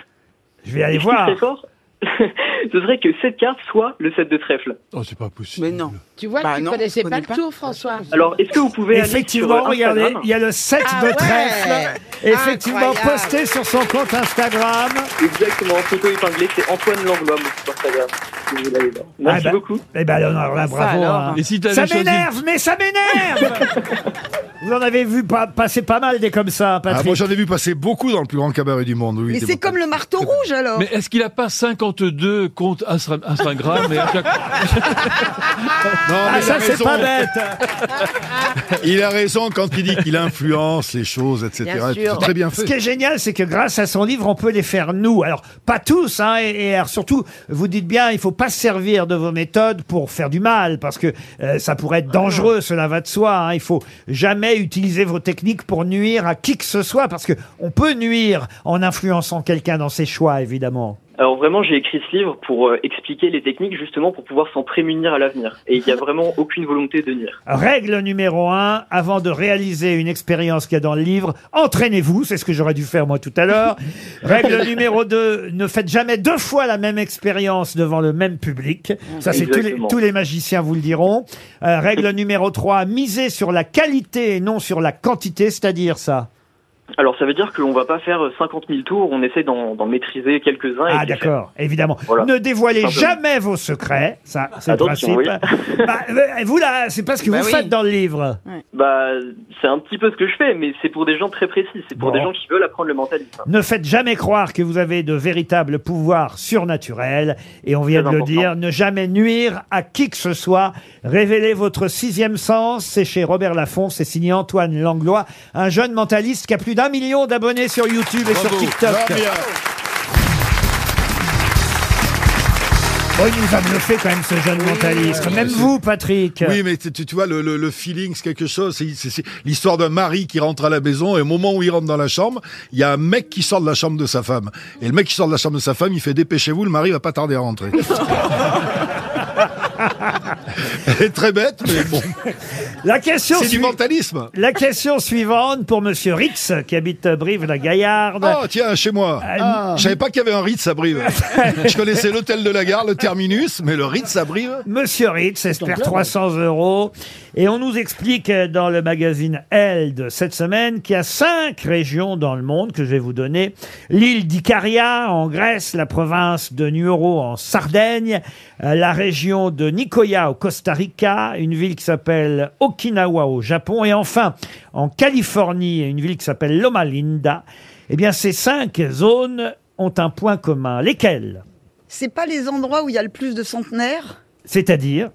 [SPEAKER 2] Je vais aller
[SPEAKER 14] Et ce qui
[SPEAKER 2] voir.
[SPEAKER 14] serait fort, ce serait que cette carte soit le 7 de trèfle.
[SPEAKER 18] Oh, c'est pas possible.
[SPEAKER 14] Mais non.
[SPEAKER 5] Tu vois,
[SPEAKER 14] Bah
[SPEAKER 5] tu
[SPEAKER 14] non,
[SPEAKER 5] connaissais
[SPEAKER 14] je connais
[SPEAKER 5] pas,
[SPEAKER 14] pas.
[SPEAKER 5] le tour, François.
[SPEAKER 14] Alors, est-ce que vous pouvez aller
[SPEAKER 2] Effectivement,
[SPEAKER 14] sur euh, Instagram
[SPEAKER 2] regardez, il y a le 7
[SPEAKER 5] Ah
[SPEAKER 2] de
[SPEAKER 5] ouais
[SPEAKER 2] trèfle. Effectivement,
[SPEAKER 5] Incroyable.
[SPEAKER 2] posté sur son compte Instagram.
[SPEAKER 14] Exactement, photo épinglée, c'est Antoine Langlois, mon compte Instagram. si vous l'avez là. Merci
[SPEAKER 2] Ah bah,
[SPEAKER 14] beaucoup.
[SPEAKER 2] Eh ben alors là, bravo.
[SPEAKER 14] alors,
[SPEAKER 2] hein.
[SPEAKER 14] Et si t'avais
[SPEAKER 2] ça
[SPEAKER 14] choisi-
[SPEAKER 2] m'énerve, mais ça m'énerve Vous en avez vu pas- passer pas mal des comme ça,
[SPEAKER 18] Ah,
[SPEAKER 2] Patrick.
[SPEAKER 18] moi, j'en ai vu passer beaucoup dans le plus grand cabaret du monde. Oui,
[SPEAKER 4] Mais
[SPEAKER 18] des
[SPEAKER 4] c'est comme le marteau rouge alors.
[SPEAKER 7] Mais est-ce qu'il a pas 52 comptes Instra- Instagram et à chaque-
[SPEAKER 3] Ah,
[SPEAKER 18] Non,
[SPEAKER 2] Ah,
[SPEAKER 18] mais il a
[SPEAKER 2] ça, c'est
[SPEAKER 18] raison.
[SPEAKER 2] pas bête
[SPEAKER 18] Il a raison quand il dit qu'il influence les choses, etc.
[SPEAKER 2] Bien
[SPEAKER 18] C'est
[SPEAKER 2] sûr.
[SPEAKER 18] très bien
[SPEAKER 2] Ce qui est
[SPEAKER 18] fait.
[SPEAKER 2] génial, c'est que grâce à son livre, on peut les faire nous. Alors, pas tous, hein, et, et alors, surtout, vous dites bien, il faut pas se servir de vos méthodes pour faire du mal, parce que euh, ça pourrait
[SPEAKER 18] Ah
[SPEAKER 2] être dangereux, cela va de soi. Hein, il faut jamais utiliser vos techniques pour nuire à qui que ce soit, parce que on peut nuire en influençant quelqu'un dans ses choix, évidemment.
[SPEAKER 14] Alors vraiment, j'ai écrit ce livre pour euh, expliquer les techniques justement pour pouvoir s'en prémunir à l'avenir. Et il n'y a vraiment aucune volonté de nuire.
[SPEAKER 2] Règle numéro un, avant de réaliser une expérience qu'il y a dans le livre, entraînez-vous, c'est ce que j'aurais dû faire moi tout à l'heure. Règle numéro 2, ne faites jamais deux fois la même expérience devant le même public. Ça, c'est tous les,
[SPEAKER 14] Exactement.
[SPEAKER 2] tous les magiciens vous le diront. Euh, règle numéro 3, misez sur la qualité et non sur la quantité, c'est-à-dire ça.
[SPEAKER 14] Alors ça veut dire qu'on va pas faire euh, 50 000 tours, on essaie d'en d'en maîtriser quelques-uns. et
[SPEAKER 2] Ah
[SPEAKER 14] puis-
[SPEAKER 2] d'accord, évidemment.
[SPEAKER 14] Voilà.
[SPEAKER 2] Ne dévoilez
[SPEAKER 14] Simplement.
[SPEAKER 2] jamais vos secrets, ça c'est le
[SPEAKER 14] Attention,
[SPEAKER 2] principe.
[SPEAKER 14] oui.
[SPEAKER 2] Bah, euh, vous là, c'est pas ce que
[SPEAKER 14] Bah
[SPEAKER 2] vous
[SPEAKER 14] oui.
[SPEAKER 2] faites dans le livre.
[SPEAKER 14] Bah c'est un petit peu ce que je fais, mais c'est pour des gens très précis, c'est pour des gens qui veulent apprendre le mentalisme.
[SPEAKER 2] Ne faites jamais croire que vous avez de véritables pouvoirs surnaturels. Et on vient de
[SPEAKER 14] Très
[SPEAKER 2] le
[SPEAKER 14] important.
[SPEAKER 2] dire, ne jamais nuire à qui que ce soit. Révélez votre sixième sens. C'est chez Robert Laffont. C'est signé Antoine Langlois, un jeune mentaliste qui a plus d'un million d'abonnés sur YouTube et sur
[SPEAKER 18] Bravo.
[SPEAKER 2] TikTok.
[SPEAKER 18] Non, mais, euh,
[SPEAKER 2] Oh, il nous a bluffé quand même ce jeune mentaliste.
[SPEAKER 3] oui,
[SPEAKER 2] Même
[SPEAKER 3] oui.
[SPEAKER 2] vous, Patrick.
[SPEAKER 3] Oui, mais tu, tu- tu vois, le, le- le feeling, c'est quelque chose. C'est- C'est c'est l'histoire d'un mari qui rentre à la maison et au moment où il rentre dans la chambre, il y a un mec qui sort de la chambre de sa femme. Et le mec qui sort de la chambre de sa femme, il fait dépêchez-vous, le mari va pas tarder à rentrer. Elle est très bête, mais bon.
[SPEAKER 2] La question
[SPEAKER 3] C'est du
[SPEAKER 2] suivante-
[SPEAKER 3] mentalisme.
[SPEAKER 2] La question suivante pour Monsieur Ritz, qui habite Brive-la-Gaillarde.
[SPEAKER 3] Oh, tiens, chez moi.
[SPEAKER 2] Ah.
[SPEAKER 3] Je savais pas qu'il y avait un Ritz à Brive. Je connaissais l'hôtel de la gare, le terminus, mais le Ritz à Brive.
[SPEAKER 2] Monsieur Ritz
[SPEAKER 3] Ton
[SPEAKER 2] espère
[SPEAKER 3] plan,
[SPEAKER 2] 300 euros. Et on nous explique euh, dans le magazine Elle de cette semaine qu'il y a cinq régions dans le monde que je vais vous donner. L'île d'Icaria en Grèce, la province de Nuoro en Sardaigne, euh, la région de Nicoya au Costa Rica, une ville qui s'appelle Okinawa au Japon et enfin en Californie, une ville qui s'appelle Loma Linda. Eh bien, ces cinq zones ont un point commun. Lesquelles
[SPEAKER 4] C'est pas les endroits où il y a le plus de centenaires
[SPEAKER 2] C'est-à-dire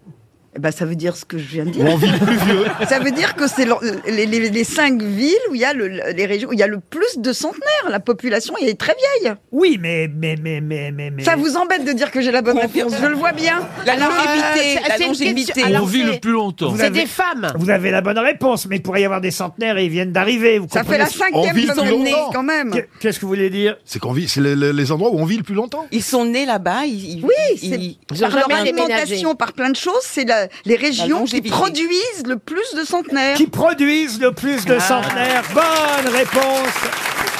[SPEAKER 4] Eh ben, ça veut dire ce que je viens de dire.
[SPEAKER 2] Où on vit plus vieux.
[SPEAKER 4] Ça veut dire que c'est l'en- les, les- les cinq villes où il y a le, les régions où il y a le plus de centenaires. La population est très vieille.
[SPEAKER 2] Oui, mais mais mais mais mais
[SPEAKER 4] Ça vous embête de dire que j'ai la bonne réponse. Je le vois bien.
[SPEAKER 16] La
[SPEAKER 4] Alors,
[SPEAKER 16] longévité,
[SPEAKER 4] euh, c'est-
[SPEAKER 16] la
[SPEAKER 4] c'est une
[SPEAKER 16] longévité.
[SPEAKER 4] question-
[SPEAKER 16] Alors,
[SPEAKER 2] On vit
[SPEAKER 16] c'est-
[SPEAKER 2] le plus longtemps.
[SPEAKER 16] C'est
[SPEAKER 2] Vous avez-
[SPEAKER 16] des femmes.
[SPEAKER 2] Vous avez la bonne réponse, mais il pourrait y avoir des centenaires et ils viennent d'arriver. vous
[SPEAKER 4] Ça fait
[SPEAKER 2] comprenez
[SPEAKER 4] la cinquième On vit bonne plus réponse, longtemps. quand même.
[SPEAKER 2] Qu'est- Qu'est-ce que vous voulez dire
[SPEAKER 3] C'est qu'on vit, c'est le- le- les endroits où on vit le plus longtemps.
[SPEAKER 4] Ils sont nés là-bas. oui, c'est
[SPEAKER 16] ils ont
[SPEAKER 4] par leur
[SPEAKER 16] jamais déménagé.
[SPEAKER 4] alimentation, par plein de choses, c'est la- les régions qui
[SPEAKER 16] longévité.
[SPEAKER 4] produisent le plus de centenaires.
[SPEAKER 2] Qui produisent le plus de
[SPEAKER 4] Ah.
[SPEAKER 2] centenaires Bonne réponse.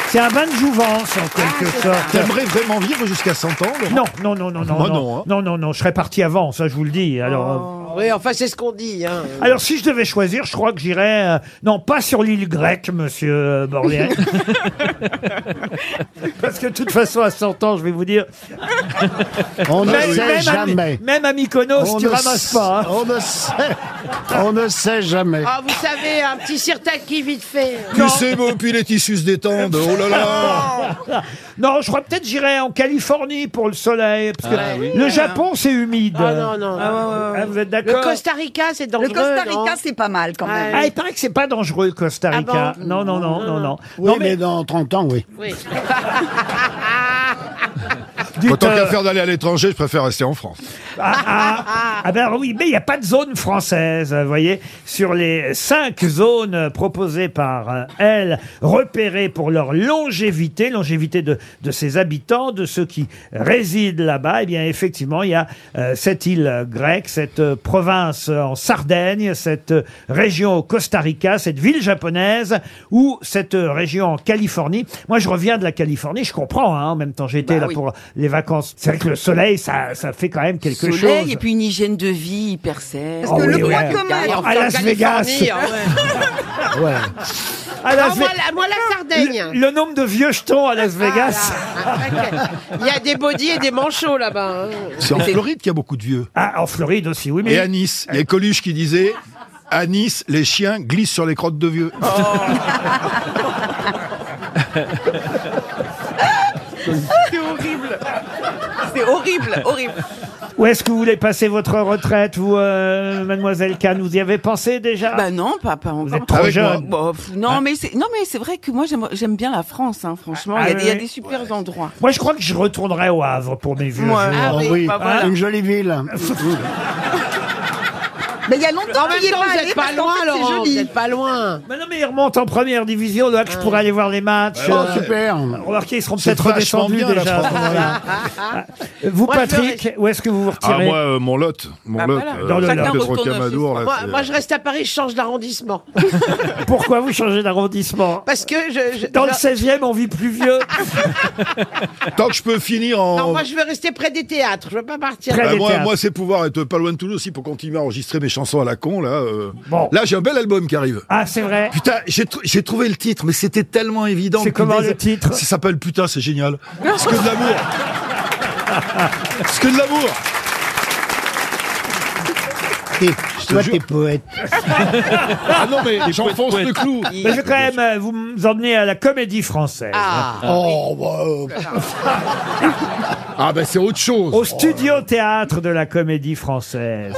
[SPEAKER 2] C'est un bain de jouvence en
[SPEAKER 4] Ah,
[SPEAKER 2] quelque sorte.
[SPEAKER 3] T'aimerais vraiment vivre jusqu'à 100 ans Laurent
[SPEAKER 2] Non, non, non, non, non,
[SPEAKER 3] Moi,
[SPEAKER 2] non,
[SPEAKER 3] non,
[SPEAKER 2] non, non, non, je serais parti avant, ça je vous le dis.
[SPEAKER 4] Oh.
[SPEAKER 2] Alors,
[SPEAKER 5] Oui, enfin, c'est ce qu'on dit. Hein.
[SPEAKER 2] euh, alors si je devais choisir, je crois que j'irais, euh, non, pas sur l'île grecque, Monsieur euh, Borléans, parce que de toute façon à 100 ans, je vais vous dire,
[SPEAKER 6] On ne
[SPEAKER 2] Même-
[SPEAKER 6] sait
[SPEAKER 2] même à-
[SPEAKER 6] jamais.
[SPEAKER 2] même à Mykonos,
[SPEAKER 6] On
[SPEAKER 2] tu
[SPEAKER 6] ne
[SPEAKER 2] ramasses
[SPEAKER 6] s-
[SPEAKER 2] pas. hein.
[SPEAKER 6] On ne sait, on ne sait jamais.
[SPEAKER 5] Ah, vous savez, un petit sirtaki vite fait.
[SPEAKER 3] Plus c'est beau, puis les tissus se détendent. Oh là là
[SPEAKER 2] Non, je crois peut-être j'irai en Californie pour le soleil. Parce que
[SPEAKER 5] Ah, oui.
[SPEAKER 2] le Japon, c'est humide.
[SPEAKER 5] Ah non, non.
[SPEAKER 2] Ah, vous êtes
[SPEAKER 5] Le
[SPEAKER 2] d'accord
[SPEAKER 5] Costa Rica, c'est dangereux.
[SPEAKER 4] Le Costa
[SPEAKER 5] non
[SPEAKER 4] Rica, c'est pas mal quand même.
[SPEAKER 2] Ah, il paraît que c'est pas dangereux, le Costa
[SPEAKER 5] Ah
[SPEAKER 2] Rica.
[SPEAKER 5] bon
[SPEAKER 2] non, non, non, non, non.
[SPEAKER 6] Oui,
[SPEAKER 2] non,
[SPEAKER 6] mais... dans 30 ans, oui.
[SPEAKER 5] Oui.
[SPEAKER 2] dites,
[SPEAKER 3] Autant
[SPEAKER 2] euh,
[SPEAKER 3] qu'à faire d'aller à l'étranger, je préfère rester en France.
[SPEAKER 2] Ah, ah, ah, ben alors oui, mais il n'y a pas de zone française, vous voyez. Sur les cinq zones proposées par euh, elle, repérées pour leur longévité, longévité de, de ses habitants, de ceux qui résident là-bas, eh bien effectivement, il y a euh, cette île euh, grecque, cette euh, province euh, en Sardaigne, cette euh, région au Costa Rica, cette ville japonaise ou cette euh, région en Californie. Moi, je reviens de la Californie, je comprends. hein, en même temps, j'étais
[SPEAKER 20] Bah
[SPEAKER 2] là
[SPEAKER 20] oui.
[SPEAKER 2] pour les vacances. C'est vrai que le soleil, ça, ça fait quand même quelque quelque
[SPEAKER 20] soleil
[SPEAKER 2] chose.
[SPEAKER 20] et puis une hygiène de vie hyper saine.
[SPEAKER 2] Parce que Oh, le oui, point ouais.
[SPEAKER 10] Ah,
[SPEAKER 2] commun-
[SPEAKER 20] Et enfin,
[SPEAKER 2] À Las
[SPEAKER 20] Californie,
[SPEAKER 2] Vegas.
[SPEAKER 20] hein, ouais.
[SPEAKER 2] À
[SPEAKER 5] Ah,
[SPEAKER 2] Las
[SPEAKER 5] moi,
[SPEAKER 2] Ve-
[SPEAKER 5] la, moi, la Sardaigne.
[SPEAKER 2] le, le nombre de vieux jetons à Las Vegas.
[SPEAKER 5] Ah, ok. Il y a des body et des manchots là-bas. hein.
[SPEAKER 3] C'est en Floride qu'il y a beaucoup de vieux.
[SPEAKER 2] Ah, en Floride aussi, oui. Mais Euh.
[SPEAKER 3] Et à Nice, il y a Coluche qui disait à Nice, les chiens glissent sur les crottes de vieux.
[SPEAKER 2] Oh.
[SPEAKER 9] C'est horrible. C'est horrible, horrible.
[SPEAKER 2] Où est-ce que vous voulez passer votre retraite, vous, euh, mademoiselle Kahn Vous y avez pensé déjà
[SPEAKER 20] Bah non, pas, pas encore.
[SPEAKER 2] Vous
[SPEAKER 6] Ah
[SPEAKER 2] êtes trop
[SPEAKER 20] Avec moi.
[SPEAKER 2] jeune.
[SPEAKER 20] Bon, pff, non, mais c'est non mais c'est vrai que moi j'aime- j'aime bien la France, hein, franchement. Il
[SPEAKER 2] Ah,
[SPEAKER 20] y a,
[SPEAKER 2] oui,
[SPEAKER 20] des- il y a
[SPEAKER 2] oui.
[SPEAKER 20] des super endroits.
[SPEAKER 2] Moi, je crois que je retournerai au Havre pour mes vieux
[SPEAKER 20] Ouais.
[SPEAKER 2] jours.
[SPEAKER 20] Ah
[SPEAKER 6] Oh
[SPEAKER 20] oui,
[SPEAKER 6] oui,
[SPEAKER 20] bah voilà.
[SPEAKER 6] une jolie ville.
[SPEAKER 4] Mais il y a longtemps
[SPEAKER 5] En même
[SPEAKER 4] qu'il y est
[SPEAKER 5] temps,
[SPEAKER 4] pas
[SPEAKER 5] vous
[SPEAKER 4] allé
[SPEAKER 5] n'êtes
[SPEAKER 4] parce
[SPEAKER 5] pas
[SPEAKER 4] qu'en
[SPEAKER 5] loin,
[SPEAKER 4] fait, c'est
[SPEAKER 5] Laurent. Vous
[SPEAKER 4] joli.
[SPEAKER 5] n'êtes pas loin.
[SPEAKER 2] Mais non, mais ils remontent en première division, donc je pourrais aller voir les matchs.
[SPEAKER 6] Oh,
[SPEAKER 2] euh,
[SPEAKER 6] super.
[SPEAKER 2] Remarquez, ils seront
[SPEAKER 3] C'est
[SPEAKER 2] peut-être
[SPEAKER 3] vachement
[SPEAKER 2] redescendus
[SPEAKER 3] bien, la
[SPEAKER 2] déjà.
[SPEAKER 3] France.
[SPEAKER 2] Voilà. Vous,
[SPEAKER 5] Moi, je
[SPEAKER 2] Patrick, où est-ce que vous vous
[SPEAKER 18] Ah,
[SPEAKER 2] retirez
[SPEAKER 18] moi, euh, mon lot. Mon
[SPEAKER 20] Bah
[SPEAKER 18] lot.
[SPEAKER 20] voilà.
[SPEAKER 18] euh,
[SPEAKER 2] Dans
[SPEAKER 18] Château de
[SPEAKER 2] le Lot.
[SPEAKER 20] Chacun retourne
[SPEAKER 18] Trocamadour,
[SPEAKER 20] chez
[SPEAKER 18] là,
[SPEAKER 5] Moi,
[SPEAKER 3] euh,
[SPEAKER 18] c'est-
[SPEAKER 5] moi, je reste à Paris, je change d'arrondissement.
[SPEAKER 2] Pourquoi vous changez d'arrondissement
[SPEAKER 5] Parce que je. je-
[SPEAKER 2] Dans le
[SPEAKER 5] non,
[SPEAKER 2] 16e, on vit plus vieux.
[SPEAKER 3] Tant que je peux finir en.
[SPEAKER 5] non, moi, je veux rester près des théâtres. Je veux pas partir.
[SPEAKER 2] Près
[SPEAKER 3] Bah,
[SPEAKER 2] des
[SPEAKER 3] moi,
[SPEAKER 2] théâtres.
[SPEAKER 3] moi, c'est pouvoir être pas loin de Toulouse aussi pour continuer à enregistrer mes chansons à la con. Là, euh.
[SPEAKER 2] Bon.
[SPEAKER 3] là j'ai un bel album qui arrive.
[SPEAKER 2] Ah, c'est vrai.
[SPEAKER 3] Putain, j'ai tr- j'ai trouvé le titre, mais c'était tellement évident.
[SPEAKER 2] C'est
[SPEAKER 3] depuis
[SPEAKER 2] comment
[SPEAKER 3] des-
[SPEAKER 2] le titre
[SPEAKER 3] Ça s'appelle Putain, c'est génial. C'est que de l'amour. C'est que de l'amour.
[SPEAKER 6] T'es- Toi,
[SPEAKER 3] jure.
[SPEAKER 6] t'es poète.
[SPEAKER 3] Ah non, mais j'enfonce le clou.
[SPEAKER 2] Mais je vais quand même euh, vous m- emmener à la comédie française.
[SPEAKER 5] Ah.
[SPEAKER 6] Oh, bah, euh,
[SPEAKER 3] Ah ben c'est autre chose.
[SPEAKER 2] Au studio théâtre de la comédie française.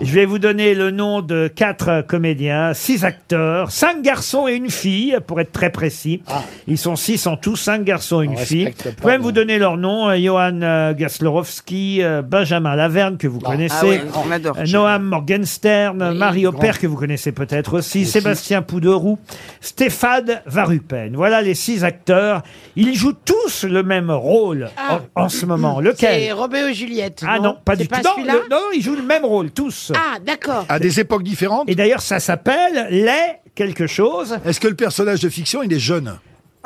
[SPEAKER 2] Je vais vous donner le nom de quatre comédiens, six acteurs, cinq garçons et une fille, pour être très précis.
[SPEAKER 3] Ah.
[SPEAKER 2] Ils sont six en tout, cinq garçons et une fille.
[SPEAKER 6] respecte
[SPEAKER 2] Je
[SPEAKER 6] pas,
[SPEAKER 2] peux même vous donner leur nom. euh, Johan euh, Gaslerowski, euh, Benjamin Laverne, que vous connaissez.
[SPEAKER 6] Ah ouais, on adore.
[SPEAKER 2] euh, Noam Morgenstern, Marie Aubert, que vous connaissez peut-être aussi, Sébastien Pouderoux, Stéphane Varupen. Voilà les six acteurs. Ils jouent tous le même rôle
[SPEAKER 5] Ah.
[SPEAKER 2] en, en ce moment. Lequel
[SPEAKER 5] C'est Roméo et Juliette.
[SPEAKER 2] ah non, pas
[SPEAKER 5] C'est
[SPEAKER 2] du tout. Non,
[SPEAKER 5] celui-là
[SPEAKER 2] le- non, ils jouent le même rôle, tous.
[SPEAKER 5] Ah, d'accord.
[SPEAKER 2] À des époques différentes. Et d'ailleurs, ça s'appelle les quelque chose. Est-ce que le personnage de fiction, il est jeune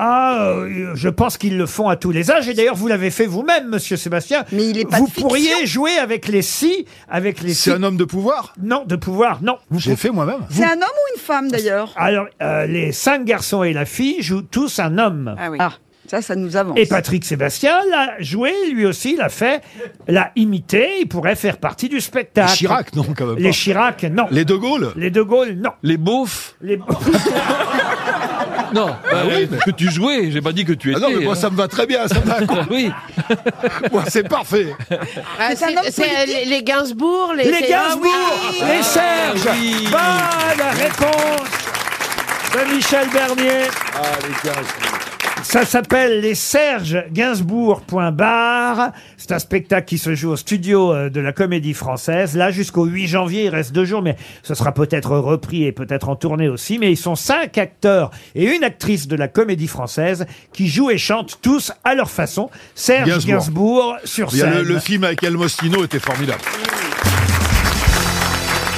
[SPEAKER 2] ah, euh, je pense qu'ils le font à tous les âges. Et d'ailleurs, vous l'avez fait vous-même, Monsieur Sébastien. Mais il est
[SPEAKER 3] pas
[SPEAKER 2] Vous
[SPEAKER 3] de fiction.
[SPEAKER 2] pourriez jouer avec les si, avec les.
[SPEAKER 3] C'est un
[SPEAKER 2] homme de pouvoir. Non, de pouvoir, non. J'ai fait moi-même.
[SPEAKER 4] C'est un homme ou une femme d'ailleurs
[SPEAKER 2] Alors, euh, les cinq garçons et la fille jouent tous un homme.
[SPEAKER 4] Ah oui. Ah, ça, ça nous avance.
[SPEAKER 2] Et Patrick Sébastien l'a joué, lui aussi, l'a fait, l'a imité, il pourrait faire partie du spectacle.
[SPEAKER 3] Les Chirac, non, quand même pas.
[SPEAKER 2] Les Chirac, non. Les De Gaulle Les De Gaulle, non. Les Beaufs Les
[SPEAKER 7] Non, bah,
[SPEAKER 3] Ah, oui,
[SPEAKER 7] euh, que tu jouais, j'ai pas dit que tu
[SPEAKER 3] Ah
[SPEAKER 7] étais. hein.
[SPEAKER 3] non, mais moi, ça me va très bien, ça me va, quoi.
[SPEAKER 7] oui.
[SPEAKER 3] Moi, c'est parfait.
[SPEAKER 5] Ah,
[SPEAKER 3] C'est un homme
[SPEAKER 5] c'est c'est, euh,
[SPEAKER 3] politique.
[SPEAKER 5] les, les Gainsbourg, les,
[SPEAKER 2] Les
[SPEAKER 5] c'est- Ah,
[SPEAKER 2] Gainsbourg, les Serge.
[SPEAKER 3] Ah,
[SPEAKER 2] Bonne réponse de Michel Bernier.
[SPEAKER 18] Ah,
[SPEAKER 2] Ça s'appelle les Serge Gainsbourg. Bar. C'est un spectacle qui se joue au studio euh, de la Comédie Française. Là, jusqu'au 8 janvier, il reste deux jours, mais ce sera peut-être repris et peut-être en tournée aussi. Mais ils sont cinq acteurs et une actrice de la Comédie Française qui jouent et chantent tous à leur façon. Serge Gainsbourg, sur
[SPEAKER 3] Il y a
[SPEAKER 2] scène.
[SPEAKER 3] le, le film avec El Mostino était formidable.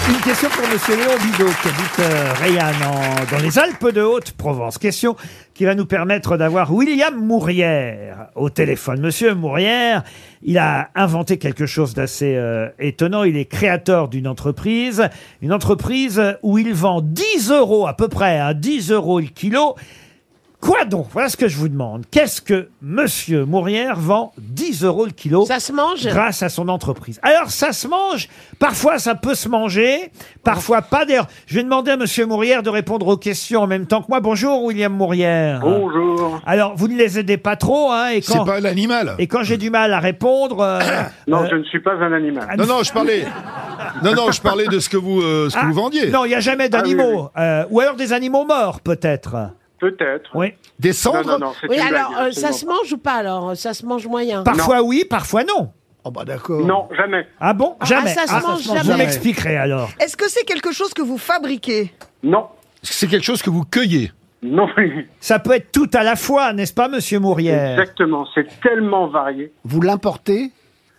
[SPEAKER 2] Une question pour Monsieur Léon Bidot, qui habite euh, Rayanne, en- dans les Alpes de Haute-Provence. Question qui va nous permettre d'avoir William Mourière au téléphone. Monsieur Mourière, il a inventé quelque chose d'assez euh, étonnant. Il est créateur d'une entreprise, une entreprise où il vend 10 euros à peu près, à 10 euros le kilo. Quoi donc Voilà ce que je vous demande. Qu'est-ce que Monsieur Mourière vend 10 euros le kilo Ça se mange Grâce à son entreprise. Alors, ça se mange. Parfois, ça peut se manger. Parfois, pas. D'ailleurs, je vais demander à Monsieur Mourière de répondre aux questions en même temps que moi. Bonjour, William Mourière.
[SPEAKER 21] Bonjour.
[SPEAKER 2] Alors, vous ne les aidez pas trop. Hein, et
[SPEAKER 21] C'est
[SPEAKER 2] quand-
[SPEAKER 21] pas l'animal.
[SPEAKER 2] Et quand j'ai du mal à répondre... euh,
[SPEAKER 21] Non,
[SPEAKER 2] euh,
[SPEAKER 21] je ne suis pas un animal.
[SPEAKER 2] Ah, Non, non, je parlais-
[SPEAKER 3] Non, non, je parlais de ce que vous, euh, ce que
[SPEAKER 2] ah,
[SPEAKER 3] vous vendiez.
[SPEAKER 2] Non, il n'y a jamais
[SPEAKER 3] Ah oui,
[SPEAKER 2] d'animaux. Euh, ou alors des animaux morts, peut-être.
[SPEAKER 21] Peut-être.
[SPEAKER 2] Oui. Des cendres
[SPEAKER 21] Non, non, non, c'est
[SPEAKER 5] Oui,
[SPEAKER 21] une blague,
[SPEAKER 5] alors, euh, ça
[SPEAKER 21] absolument.
[SPEAKER 5] se mange ou pas alors Ça se mange moyen
[SPEAKER 2] Parfois oui, parfois non. Oh bah d'accord.
[SPEAKER 21] Non, jamais.
[SPEAKER 2] Ah bon
[SPEAKER 5] Ah,
[SPEAKER 2] Jamais.
[SPEAKER 5] ça se mange
[SPEAKER 2] Vous
[SPEAKER 5] jamais.
[SPEAKER 2] m'expliquerez alors.
[SPEAKER 4] Est-ce que c'est quelque chose que vous fabriquez
[SPEAKER 21] Non.
[SPEAKER 2] C'est quelque chose que vous cueillez
[SPEAKER 21] Non.
[SPEAKER 2] Ça peut être tout à la fois, n'est-ce pas, monsieur Mourière
[SPEAKER 21] Exactement, c'est tellement varié.
[SPEAKER 2] Vous l'importez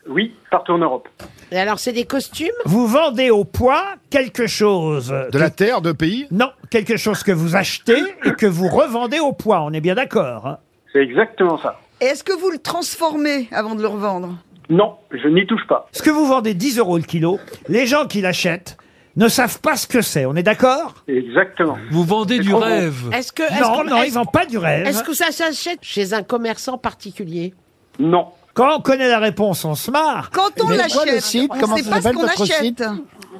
[SPEAKER 21] Oui, partout en Europe.
[SPEAKER 5] Et alors, c'est des costumes
[SPEAKER 2] Vous vendez au poids quelque chose. De la
[SPEAKER 3] terre, de pays
[SPEAKER 2] Non, quelque chose que vous achetez et que vous revendez au poids, on est bien d'accord. hein.
[SPEAKER 21] C'est exactement ça.
[SPEAKER 4] Et est-ce que vous le transformez avant de le revendre
[SPEAKER 21] Non, je n'y touche pas.
[SPEAKER 2] Ce que vous vendez 10 euros le kilo, les gens qui l'achètent ne savent pas ce que c'est, on est d'accord
[SPEAKER 21] Exactement.
[SPEAKER 7] Vous vendez du rêve.
[SPEAKER 5] Est-ce que. est-ce
[SPEAKER 2] Non,
[SPEAKER 5] qu'on-
[SPEAKER 2] non,
[SPEAKER 5] est-ce-
[SPEAKER 2] ils vendent pas du rêve.
[SPEAKER 5] Est-ce que ça s'achète chez un commerçant particulier
[SPEAKER 21] Non.
[SPEAKER 2] Quand on connaît la réponse, on se marre.
[SPEAKER 4] Quand on
[SPEAKER 2] Mais-
[SPEAKER 4] l'achète, on ne sait pas ce qu'on achète.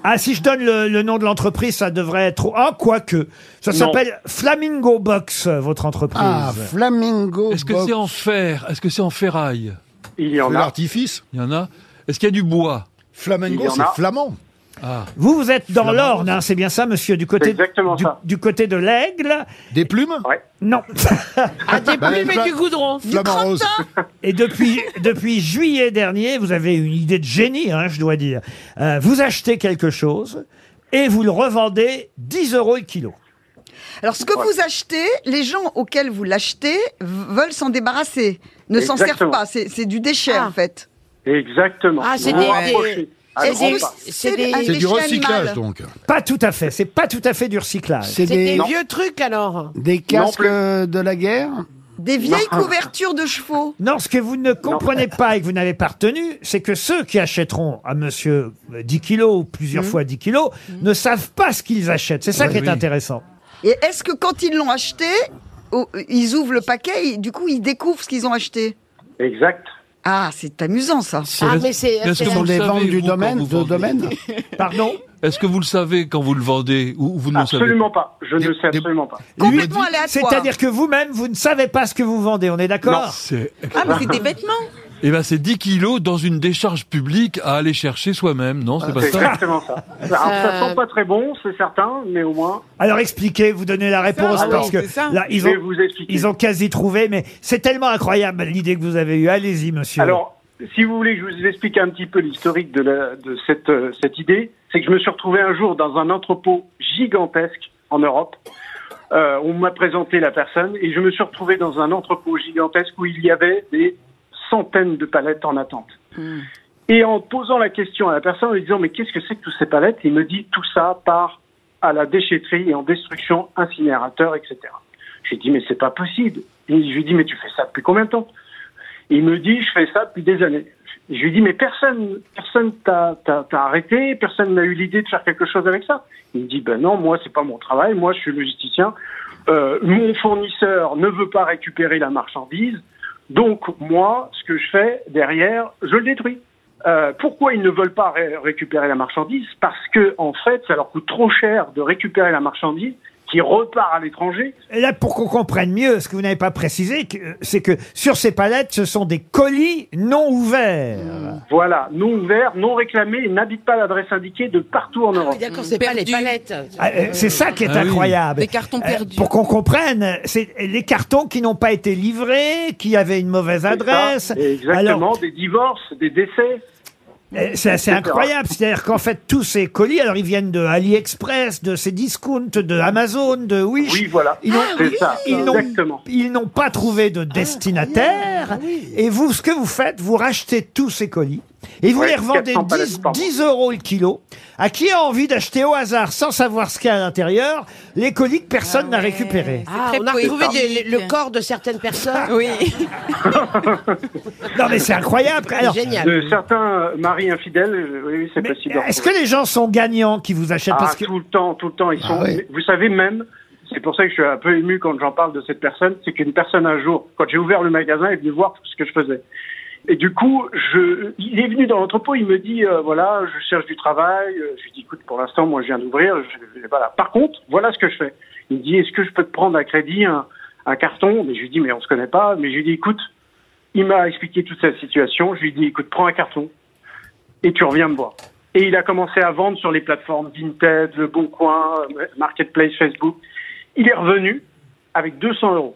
[SPEAKER 2] Ah, si je donne le, le nom de l'entreprise, ça devrait être... Ah, quoique. Ça
[SPEAKER 6] Non.
[SPEAKER 2] s'appelle Flamingo Box, euh, votre entreprise.
[SPEAKER 6] Ah, Flamingo.
[SPEAKER 7] Est-ce que c'est en fer Est-ce que c'est en ferraille
[SPEAKER 21] Il y en
[SPEAKER 7] a.
[SPEAKER 3] L'artifice
[SPEAKER 7] Il y en a. Est-ce qu'il y a du bois
[SPEAKER 3] Flamingo, Il y en c'est a. flamand.
[SPEAKER 7] Ah.
[SPEAKER 2] Vous, vous êtes dans l'Orne, hein, c'est bien ça, monsieur, du côté, du, du côté de l'aigle.
[SPEAKER 3] Des plumes
[SPEAKER 2] Non.
[SPEAKER 5] Ah, des
[SPEAKER 2] Bah,
[SPEAKER 5] plumes
[SPEAKER 2] fla-
[SPEAKER 5] et du goudron.
[SPEAKER 2] Flamand rose. Et depuis, depuis juillet dernier, vous avez une idée de génie, hein, je dois dire. Euh, vous achetez quelque chose et vous le revendez 10 euros le kilo.
[SPEAKER 4] Alors, ce que vous achetez, les gens auxquels vous l'achetez v- veulent s'en débarrasser, ne s'en servent
[SPEAKER 21] Exactement.
[SPEAKER 4] pas. C'est c'est du déchet, en fait.
[SPEAKER 21] Exactement.
[SPEAKER 4] Ah, c'est
[SPEAKER 21] Vous
[SPEAKER 4] des-
[SPEAKER 21] vous rapprochez.
[SPEAKER 4] des-
[SPEAKER 21] À
[SPEAKER 4] c'est
[SPEAKER 21] grands
[SPEAKER 4] des-
[SPEAKER 21] pas.
[SPEAKER 4] c'est des- C'est du recyclage, donc.
[SPEAKER 2] Pas tout à fait, c'est pas tout à fait du recyclage.
[SPEAKER 5] C'est des, vieux trucs alors.
[SPEAKER 6] Des casques euh, de la guerre
[SPEAKER 4] Des vieilles couvertures de chevaux.
[SPEAKER 2] Non, ce que vous ne comprenez pas et que vous n'avez pas retenu, c'est que ceux qui achèteront à monsieur euh, 10 kilos ou
[SPEAKER 4] Mmh.
[SPEAKER 2] plusieurs fois 10 kilos ne savent pas ce qu'ils achètent. C'est ça
[SPEAKER 6] Oui,
[SPEAKER 2] qui est
[SPEAKER 6] oui.
[SPEAKER 2] intéressant.
[SPEAKER 4] Et est-ce que quand ils l'ont acheté, oh, ils ouvrent le paquet, et du coup, ils découvrent ce qu'ils ont acheté
[SPEAKER 21] Exact.
[SPEAKER 4] Ah, c'est amusant, ça.
[SPEAKER 5] Ah, mais c'est. c'est-
[SPEAKER 6] sont des ventes du
[SPEAKER 7] vous, quand
[SPEAKER 6] domaine-
[SPEAKER 7] vous
[SPEAKER 6] de domaine
[SPEAKER 2] Pardon
[SPEAKER 7] Est-ce que vous le savez quand vous le vendez ou vous ne le savez
[SPEAKER 21] Absolument pas. Je ne sais absolument pas.
[SPEAKER 2] Complètement aléatoire. C'est-à-dire que vous-même, vous ne savez pas ce que vous vendez, on est d'accord Ah,
[SPEAKER 21] Non.
[SPEAKER 7] C'est
[SPEAKER 10] Ah, mais c'est des vêtements.
[SPEAKER 7] Eh ben, c'est 10 kilos dans une décharge publique à aller chercher soi-même. Non, c'est pas
[SPEAKER 21] C'est
[SPEAKER 7] ça.
[SPEAKER 21] exactement ça. Alors, Ah, ça
[SPEAKER 2] Euh,
[SPEAKER 21] sent pas très bon, c'est certain, mais au moins.
[SPEAKER 2] Alors expliquez, vous donnez la réponse
[SPEAKER 21] Ah oui,
[SPEAKER 2] parce
[SPEAKER 21] c'est ça.
[SPEAKER 2] que là ils
[SPEAKER 21] Je vais
[SPEAKER 2] ont,
[SPEAKER 21] vous expliquer.
[SPEAKER 2] ils ont quasi trouvé, mais c'est tellement incroyable l'idée que vous avez eue. Allez-y, monsieur.
[SPEAKER 21] Alors, si vous voulez que je vous explique un petit peu l'historique de, la- de cette, euh, cette idée, c'est que je me suis retrouvé un jour dans un entrepôt gigantesque en Europe. Euh, on m'a présenté la personne et je me suis retrouvé dans un entrepôt gigantesque où il y avait des centaines de palettes en attente. Et en posant la question à la personne, en lui disant mais qu'est-ce que c'est que toutes ces palettes Il me dit tout ça part à la déchetterie et en destruction, incinérateur, etc. J'ai dit mais c'est pas possible. Et je lui dis mais tu fais ça depuis combien de temps Il me dit je fais ça depuis des années. Je lui dis mais personne, personne t'a t'a- t'a arrêté, personne n'a eu l'idée de faire quelque chose avec ça. Il me dit ben non moi c'est pas mon travail, moi je suis logisticien. Euh, mon fournisseur ne veut pas récupérer la marchandise, donc moi ce que je fais derrière je le détruis. Euh, pourquoi ils ne veulent pas ré- récupérer la marchandise Parce que en fait, ça leur coûte trop cher de récupérer la marchandise qui repart à l'étranger.
[SPEAKER 2] Et là, pour qu'on comprenne mieux, ce que vous n'avez pas précisé, que- euh, c'est que sur ces palettes, ce sont des colis non ouverts.
[SPEAKER 21] Voilà, non ouverts, non réclamés, ils n'habitent pas l'adresse indiquée de partout en Europe.
[SPEAKER 5] Ah D'accord, c'est pas les palettes.
[SPEAKER 2] Ah, euh, C'est ça qui est
[SPEAKER 21] Ah oui.
[SPEAKER 2] incroyable.
[SPEAKER 21] Des cartons
[SPEAKER 2] Euh,
[SPEAKER 21] perdus.
[SPEAKER 2] Pour qu'on comprenne, c'est les cartons qui n'ont pas été livrés, qui avaient une mauvaise adresse.
[SPEAKER 21] C'est ça. Ah, Exactement,
[SPEAKER 2] Alors,
[SPEAKER 21] des divorces, des décès.
[SPEAKER 2] euh, c'est assez
[SPEAKER 21] etc.
[SPEAKER 2] incroyable. C'est-à-dire qu'en fait, tous ces colis, alors ils viennent de AliExpress, de Cdiscount, de Amazon, de Wish.
[SPEAKER 21] Oui, voilà. Ah,
[SPEAKER 2] Ils n'ont-
[SPEAKER 21] C'est ça,
[SPEAKER 2] ils n'ont-
[SPEAKER 21] exactement.
[SPEAKER 2] Ils n'ont pas trouvé de destinataire. Et vous, ce que vous faites, vous rachetez tous ces colis et vous
[SPEAKER 21] Ouais,
[SPEAKER 2] les revendez
[SPEAKER 21] 400 palettes
[SPEAKER 2] 10,
[SPEAKER 21] par mois.
[SPEAKER 2] 10 euros le kilo. À qui a envie d'acheter au hasard, sans savoir ce qu'il y a à l'intérieur, les colis que personne n'a récupérés
[SPEAKER 5] Ah, on a retrouvé des- le, le corps de certaines personnes. Oui.
[SPEAKER 2] Non, mais c'est incroyable. Alors,
[SPEAKER 21] De certains maris infidèles, euh, oui, oui, c'est possible.
[SPEAKER 2] Est-ce que les gens sont gagnants qui vous achètent
[SPEAKER 21] Ah,
[SPEAKER 2] parce que... Ah
[SPEAKER 21] tout le temps, tout le temps, ils sont. mais Vous savez même, c'est pour ça que je suis un peu ému quand j'en parle de cette personne, c'est qu'une personne un jour, quand j'ai ouvert le magasin, est venue voir ce que je faisais. Et du coup, je, il est venu dans l'entrepôt, il me dit, euh, voilà, je cherche du travail. Euh, Je lui dis, écoute, pour l'instant, moi, je viens d'ouvrir. je- je- Voilà. Par contre, voilà ce que je fais. Il me dit, est-ce que je peux te prendre à crédit un, un carton Mais je lui dis, mais on se connaît pas. Mais je lui dis, écoute, il m'a expliqué toute sa situation. Je lui dis, écoute, prends un carton et tu reviens me voir. Et il a commencé à vendre sur les plateformes Vinted, Le Bon Coin, euh, Marketplace, Facebook. Il est revenu avec 200 euros.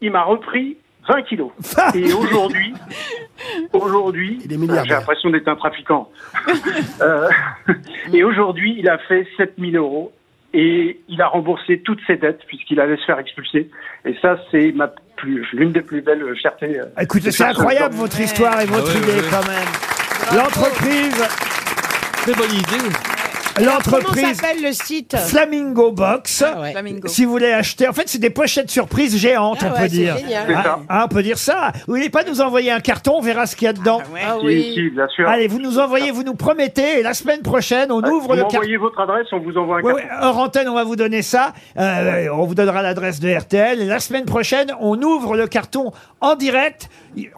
[SPEAKER 21] Il m'a repris 20 kilos. Et aujourd'hui, aujourd'hui, euh, j'ai l'impression d'être un trafiquant. Euh, et aujourd'hui, il a fait 7000 euros et il a remboursé toutes ses dettes puisqu'il allait se faire expulser. Et ça, c'est ma plus, l'une des plus belles fiertés. euh,
[SPEAKER 2] Écoutez,
[SPEAKER 21] de
[SPEAKER 2] c'est
[SPEAKER 21] faire ce
[SPEAKER 2] incroyable
[SPEAKER 21] sport.
[SPEAKER 2] votre histoire et votre
[SPEAKER 21] Ah ouais,
[SPEAKER 2] idée
[SPEAKER 21] ouais.
[SPEAKER 2] quand même. L'entreprise...
[SPEAKER 7] Très bonne idée.
[SPEAKER 5] Comment
[SPEAKER 2] L'entreprise...
[SPEAKER 5] s'appelle le site
[SPEAKER 2] Flamingo Box.
[SPEAKER 5] Ah ouais. Flamingo.
[SPEAKER 2] Si vous voulez acheter, en fait, c'est des pochettes surprises géantes,
[SPEAKER 5] Ah
[SPEAKER 2] on
[SPEAKER 5] ouais,
[SPEAKER 2] peut
[SPEAKER 5] c'est
[SPEAKER 2] dire.
[SPEAKER 5] génial. C'est
[SPEAKER 2] Ah,
[SPEAKER 5] ça.
[SPEAKER 2] ah, on peut dire ça. Vous voulez pas nous envoyer un carton, on verra ce qu'il y a dedans.
[SPEAKER 5] Ah Si, oui.
[SPEAKER 21] si, bien sûr. Ah,
[SPEAKER 2] Allez, vous nous envoyez, vous nous promettez, et la semaine prochaine, on
[SPEAKER 21] Vous
[SPEAKER 2] ouvre le carton.
[SPEAKER 21] m'envoyez votre adresse, on vous envoie un
[SPEAKER 2] Ouais,
[SPEAKER 21] carton.
[SPEAKER 2] ouais, hors antenne, on va vous donner ça. Euh, on vous donnera l'adresse de RTL. Et la semaine prochaine, on ouvre le carton en direct.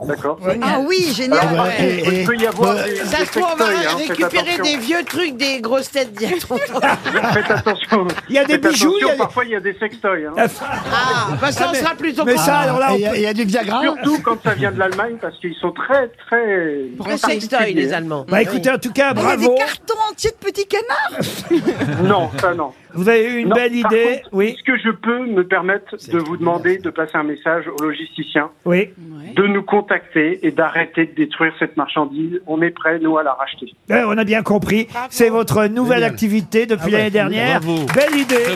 [SPEAKER 21] D'accord.
[SPEAKER 4] Ah oui, génial.
[SPEAKER 21] Ah ouais, et- et- Il peut y avoir des- des
[SPEAKER 5] Ça se trouve, on va
[SPEAKER 21] sextoys, hein, faites
[SPEAKER 5] récupérer
[SPEAKER 21] attention.
[SPEAKER 5] des vieux trucs des grosses têtes d'il y a 30 ans.
[SPEAKER 21] Faites attention.
[SPEAKER 2] Il y a des
[SPEAKER 21] Faites attention,
[SPEAKER 2] bijoux, il y a des-
[SPEAKER 21] Parfois, il y a des sextoys. hein.
[SPEAKER 5] Ah, bah ça, on sera plus au
[SPEAKER 2] mais
[SPEAKER 5] courant.
[SPEAKER 2] ça, alors là, on
[SPEAKER 21] Et il y a-
[SPEAKER 2] peut-
[SPEAKER 21] il y a du
[SPEAKER 2] Viagra
[SPEAKER 21] Surtout quand ça vient de l'Allemagne, parce qu'ils sont très, très.
[SPEAKER 5] Très sextoy, les Allemands.
[SPEAKER 2] Bah écoutez, en tout cas,
[SPEAKER 4] Il y a des
[SPEAKER 2] bravo. Bah,
[SPEAKER 4] cartons entiers de petits canards.
[SPEAKER 21] Non, ça non.
[SPEAKER 2] Vous avez eu une
[SPEAKER 21] Non,
[SPEAKER 2] belle
[SPEAKER 21] par
[SPEAKER 2] idée.
[SPEAKER 21] contre,
[SPEAKER 2] Oui,
[SPEAKER 21] Est-ce que je peux me permettre de vous demander de passer un message aux logisticiens,
[SPEAKER 2] oui.
[SPEAKER 21] de nous contacter et d'arrêter de détruire cette marchandise On est prêts, nous, à la racheter.
[SPEAKER 2] Euh, on a bien compris. C'est votre nouvelle activité
[SPEAKER 21] Ah
[SPEAKER 2] depuis
[SPEAKER 21] ouais,
[SPEAKER 2] l'année dernière.
[SPEAKER 21] bravo.
[SPEAKER 2] Belle idée.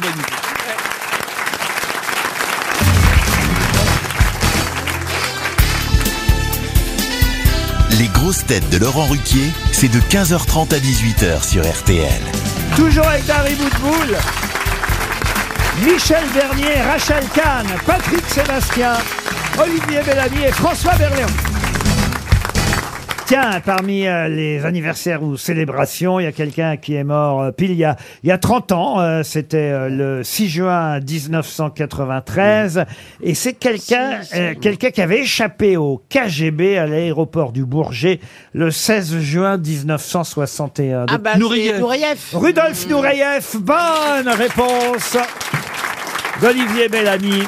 [SPEAKER 1] Les grosses têtes de Laurent Ruquier, c'est de 15h30 à 18h sur RTL.
[SPEAKER 2] Toujours avec Harry Boutboul. Michel Bernier, Rachel Kahn, Patrick Sébastien, Olivier Bellamy et François Berléand. Tiens, parmi euh, les anniversaires ou célébrations, il y a quelqu'un qui est mort euh, pile il y a, il y a 30 ans. euh, C'était euh, le 6 juin 1993. Et c'est quelqu'un euh, quelqu'un qui avait échappé au KGB à l'aéroport du Bourget le 16 juin 1961.
[SPEAKER 5] Ah bah, c'est Nourieff. Nourieff.
[SPEAKER 2] Rudolf Nureyev, bonne réponse d'Olivier Bellamy.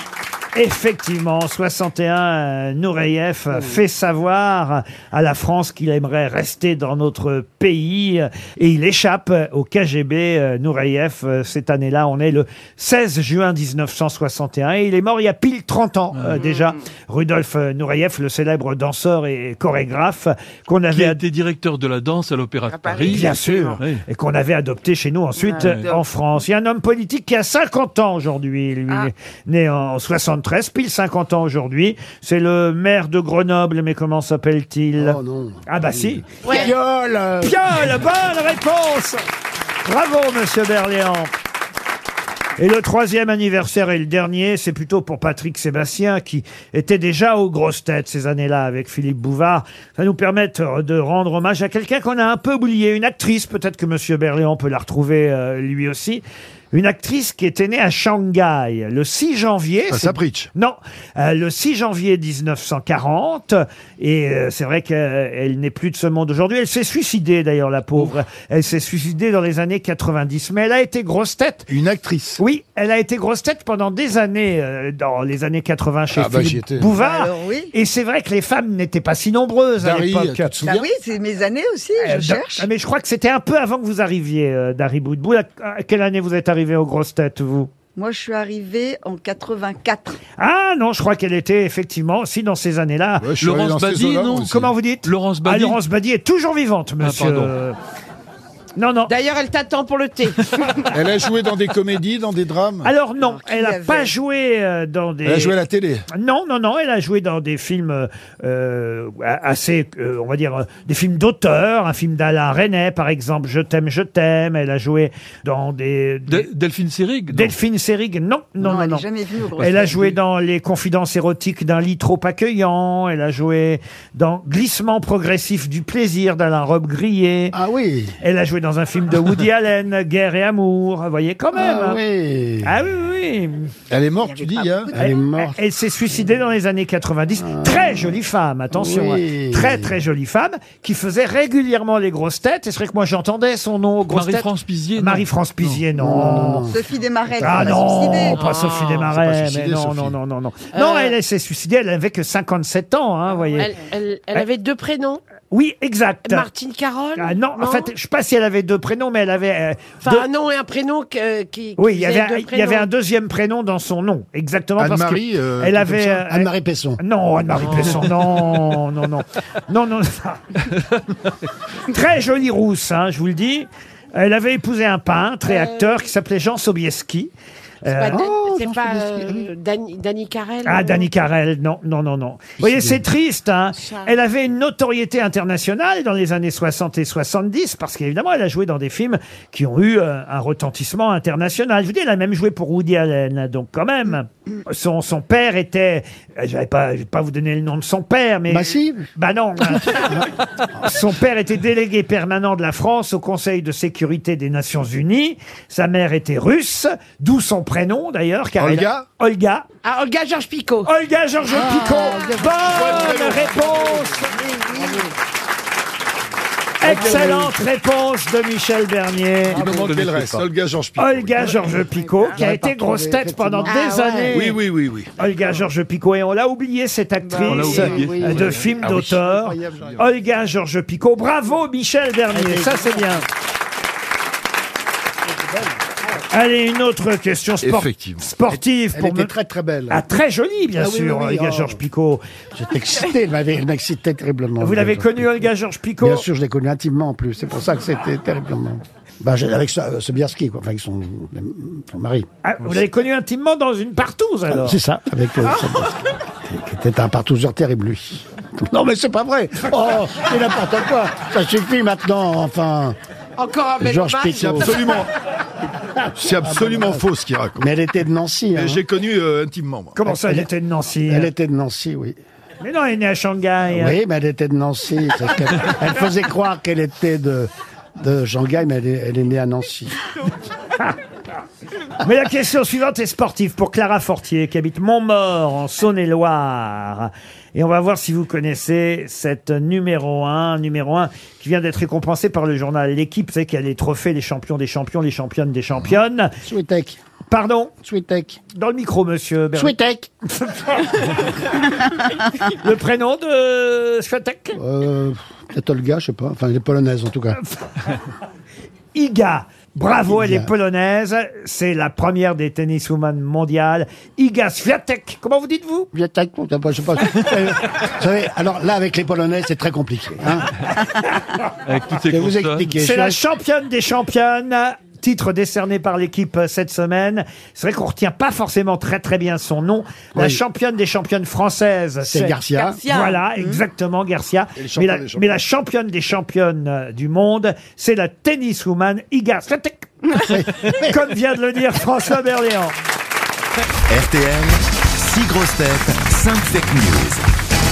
[SPEAKER 2] Effectivement, en 61, euh, Noureyev euh, fait savoir à la France qu'il aimerait rester dans notre pays euh, et il échappe euh, au KGB. euh, Noureyev, euh, cette année-là, on est le 16 juin 1961 et il est mort il y a pile 30 ans euh, déjà. Rudolf euh, Noureyev, le célèbre danseur et chorégraphe qu'on
[SPEAKER 7] Qui
[SPEAKER 2] avait
[SPEAKER 7] a été directeur de la danse à l'Opéra de Paris.
[SPEAKER 2] Bien sûr.
[SPEAKER 7] Oui.
[SPEAKER 2] Et qu'on avait adopté chez nous ensuite
[SPEAKER 7] Ouais.
[SPEAKER 2] euh, en France. Il y a un homme politique qui a 50 ans aujourd'hui. Lui, il est né en 73, pile 50 ans aujourd'hui. C'est le maire de Grenoble, mais comment s'appelle-t-il Ah bah si.
[SPEAKER 6] Piole euh.
[SPEAKER 2] Piole, bah. bonne réponse Bravo, monsieur Berléand et le troisième anniversaire et le dernier, c'est plutôt pour Patrick Sébastien qui était déjà aux grosses têtes ces années-là avec Philippe Bouvard. Ça nous permet de rendre hommage à quelqu'un qu'on a un peu oublié, une actrice, peut-être que Monsieur Berléand peut la retrouver euh, lui aussi. Une actrice qui était née à Shanghai le 6 janvier.
[SPEAKER 3] Ah,
[SPEAKER 2] c'est-
[SPEAKER 3] Sapritch.
[SPEAKER 2] Non, euh, le 6 janvier 1940. Et euh, c'est vrai qu'elle n'est plus de ce monde aujourd'hui. Elle s'est suicidée d'ailleurs, la pauvre. Elle s'est suicidée dans les années 90. Mais elle a été grosse tête.
[SPEAKER 3] Une actrice.
[SPEAKER 2] Oui, elle a été grosse tête pendant des années, euh, dans les années 80 chez
[SPEAKER 3] Ah, bah, j'y
[SPEAKER 2] Philippe
[SPEAKER 3] étais.
[SPEAKER 2] Bouvard.
[SPEAKER 4] Bah, alors, oui.
[SPEAKER 2] Et c'est vrai que les femmes n'étaient pas si nombreuses à
[SPEAKER 4] Dari,
[SPEAKER 2] l'époque.
[SPEAKER 4] tu te souviens Ah oui, c'est mes années aussi, je
[SPEAKER 2] Euh, da-
[SPEAKER 4] cherche.
[SPEAKER 2] Ah, Mais je crois que c'était un peu avant que vous arriviez, euh, Dari Boudboul. À- à quelle année vous êtes arrivé aux grosses têtes, vous
[SPEAKER 4] Moi, je suis arrivée en 84.
[SPEAKER 2] Ah non, je crois qu'elle était effectivement, si dans ces années-là.
[SPEAKER 3] Ouais, je suis Laurence allé dans ces Badi, eaux-là, non moi aussi.
[SPEAKER 2] Comment vous dites Laurence
[SPEAKER 7] Badi.
[SPEAKER 2] Laurence Badi est toujours vivante, monsieur.
[SPEAKER 7] pardon.
[SPEAKER 2] non, non.
[SPEAKER 5] D'ailleurs, elle t'attend pour le thé.
[SPEAKER 18] Elle a joué dans des comédies, dans des drames.
[SPEAKER 2] Alors non, elle n'a
[SPEAKER 18] avait
[SPEAKER 2] pas joué euh, dans des.
[SPEAKER 18] Elle a joué à la télé.
[SPEAKER 2] Non, non, non, elle a joué dans des films euh, euh, assez, euh, on va dire, euh, des films d'auteur, un film d'Alain Resnais, par exemple, Je t'aime, je t'aime. Elle a joué dans des.
[SPEAKER 7] Delphine Seyrig non.
[SPEAKER 2] Delphine Seyrig, non, non, non, non.
[SPEAKER 4] elle est jamais venue aux grosses
[SPEAKER 2] Elle a
[SPEAKER 4] têtes.
[SPEAKER 2] joué dans Les Confidences érotiques d'un lit trop accueillant. Elle a joué dans Glissement progressif du plaisir d'Alain Robe Grillé.
[SPEAKER 6] Ah oui.
[SPEAKER 2] Elle a joué dans un film de Woody Allen, Guerre et amour. Vous voyez quand même.
[SPEAKER 6] Ah
[SPEAKER 2] hein.
[SPEAKER 6] oui.
[SPEAKER 2] Ah oui, oui.
[SPEAKER 18] Elle est morte, tu dis, hein
[SPEAKER 6] Elle est morte. Ah.
[SPEAKER 2] Elle s'est suicidée dans les années 90. Très jolie femme, attention.
[SPEAKER 6] Oui.
[SPEAKER 2] hein. Très, très jolie femme qui faisait régulièrement les grosses têtes. Et c'est vrai que moi, j'entendais son nom aux grosses têtes.
[SPEAKER 7] Marie-France Pizier. non.
[SPEAKER 2] Marie-France Pizier, non.
[SPEAKER 4] Sophie Desmarais, elle
[SPEAKER 2] Ah
[SPEAKER 4] s'est
[SPEAKER 2] non,
[SPEAKER 4] suicidée.
[SPEAKER 2] pas Sophie Desmarais,
[SPEAKER 18] Ah. pas
[SPEAKER 2] mais
[SPEAKER 18] suicidée,
[SPEAKER 2] non,
[SPEAKER 18] Sophie.
[SPEAKER 2] non, non, non, non. Non,
[SPEAKER 5] Euh,
[SPEAKER 2] elle, elle s'est suicidée, elle avait que 57 ans, hein, voyez.
[SPEAKER 5] Elle, elle- elle avait deux prénoms.
[SPEAKER 2] Oui, exact.
[SPEAKER 5] Martine Carole.
[SPEAKER 2] Ah non, en fait, je sais pas si elle avait deux prénoms, mais elle avait. euh,
[SPEAKER 5] Enfin,
[SPEAKER 2] deux-
[SPEAKER 5] un nom et un prénom que- euh, qui. qui
[SPEAKER 2] Oui, il y,
[SPEAKER 5] faisait
[SPEAKER 2] avait, un-
[SPEAKER 5] deux
[SPEAKER 2] il y avait
[SPEAKER 5] prénoms.
[SPEAKER 2] un deuxième prénom dans son nom, exactement parce
[SPEAKER 18] Anne-Marie,
[SPEAKER 2] que
[SPEAKER 18] euh,
[SPEAKER 2] elle
[SPEAKER 18] quelque
[SPEAKER 2] avait
[SPEAKER 18] chose
[SPEAKER 2] euh,
[SPEAKER 6] Anne-Marie Pesson.
[SPEAKER 2] non Anne-Marie
[SPEAKER 5] Oh.
[SPEAKER 2] Pesson, non, non, non, non, non, ça. très jolie rousse, hein, je vous le dis. Elle avait épousé un peintre
[SPEAKER 5] Euh.
[SPEAKER 2] et acteur qui s'appelait Jean Sobieski.
[SPEAKER 5] C'est
[SPEAKER 2] Euh,
[SPEAKER 5] pas, Dan- c'est pas, euh, Dani, Dani Carrel.
[SPEAKER 2] Ah,
[SPEAKER 5] non
[SPEAKER 2] Dani Carrel, non, non, non, non. Vous voyez, c'est triste. Hein. Elle avait une notoriété internationale dans les années 60 et 70, parce qu'évidemment, elle a joué dans des films qui ont eu euh, un retentissement international. Je vous dis, elle a même joué pour Woody Allen, donc quand même. Son, son père était... euh, Je vais pas, je vais pas vous donner le nom de son père, mais...
[SPEAKER 6] Bah si.
[SPEAKER 2] Bah non. Son père était délégué permanent de la France au Conseil de sécurité des Nations Unies. Sa mère était russe, d'où son prénom d'ailleurs. car elle-
[SPEAKER 18] Olga
[SPEAKER 2] Olga.
[SPEAKER 5] Ah, Olga Georges Picot. Ah.
[SPEAKER 2] Olga Georges Picot. Bonne réponse. Excellente réponse de Michel Bernier.
[SPEAKER 18] Il me manquait
[SPEAKER 7] connaissais
[SPEAKER 18] le Ah, reste.
[SPEAKER 7] pas.
[SPEAKER 18] Olga Georges Picot.
[SPEAKER 2] Olga Georges Picot, qui a
[SPEAKER 6] J'aurais pas
[SPEAKER 2] été grosse
[SPEAKER 6] trouvé,
[SPEAKER 2] tête pendant
[SPEAKER 5] effectivement.
[SPEAKER 2] des
[SPEAKER 5] Ah ouais.
[SPEAKER 2] années.
[SPEAKER 18] Oui, oui, oui, oui.
[SPEAKER 2] Olga Georges Picot, et on l'a oublié,
[SPEAKER 6] Bah
[SPEAKER 2] cette
[SPEAKER 7] On l'a
[SPEAKER 2] actrice
[SPEAKER 7] oublié. Oui,
[SPEAKER 6] Ah
[SPEAKER 2] euh, de
[SPEAKER 18] Ah
[SPEAKER 2] films d'auteur. Olga Georges Picot, bravo Michel Bernier, ça c'est bien. Allez, une autre question sport-
[SPEAKER 3] Effectivement.
[SPEAKER 2] sportive
[SPEAKER 6] Elle
[SPEAKER 2] pour
[SPEAKER 6] était
[SPEAKER 2] me-
[SPEAKER 6] très très belle.
[SPEAKER 2] Ah, très jolie, bien
[SPEAKER 6] Ah oui,
[SPEAKER 2] sûr, euh,
[SPEAKER 6] oui, oui,
[SPEAKER 2] Olga
[SPEAKER 6] oh.
[SPEAKER 2] Georges Picot.
[SPEAKER 6] J'étais excité, elle m'avait- elle m'excitait terriblement.
[SPEAKER 2] Vous l'avez
[SPEAKER 6] Olga Georges
[SPEAKER 2] connue, Olga Georges Picot
[SPEAKER 6] Bien sûr, je l'ai connu intimement en plus. C'est pour ça que c'était terriblement. Bah, j'ai- avec Sa- euh, Sobieski, quoi. Enfin, avec son, son mari.
[SPEAKER 2] Ah, Vous l'avez connue intimement dans une partouze,
[SPEAKER 6] Ah,
[SPEAKER 2] alors
[SPEAKER 6] C'est ça, avec euh, Sobieski. Qui était un partouzeur terrible, lui. Non, mais c'est pas vrai. Oh, c'est n'importe quoi. Ça suffit maintenant, enfin.
[SPEAKER 5] Encore un bel
[SPEAKER 6] Georges
[SPEAKER 5] hommage.
[SPEAKER 6] Picot.
[SPEAKER 3] C'est absolument, c'est absolument
[SPEAKER 6] bah, bah.
[SPEAKER 3] faux ce qu'il raconte.
[SPEAKER 6] Mais elle était de Nancy. hein.
[SPEAKER 3] Mais J'ai connu euh, intimement, moi.
[SPEAKER 2] Comment ça, elle était de Nancy hein
[SPEAKER 6] Elle était de Nancy, oui.
[SPEAKER 2] Mais non, elle est née à Shanghai. hein.
[SPEAKER 6] Oui, mais elle était de Nancy. parce qu'elle- elle faisait croire qu'elle était de, de Shanghai, mais elle est, elle est née à Nancy.
[SPEAKER 2] Mais la question suivante est sportive pour Clara Fortier, qui habite Montmort, en Saône-et-Loire. Et on va voir si vous connaissez cette numéro 1, numéro 1 qui vient d'être récompensée par le journal L'équipe. C'est qu'elle est trophée les champions des champions, les championnes des championnes.
[SPEAKER 6] Souhaitek.
[SPEAKER 2] Pardon
[SPEAKER 6] Switek.
[SPEAKER 2] Dans le micro, monsieur Bernier.
[SPEAKER 6] Switek.
[SPEAKER 2] Le prénom de Switek
[SPEAKER 6] Euh, peut-être Olga, je sais pas. Enfin, elle est polonaise en tout cas.
[SPEAKER 2] Iga. Bravo, elle
[SPEAKER 6] Iga.
[SPEAKER 2] est polonaise. C'est la première des tenniswomen mondiales. Iga Swiatek. Comment vous dites-vous
[SPEAKER 6] Swiatek, je sais pas. Euh, Vous savez, alors là, avec les Polonais, c'est très compliqué. hein.
[SPEAKER 7] Avec toutes ces
[SPEAKER 6] Je vais vous
[SPEAKER 7] consonnes.
[SPEAKER 6] expliquer.
[SPEAKER 2] C'est la
[SPEAKER 6] Je-
[SPEAKER 2] championne des championnes. Titre décerné par l'équipe euh, cette semaine. C'est vrai qu'on retient pas forcément très très bien son nom. La
[SPEAKER 6] Oui.
[SPEAKER 2] championne des championnes françaises,
[SPEAKER 6] C'est Garcia. Garcia.
[SPEAKER 2] Voilà,
[SPEAKER 6] Mhm.
[SPEAKER 2] exactement Garcia.
[SPEAKER 6] Et le
[SPEAKER 2] Mais
[SPEAKER 6] champion
[SPEAKER 2] la,
[SPEAKER 6] des champions.
[SPEAKER 2] mais la championne des championnes euh, du monde, c'est la tenniswoman Iga Swiatek. Comme vient de le dire François Berléand.
[SPEAKER 1] RTL, 6 grosses têtes, 5 fake news.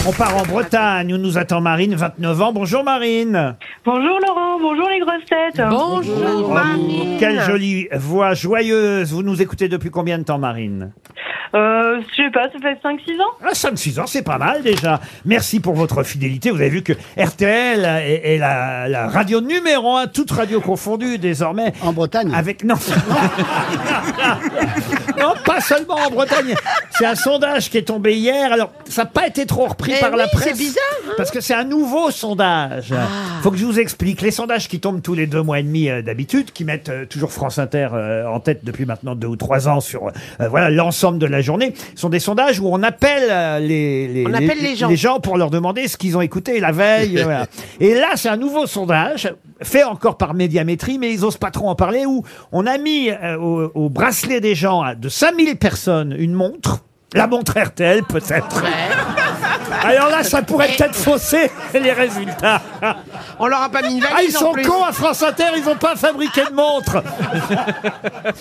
[SPEAKER 2] On part en Bretagne où nous attend Marine, 29 ans. Bonjour Marine.
[SPEAKER 9] Bonjour Laurent, bonjour les grosses têtes.
[SPEAKER 2] Bonjour Marine. Quelle jolie voix joyeuse. Vous nous écoutez depuis combien de temps Marine
[SPEAKER 9] Euh, je sais pas, ça fait 5-6 ans
[SPEAKER 2] Ah, 5-6 ans, c'est pas mal déjà. Merci pour votre fidélité. Vous avez vu que RTL est, est la, la radio numéro 1, toute radio confondue désormais.
[SPEAKER 6] En Bretagne
[SPEAKER 2] Avec non. non, Oh, pas seulement en Bretagne. C'est un sondage qui est tombé hier. Alors, ça n'a pas été trop repris
[SPEAKER 5] Eh
[SPEAKER 2] par la
[SPEAKER 5] oui,
[SPEAKER 2] presse.
[SPEAKER 5] c'est bizarre, hein. Ah.
[SPEAKER 2] Parce que c'est un nouveau sondage. Faut que je vous explique. Les sondages qui tombent tous les deux mois et demi euh, d'habitude, qui mettent euh, toujours France Inter euh, en tête depuis maintenant deux ou trois ans sur euh, voilà l'ensemble de la journée, sont des sondages où on appelle euh, les, les,
[SPEAKER 5] On appelle les gens.
[SPEAKER 2] pour leur demander ce qu'ils ont écouté la veille. euh, voilà. Et là, c'est un nouveau sondage fait encore par médiamétrie, mais ils osent pas trop en parler, où on a mis euh, au, au bracelet des gens à- de 5000 personnes une montre. La montre RTL, peut-être. Alors là, ça pourrait peut-être fausser les résultats.
[SPEAKER 5] On leur a pas mis une valise
[SPEAKER 2] Ah, ils
[SPEAKER 5] en
[SPEAKER 2] sont
[SPEAKER 5] plus.
[SPEAKER 2] cons à France Inter, ils n'ont pas fabriqué de montre.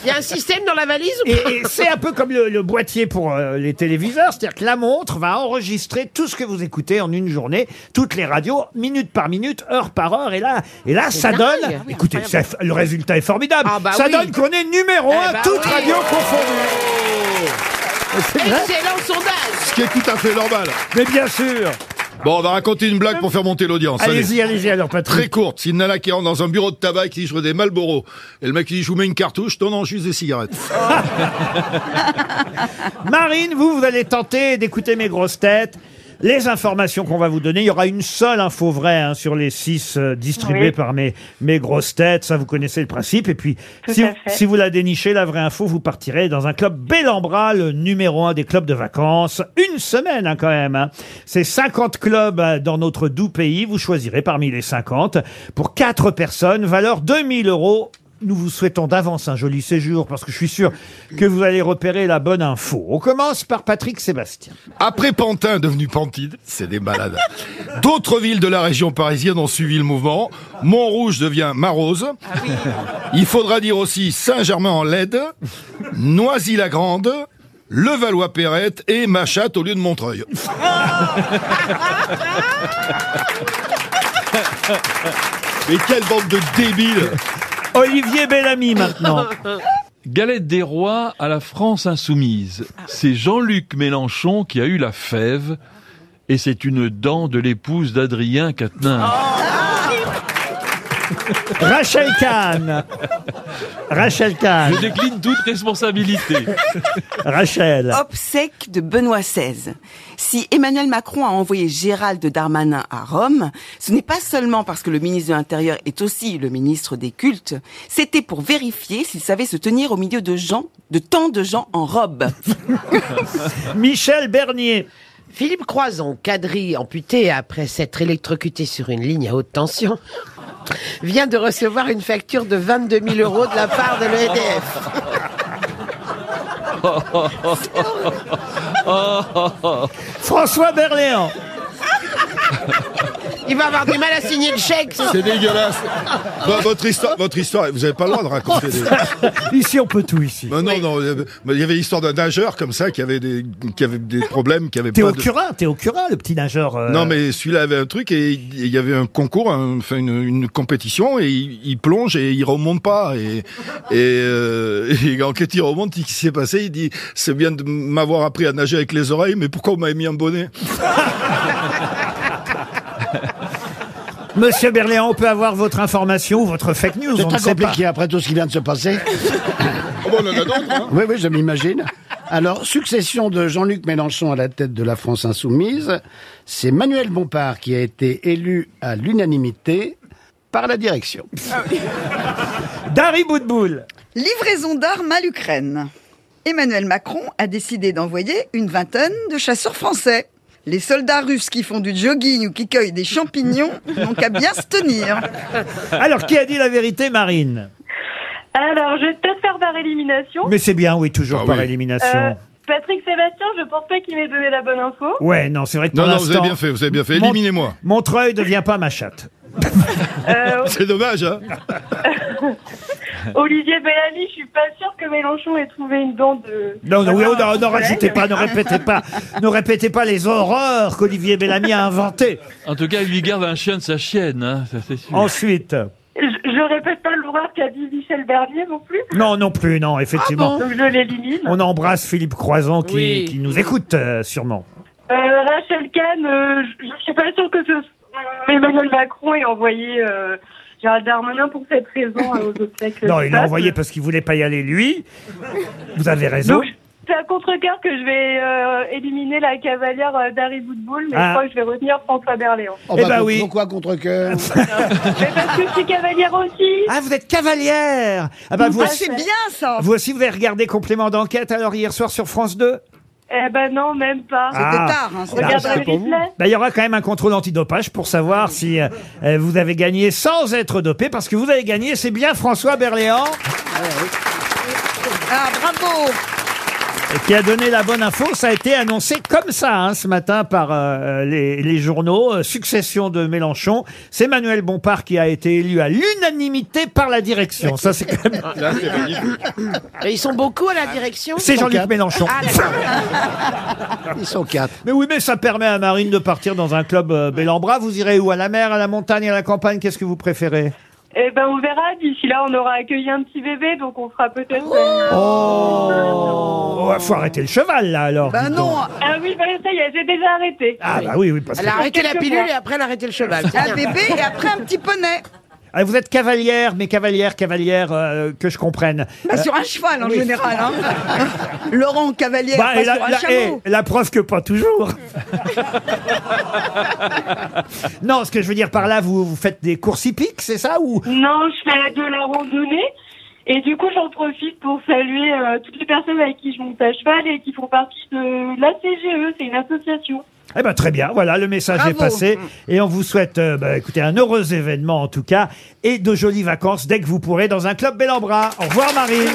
[SPEAKER 5] Il y a un système dans la valise ou
[SPEAKER 2] Et, et c'est un peu comme le, le boîtier pour euh, les téléviseurs, c'est-à-dire que la montre va enregistrer tout ce que vous écoutez en une journée, toutes les radios, minute par minute, heure par heure, et là, et là, ça
[SPEAKER 5] dingue.
[SPEAKER 2] donne. écoutez, ça- le résultat est formidable.
[SPEAKER 5] Ah bah
[SPEAKER 2] ça
[SPEAKER 5] oui.
[SPEAKER 2] donne qu'on est numéro un,
[SPEAKER 5] bah
[SPEAKER 2] toutes
[SPEAKER 5] oui.
[SPEAKER 2] radios confondues.
[SPEAKER 5] pas
[SPEAKER 2] Hein
[SPEAKER 5] Excellent sondage
[SPEAKER 3] Ce qui est tout à fait normal.
[SPEAKER 2] Mais bien sûr.
[SPEAKER 3] Bon, on va raconter une blague pour faire monter l'audience. allez.
[SPEAKER 2] Allez-y, allez-y alors, Patrick.
[SPEAKER 3] Très courte. C'est une nana qui rentre dans un bureau de tabac et qui dit Je veux des Malboro. Et le mec qui dit Je vous mets une cartouche. Non, non, juste des cigarettes.
[SPEAKER 2] Marine, vous, vous allez tenter d'écouter mes grosses têtes. Les informations qu'on va vous donner, il y aura une seule info vraie hein, sur les six euh, distribuées
[SPEAKER 9] Oui.
[SPEAKER 2] par mes, mes grosses têtes. Ça, vous connaissez le principe. Et puis,
[SPEAKER 9] Tout
[SPEAKER 2] si,
[SPEAKER 9] à fait.
[SPEAKER 2] si vous la dénichez, la vraie info, vous partirez dans un club Bellambra, le numéro un des clubs de vacances. Une semaine, hein, quand même. hein. C'est 50 clubs euh, dans notre doux pays. Vous choisirez parmi les 50 pour quatre personnes, valeur 2000 euros. Nous vous souhaitons d'avance un joli séjour parce que je suis sûr que vous allez repérer la bonne info. On commence par Patrick Sébastien.
[SPEAKER 3] Après Pantin, devenu Pantide, c'est des malades. D'autres villes de la région parisienne ont suivi le mouvement. Montrouge devient Marose. Il faudra dire aussi Saint-Germain-en-Laide, Noisy-la-Grande, Levallois-Perrette et Machatte au lieu de Montreuil. Mais quelle bande de débiles
[SPEAKER 2] Olivier Bellamy maintenant.
[SPEAKER 7] Galette des rois à la France insoumise. C'est Jean-Luc Mélenchon qui a eu la fève et c'est une dent de l'épouse d'Adrien Quatennens.
[SPEAKER 2] Ah, Rachel Kahn. Rachel Kahn.
[SPEAKER 7] Je décline toute responsabilité.
[SPEAKER 2] Rachel.
[SPEAKER 10] Obsèque de Benoît XVI. Si Emmanuel Macron a envoyé Gérald Darmanin à Rome, ce n'est pas seulement parce que le ministre de l'Intérieur est aussi le ministre des cultes, c'était pour vérifier s'il savait se tenir au milieu de gens, de tant de gens en robe.
[SPEAKER 2] Michel Bernier.
[SPEAKER 5] Philippe Croison, quadrille amputé après s'être électrocuté sur une ligne à haute tension, vient de recevoir une facture de 22 000 euros de la part de l'EDF.
[SPEAKER 2] François Berléand.
[SPEAKER 5] Il va avoir du mal à signer le chèque. ça.
[SPEAKER 3] C'est dégueulasse. Bah, votre histoire, votre histoire, vous avez pas le droit de raconter des.
[SPEAKER 2] Ici, on peut tout ici.
[SPEAKER 3] Mais non, non, il y avait- mais il y avait l'histoire d'un nageur comme ça qui avait des, qui avait des problèmes, qui avait
[SPEAKER 2] Théo
[SPEAKER 3] pas de...
[SPEAKER 2] Curin, Théo Curin, le petit nageur. euh,
[SPEAKER 3] Non, mais celui-là avait un truc et il y avait un concours, un- enfin une, une compétition et il, il plonge et il remonte pas et et, euh, et en quand il remonte, il- qu'est-ce qui s'est passé Il dit c'est bien de m'avoir appris à nager avec les oreilles, mais pourquoi on m'avez mis un bonnet
[SPEAKER 2] Monsieur Berléand, on peut avoir votre information ou votre fake news,
[SPEAKER 6] C'est
[SPEAKER 2] on ne
[SPEAKER 6] très
[SPEAKER 2] sait pas.
[SPEAKER 6] compliqué après tout ce qui vient de se passer.
[SPEAKER 3] Ah bon, on en a d'autres, hein.
[SPEAKER 6] Oui, oui, je m'imagine. Alors, succession de Jean-Luc Mélenchon à la tête de la France Insoumise, c'est Manuel Bompard qui a été élu à l'unanimité par la direction.
[SPEAKER 4] Ah
[SPEAKER 2] Dari Boudboul.
[SPEAKER 4] Livraison d'armes à l'Ukraine. Emmanuel Macron a décidé d'envoyer une vingtaine de chasseurs français. Les soldats russes qui font du jogging ou qui cueillent des champignons n'ont qu'à bien se tenir.
[SPEAKER 2] Alors, qui a dit la vérité, Marine
[SPEAKER 12] Alors, je vais peut-être faire par élimination.
[SPEAKER 2] Mais c'est bien, Ah oui,
[SPEAKER 3] Ah
[SPEAKER 2] toujours par élimination.
[SPEAKER 12] Euh, Patrick Sébastien, je pense pas qu'il m'ait donné la bonne info.
[SPEAKER 2] Ouais, non, c'est vrai que
[SPEAKER 3] Non,
[SPEAKER 2] pour
[SPEAKER 3] non, vous avez
[SPEAKER 2] l'instant,
[SPEAKER 3] bien fait, vous avez bien fait.
[SPEAKER 2] Mont-
[SPEAKER 3] Éliminez-moi.
[SPEAKER 2] Montreuil devient pas ma chatte.
[SPEAKER 12] Euh,
[SPEAKER 3] C'est dommage, hein
[SPEAKER 12] Olivier Bellamy, je suis pas sûre que Mélenchon ait trouvé une bande de...
[SPEAKER 2] Non, non, oui, oh, non,
[SPEAKER 12] Ah,
[SPEAKER 2] n'en rajoutez pas, ne répétez pas, ne répétez pas les horreurs qu'Olivier Bellamy a inventées.
[SPEAKER 7] En tout cas, il lui garde un chien de sa chienne, hein, ça c'est sûr.
[SPEAKER 2] Ensuite,
[SPEAKER 12] Je, je répète pas l'horreur qu'a dit Michel Bernier non plus.
[SPEAKER 2] non, non plus, non, effectivement.
[SPEAKER 12] Ah Donc je l'élimine.
[SPEAKER 2] On embrasse Philippe Croison qui,
[SPEAKER 12] Oui.
[SPEAKER 2] qui nous écoute euh, sûrement.
[SPEAKER 12] Euh, Rachel Kahn, euh, je je suis pas sûre que ce... euh, Emmanuel Macron ait envoyé euh, Gérald Darmanin pour cette raison euh, aux obsèques.
[SPEAKER 2] Non,
[SPEAKER 12] du
[SPEAKER 2] il l'a
[SPEAKER 12] pape.
[SPEAKER 2] envoyé parce qu'il voulait pas y aller lui. Vous avez raison.
[SPEAKER 12] Donc, C'est à contre-cœur que je vais euh, éliminer la cavalière euh, d'Harry Woodbull, mais
[SPEAKER 2] Ah.
[SPEAKER 12] je crois que je vais retenir François Berléand.
[SPEAKER 6] Oh,
[SPEAKER 2] Eh
[SPEAKER 6] bah,
[SPEAKER 2] ben
[SPEAKER 6] pour-
[SPEAKER 2] oui.
[SPEAKER 6] Pourquoi contre cœur
[SPEAKER 12] Mais parce que je suis cavalière aussi
[SPEAKER 2] Ah, vous êtes cavalière. Ah bah vous
[SPEAKER 4] Ah,
[SPEAKER 2] aussi,
[SPEAKER 4] c'est bien ça
[SPEAKER 2] vous aussi vous avez regardé complément d'enquête alors hier soir sur France 2.
[SPEAKER 12] Eh ben non, même pas.
[SPEAKER 2] Ah.
[SPEAKER 4] C'était tard, hein, c'était
[SPEAKER 12] Regarde
[SPEAKER 4] tard.
[SPEAKER 12] le replay.
[SPEAKER 2] Bah, il y aura quand même un contrôle antidopage pour savoir si euh, euh, vous avez gagné sans être dopé, parce que vous avez gagné, c'est bien François Berléand
[SPEAKER 4] Ah, bravo
[SPEAKER 2] et qui a donné la bonne info. Ça a été annoncé comme ça hein, ce matin par euh, les, les journaux. Euh, succession de Mélenchon, c'est Manuel Bompard qui a été élu à l'unanimité par la direction. Ça c'est quand même...
[SPEAKER 3] Ah, Là, c'est magnifique.
[SPEAKER 5] Et ils sont beaucoup à la direction.
[SPEAKER 2] C'est Jean-Luc Mélenchon.
[SPEAKER 5] Ah,
[SPEAKER 4] Ah,
[SPEAKER 6] Ils sont quatre.
[SPEAKER 2] Mais oui, mais ça permet à Marine de partir dans un club euh, bel en bras. Vous irez où À la mer, à la montagne, à la campagne Qu'est-ce que vous préférez
[SPEAKER 12] Eh ben on verra, d'ici là on aura accueilli un petit bébé, donc on fera peut-être... euh,
[SPEAKER 2] Oh, faut arrêter le cheval là alors.
[SPEAKER 4] Ben
[SPEAKER 2] dis
[SPEAKER 4] non
[SPEAKER 2] donc.
[SPEAKER 12] Ah oui, ben ça y est, j'ai déjà arrêté.
[SPEAKER 2] Ah bah oui, oui, parce que...
[SPEAKER 5] Elle a arrêté la
[SPEAKER 12] Quelques
[SPEAKER 5] pilule
[SPEAKER 12] mois.
[SPEAKER 5] et après elle a arrêté le cheval. C'est
[SPEAKER 4] Un
[SPEAKER 5] bien.
[SPEAKER 4] bébé et après un petit poney.
[SPEAKER 2] Ah, vous êtes cavalière, mais cavalière, cavalière, euh, que je comprenne.
[SPEAKER 4] Bah, sur un cheval en général. Hein. Laurent Cavalier,
[SPEAKER 2] Bah,
[SPEAKER 4] pas
[SPEAKER 2] et la,
[SPEAKER 4] sur un
[SPEAKER 2] la-
[SPEAKER 4] chameau.
[SPEAKER 2] et la preuve que pas toujours. non, ce que je veux dire par là, vous, vous faites des courses hippiques, c'est ça ou
[SPEAKER 12] Non, je fais de la randonnée. Et du coup, j'en profite pour saluer euh, toutes les personnes avec qui je monte à cheval et qui font partie de la CGE, c'est une association.
[SPEAKER 2] Eh ben très bien, voilà, le message est
[SPEAKER 4] Bravo.
[SPEAKER 2] passé. Et on vous souhaite, euh, bah, écoutez, un heureux événement en tout cas, et de jolies vacances dès que vous pourrez dans un club bel en bras. Au revoir Marine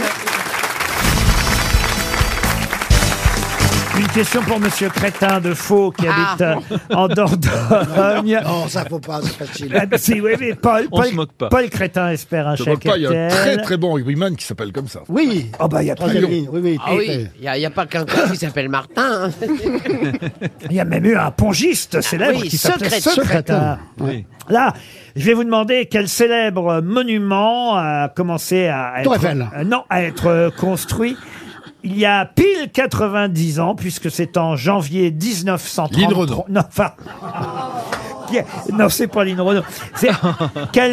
[SPEAKER 2] Une question pour Monsieur Crétin de Faux qui
[SPEAKER 6] Ah.
[SPEAKER 2] habite euh, en Dordogne.
[SPEAKER 6] Non, ça faut pas, c'est facile.
[SPEAKER 2] Ah, si, oui, mais Paul,
[SPEAKER 7] On
[SPEAKER 2] Paul-
[SPEAKER 7] se moque pas.
[SPEAKER 2] Paul Crétin espère un
[SPEAKER 3] Je
[SPEAKER 2] Ah,
[SPEAKER 3] moque
[SPEAKER 2] chèque.
[SPEAKER 3] pas, il y a un très
[SPEAKER 2] RTL.
[SPEAKER 3] très bon rugbyman qui s'appelle comme ça.
[SPEAKER 6] Oui.
[SPEAKER 2] Oh, bah, il y a
[SPEAKER 6] troisième ligne. Oui, oui.
[SPEAKER 5] Ah oui, il n'y a, pas qu'un con qui s'appelle Martin. hein.
[SPEAKER 2] Il y a même eu un pongiste célèbre
[SPEAKER 5] oui,
[SPEAKER 2] qui s'appelait
[SPEAKER 5] secrétaire.
[SPEAKER 2] Secrétaire.
[SPEAKER 7] Oui.
[SPEAKER 2] Là, je vais vous demander quel célèbre monument a commencé à être,
[SPEAKER 6] Tour Eiffel.
[SPEAKER 2] euh, non, à être euh, construit. Il y a pile 90 ans, puisque c'est en janvier 1933.
[SPEAKER 3] Lynn Renaud.
[SPEAKER 2] Non, enfin. qui- Non, c'est pas Lynn Renaud. C'est quel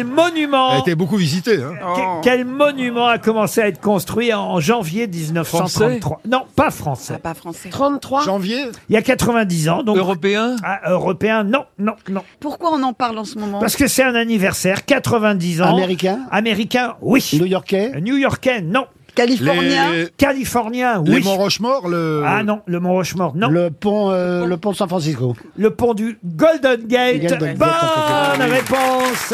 [SPEAKER 3] Elle a
[SPEAKER 2] monument,
[SPEAKER 3] été beaucoup visitée. Hein.
[SPEAKER 2] que-
[SPEAKER 10] Oh.
[SPEAKER 2] quel monument a commencé à être construit en janvier 1933 Non, pas français.
[SPEAKER 10] Ah, Pas français.
[SPEAKER 5] 33.
[SPEAKER 3] Janvier
[SPEAKER 2] Il y a 90 ans, donc
[SPEAKER 7] Européen
[SPEAKER 2] ah, européen. Non, non, non.
[SPEAKER 4] Pourquoi on en parle en ce moment
[SPEAKER 2] Parce que c'est un anniversaire, 90 ans.
[SPEAKER 6] Américain
[SPEAKER 2] Américain, oui.
[SPEAKER 6] New-Yorkais
[SPEAKER 2] New-Yorkais, non.
[SPEAKER 4] Californien
[SPEAKER 3] Les,
[SPEAKER 2] Californien,
[SPEAKER 3] les
[SPEAKER 2] oui.
[SPEAKER 3] Monts Rochemort, le.
[SPEAKER 2] ah non, le Mont Rochemort, non. Le,
[SPEAKER 6] Le pont, euh, le pont de San Francisco.
[SPEAKER 2] pont du Golden
[SPEAKER 6] Golden
[SPEAKER 2] Gate.
[SPEAKER 6] Gate, ça
[SPEAKER 2] Bonne
[SPEAKER 6] fait bien.
[SPEAKER 2] réponse.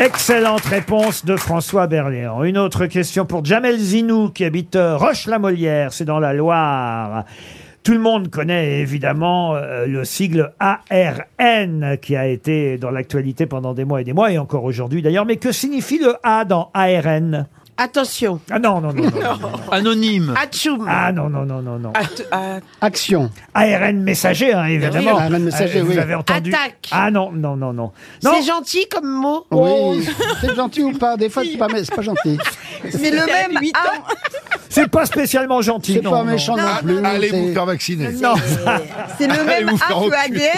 [SPEAKER 2] Excellente réponse de François Berléand. Une autre question pour Jamel Zinou qui habite euh, Roche-la-Molière, c'est dans la Loire. Tout le monde connaît évidemment euh, le sigle ARN qui a été dans l'actualité pendant des mois et des mois et encore aujourd'hui d'ailleurs. Mais que signifie le A dans ARN
[SPEAKER 5] Attention.
[SPEAKER 2] Ah non, non, non, non. non.
[SPEAKER 7] Anonyme
[SPEAKER 5] Atchoum. Ah.
[SPEAKER 2] Ah non, non, non, non, non. euh,
[SPEAKER 6] Action.
[SPEAKER 2] ARN messager, hein, évidemment.
[SPEAKER 6] ARN messager,
[SPEAKER 2] Euh, Vous
[SPEAKER 6] oui.
[SPEAKER 2] avez entendu.
[SPEAKER 5] Attaque.
[SPEAKER 2] Ah non, non, non, non. Non,
[SPEAKER 5] C'est gentil comme mot. Oh.
[SPEAKER 6] Oui. C'est gentil ou pas Des fois, c'est pas, c'est pas gentil.
[SPEAKER 4] Mais le même A
[SPEAKER 2] C'est pas spécialement gentil.
[SPEAKER 6] C'est
[SPEAKER 2] non,
[SPEAKER 6] pas
[SPEAKER 2] non.
[SPEAKER 6] méchant non,
[SPEAKER 4] Non,
[SPEAKER 6] plus.
[SPEAKER 4] non,
[SPEAKER 18] Allez vous
[SPEAKER 6] c'est-
[SPEAKER 18] faire vacciner.
[SPEAKER 2] Non.
[SPEAKER 4] C'est le
[SPEAKER 18] Allez
[SPEAKER 4] même
[SPEAKER 18] vous
[SPEAKER 4] A
[SPEAKER 18] faire
[SPEAKER 4] que
[SPEAKER 18] enculer.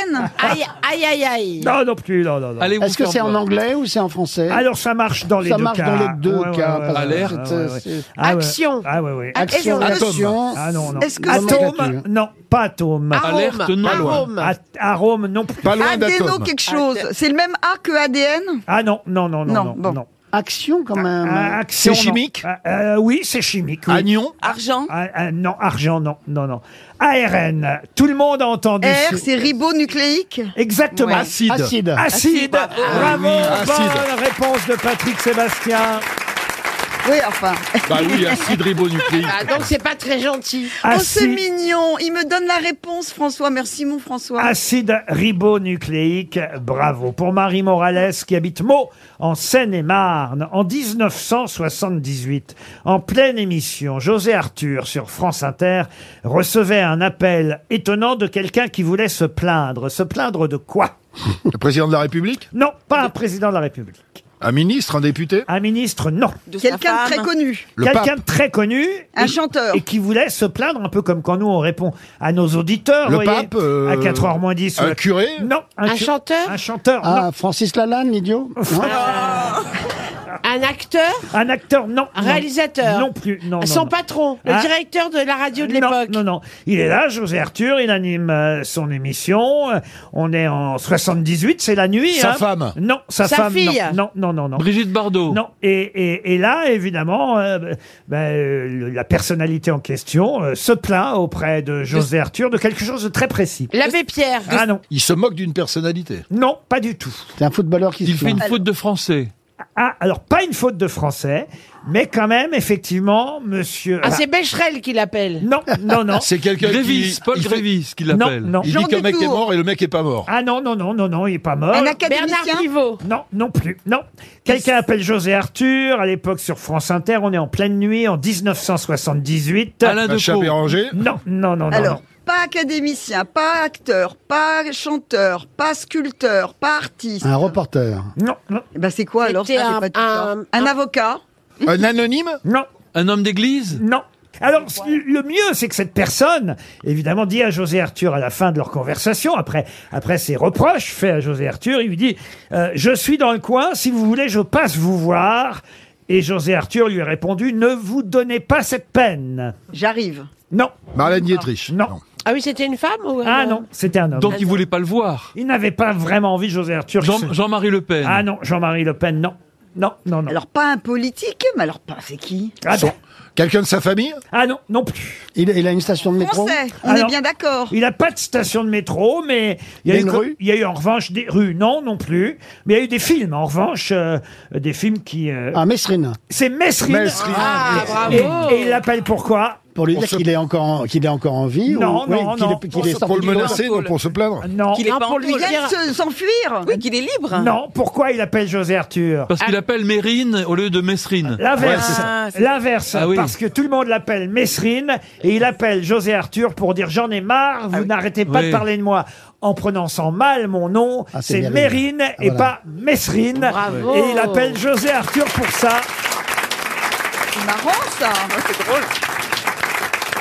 [SPEAKER 4] ADN.
[SPEAKER 5] Aïe, aïe, aïe, aïe.
[SPEAKER 2] Non, non plus, non, non, non.
[SPEAKER 7] Allez,
[SPEAKER 6] Est-ce que c'est en anglais ou c'est en français
[SPEAKER 2] Alors ça marche dans les
[SPEAKER 6] Ça
[SPEAKER 2] deux
[SPEAKER 6] marche
[SPEAKER 2] cas.
[SPEAKER 6] dans les deux cas, parce que
[SPEAKER 7] Alerte.
[SPEAKER 6] c'est- c'est-
[SPEAKER 2] Ah ouais.
[SPEAKER 5] Action.
[SPEAKER 2] Ah ouais, ouais.
[SPEAKER 6] Action,
[SPEAKER 5] Atome.
[SPEAKER 6] réaction.
[SPEAKER 2] Ah non, non.
[SPEAKER 4] Est-ce que
[SPEAKER 2] Atome Non, pas atome.
[SPEAKER 5] Arôme.
[SPEAKER 7] Alerte, non.
[SPEAKER 5] Arôme.
[SPEAKER 2] At- Arôme non plus.
[SPEAKER 18] Pas loin
[SPEAKER 4] Adéno
[SPEAKER 18] d'atome.
[SPEAKER 4] quelque chose. C'est le même A que ADN
[SPEAKER 2] Ah non, non, non, non, non.
[SPEAKER 4] Non, bon. Euh,
[SPEAKER 2] non.
[SPEAKER 6] Action quand même.
[SPEAKER 2] Ah, action,
[SPEAKER 18] C'est
[SPEAKER 2] non.
[SPEAKER 18] chimique
[SPEAKER 2] Ah, euh, Oui, c'est chimique. oui.
[SPEAKER 18] Agnon
[SPEAKER 9] Argent.
[SPEAKER 2] Ah, ah, non, argent, non, non, non. ARN. Tout le monde a entendu.
[SPEAKER 4] R,
[SPEAKER 2] ce-
[SPEAKER 4] c'est ribonucléique
[SPEAKER 2] Exactement.
[SPEAKER 18] Acide.
[SPEAKER 6] Acide.
[SPEAKER 2] Acide.
[SPEAKER 9] bravo.
[SPEAKER 2] Bravo.
[SPEAKER 18] Ah oui, acide.
[SPEAKER 2] Bonne réponse de Patrick Sébastien.
[SPEAKER 4] Oui, enfin.
[SPEAKER 18] Bah oui, acide ribonucléique.
[SPEAKER 5] Ah, donc c'est pas très gentil.
[SPEAKER 2] Ah,
[SPEAKER 4] Oh, c'est
[SPEAKER 2] Acide.
[SPEAKER 4] mignon. Il me donne la réponse, François. Merci, mon François.
[SPEAKER 2] Ah, Acide ribonucléique, bravo. Pour Marie Morales, qui habite Meaux, en Seine-et-Marne, en 1978, en pleine émission, José Arthur, sur France Inter, recevait un appel étonnant de quelqu'un qui voulait se plaindre. Se plaindre de quoi
[SPEAKER 18] Le président de la République
[SPEAKER 2] Non, pas un président de la République.
[SPEAKER 18] Un ministre Un député
[SPEAKER 2] Un ministre, non.
[SPEAKER 9] De sa
[SPEAKER 4] Quelqu'un de très
[SPEAKER 9] femme.
[SPEAKER 4] connu.
[SPEAKER 18] Le pape
[SPEAKER 2] Quelqu'un de très connu.
[SPEAKER 4] Un
[SPEAKER 2] et-
[SPEAKER 4] chanteur.
[SPEAKER 2] Et qui voulait se plaindre, un peu comme quand nous on répond à nos auditeurs.
[SPEAKER 18] Le
[SPEAKER 2] vous voyez,
[SPEAKER 18] pape, euh,
[SPEAKER 2] À 4h moins 10.
[SPEAKER 18] Un curé
[SPEAKER 2] Non.
[SPEAKER 5] Un
[SPEAKER 2] cu-
[SPEAKER 5] chanteur
[SPEAKER 2] Un chanteur, non.
[SPEAKER 6] Ah, Francis Lalanne, l'idiot Non
[SPEAKER 5] Ah. Un acteur,
[SPEAKER 2] Un acteur, non.
[SPEAKER 5] un
[SPEAKER 2] Non.
[SPEAKER 5] réalisateur.
[SPEAKER 2] Non plus, non. non,
[SPEAKER 5] Son
[SPEAKER 2] non.
[SPEAKER 5] patron, le
[SPEAKER 2] Ah.
[SPEAKER 5] directeur de la radio de
[SPEAKER 2] Non,
[SPEAKER 5] l'époque.
[SPEAKER 2] Non, non. Il est là, José Arthur, il anime euh, son émission. Euh, On est en 78, c'est la nuit.
[SPEAKER 18] Sa
[SPEAKER 2] hein.
[SPEAKER 18] femme.
[SPEAKER 2] Non, sa,
[SPEAKER 5] Sa
[SPEAKER 2] femme. non.
[SPEAKER 5] fille.
[SPEAKER 2] Non, non, non, non.
[SPEAKER 7] Brigitte Bardot.
[SPEAKER 2] Non, et, et- et là, évidemment, euh, ben, ben, euh, le- la personnalité en question euh, se plaint auprès de José Arthur de quelque chose de très précis.
[SPEAKER 5] L'abbé Pierre.
[SPEAKER 2] Ah non,
[SPEAKER 18] Il se moque d'une personnalité.
[SPEAKER 2] non, pas du tout.
[SPEAKER 6] C'est un footballeur qui
[SPEAKER 7] Il
[SPEAKER 6] se
[SPEAKER 7] fait une
[SPEAKER 6] plaint.
[SPEAKER 7] faute de français.
[SPEAKER 2] Ah, alors pas une faute de français, mais quand même, effectivement, monsieur.
[SPEAKER 5] Ah, c'est Becherel qui l'appelle.
[SPEAKER 2] Non, non, non.
[SPEAKER 18] C'est quelqu'un qui.
[SPEAKER 7] Grévis, Paul
[SPEAKER 18] il fait-
[SPEAKER 7] Grévis, qui
[SPEAKER 2] Non,
[SPEAKER 7] l'appelle.
[SPEAKER 2] non.
[SPEAKER 18] Il
[SPEAKER 4] Jean
[SPEAKER 18] dit que le mec est
[SPEAKER 4] Dutour.
[SPEAKER 18] mort et le mec est pas mort.
[SPEAKER 2] Ah non, non, non, non, non, il est pas mort.
[SPEAKER 4] Un académicien.
[SPEAKER 5] Bernard Pivot.
[SPEAKER 2] Non, non plus. Non. Quelqu'un appelle José Arthur. À l'époque, sur France Inter, on est en pleine nuit, en 1978.
[SPEAKER 7] Alain
[SPEAKER 18] Sacha
[SPEAKER 7] Decaux.
[SPEAKER 18] Béranger
[SPEAKER 2] Non, non, non, non.
[SPEAKER 4] Alors, pas académicien, pas acteur, pas chanteur, pas sculpteur, pas artiste.
[SPEAKER 2] Ah,
[SPEAKER 6] Un reporter.
[SPEAKER 2] Non, non,
[SPEAKER 4] Eh ben, c'est quoi alors ça,
[SPEAKER 5] C'était
[SPEAKER 4] c'est
[SPEAKER 5] un-
[SPEAKER 4] pas Ah tout ça.
[SPEAKER 5] un-
[SPEAKER 4] Un avocat.
[SPEAKER 18] Un anonyme
[SPEAKER 2] non,
[SPEAKER 7] Un homme d'église
[SPEAKER 2] non. Alors, c- le mieux, c'est que cette personne, évidemment, dit à José Arthur à la fin de leur conversation, après, après ses reproches faits à José Arthur, il lui dit euh, Je suis dans le coin, si vous voulez, je passe vous voir. Et José Arthur lui a répondu Ne vous donnez pas cette peine.
[SPEAKER 4] J'arrive.
[SPEAKER 2] Non,
[SPEAKER 18] Marlène Dietrich
[SPEAKER 2] Non.
[SPEAKER 5] Ah oui, c'était une femme ou
[SPEAKER 2] ah non, c'était un homme.
[SPEAKER 7] Donc il voulait pas le voir.
[SPEAKER 2] Il n'avait pas vraiment envie, José Arthur. que
[SPEAKER 7] Jean-
[SPEAKER 2] ce-
[SPEAKER 7] Jean-Marie Le Pen.
[SPEAKER 2] Ah non, Jean-Marie Le Pen, non. Non, non, non.
[SPEAKER 4] Alors, pas un politique, mais alors, pas c'est qui
[SPEAKER 2] ah,
[SPEAKER 18] Son-
[SPEAKER 2] non.
[SPEAKER 18] Quelqu'un de sa famille
[SPEAKER 2] Ah non, non plus.
[SPEAKER 6] Il, il a une station de métro.
[SPEAKER 4] Français, on
[SPEAKER 2] Alors-
[SPEAKER 4] est bien d'accord.
[SPEAKER 2] Il n'a pas de station de métro, mais
[SPEAKER 6] Il
[SPEAKER 2] il y,
[SPEAKER 6] y
[SPEAKER 2] a
[SPEAKER 6] a
[SPEAKER 2] eu,
[SPEAKER 6] une
[SPEAKER 2] co-
[SPEAKER 6] rue
[SPEAKER 2] il y a eu en revanche des rues. Non, non plus. Mais il y a eu des films, en revanche, euh, des films qui... euh,
[SPEAKER 6] Ah, Messrine.
[SPEAKER 2] C'est Mesrine.
[SPEAKER 18] Mesrine.
[SPEAKER 5] Ah,
[SPEAKER 2] Et,
[SPEAKER 5] bravo.
[SPEAKER 2] et il l'appelle pourquoi
[SPEAKER 6] Pour lui
[SPEAKER 18] Pour
[SPEAKER 6] dire
[SPEAKER 18] se-
[SPEAKER 6] qu'il est encore en, qu'il est encore en vie
[SPEAKER 2] Non,
[SPEAKER 6] ou oui,
[SPEAKER 2] non,
[SPEAKER 6] qu'il
[SPEAKER 2] non.
[SPEAKER 6] est, qu'il
[SPEAKER 18] Pour
[SPEAKER 6] est
[SPEAKER 18] se-
[SPEAKER 6] sorti
[SPEAKER 18] pour
[SPEAKER 6] du
[SPEAKER 18] le menacer,
[SPEAKER 6] camp.
[SPEAKER 18] non, pour se plaindre
[SPEAKER 2] Non.
[SPEAKER 9] Qu'il est
[SPEAKER 5] Ah,
[SPEAKER 9] pas
[SPEAKER 5] pour
[SPEAKER 9] en
[SPEAKER 5] lui
[SPEAKER 4] Il
[SPEAKER 9] tôle.
[SPEAKER 5] dire-
[SPEAKER 4] vient de se- s'enfuir.
[SPEAKER 9] Oui, qu'il est libre.
[SPEAKER 2] Non, pourquoi il appelle José Arthur
[SPEAKER 7] Parce qu'il appelle Mérine au lieu de Messrine.
[SPEAKER 2] L'inverse,
[SPEAKER 9] Ouais, c'est ça.
[SPEAKER 2] l'inverse,
[SPEAKER 7] Ah oui.
[SPEAKER 2] parce que tout le monde l'appelle Messrine et il appelle José Arthur pour dire j'en ai marre, vous n'arrêtez pas
[SPEAKER 7] Oui.
[SPEAKER 2] de parler de moi en prononçant mal mon nom,
[SPEAKER 6] Ah, c'est
[SPEAKER 2] c'est
[SPEAKER 6] Mérine.
[SPEAKER 2] Mérine
[SPEAKER 6] Ah,
[SPEAKER 2] et
[SPEAKER 6] voilà.
[SPEAKER 2] pas Messrine.
[SPEAKER 5] Bravo.
[SPEAKER 2] Et il appelle José Arthur pour ça.
[SPEAKER 4] C'est marrant ça.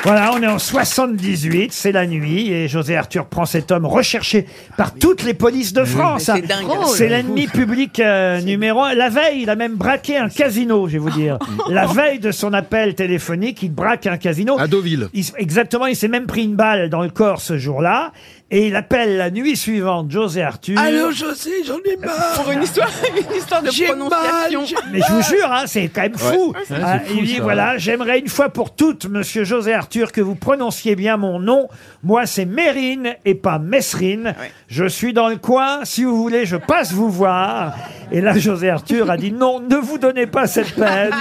[SPEAKER 2] Voilà, on est en 78, c'est la nuit et José Arthur prend cet homme recherché par toutes les polices de France.
[SPEAKER 9] Mais c'est dingue.
[SPEAKER 2] C'est l'ennemi public euh, numéro un. La veille, il a même braqué un casino, je vais vous dire. La veille de son appel téléphonique, il braque un casino.
[SPEAKER 18] À Deauville.
[SPEAKER 2] Il s- exactement, il s'est même pris une balle dans le corps ce jour-là. Et il appelle la nuit suivante José Arthur.
[SPEAKER 5] José, j'en ai marre.
[SPEAKER 9] Pour une histoire, une histoire de
[SPEAKER 5] J'ai mal,
[SPEAKER 9] prononciation.
[SPEAKER 5] j'ai-
[SPEAKER 2] Mais je vous jure, hein, c'est quand même fou. Ah,
[SPEAKER 7] c'est fou,
[SPEAKER 2] il dit
[SPEAKER 7] ça.
[SPEAKER 2] voilà, j'aimerais une fois pour toutes, Monsieur José Arthur, que vous prononciez bien mon nom. Moi, c'est Mérine et pas Messrine. Je suis dans le coin. Si vous voulez, je passe vous voir. Et là, José Arthur a dit non, ne vous donnez pas cette peine.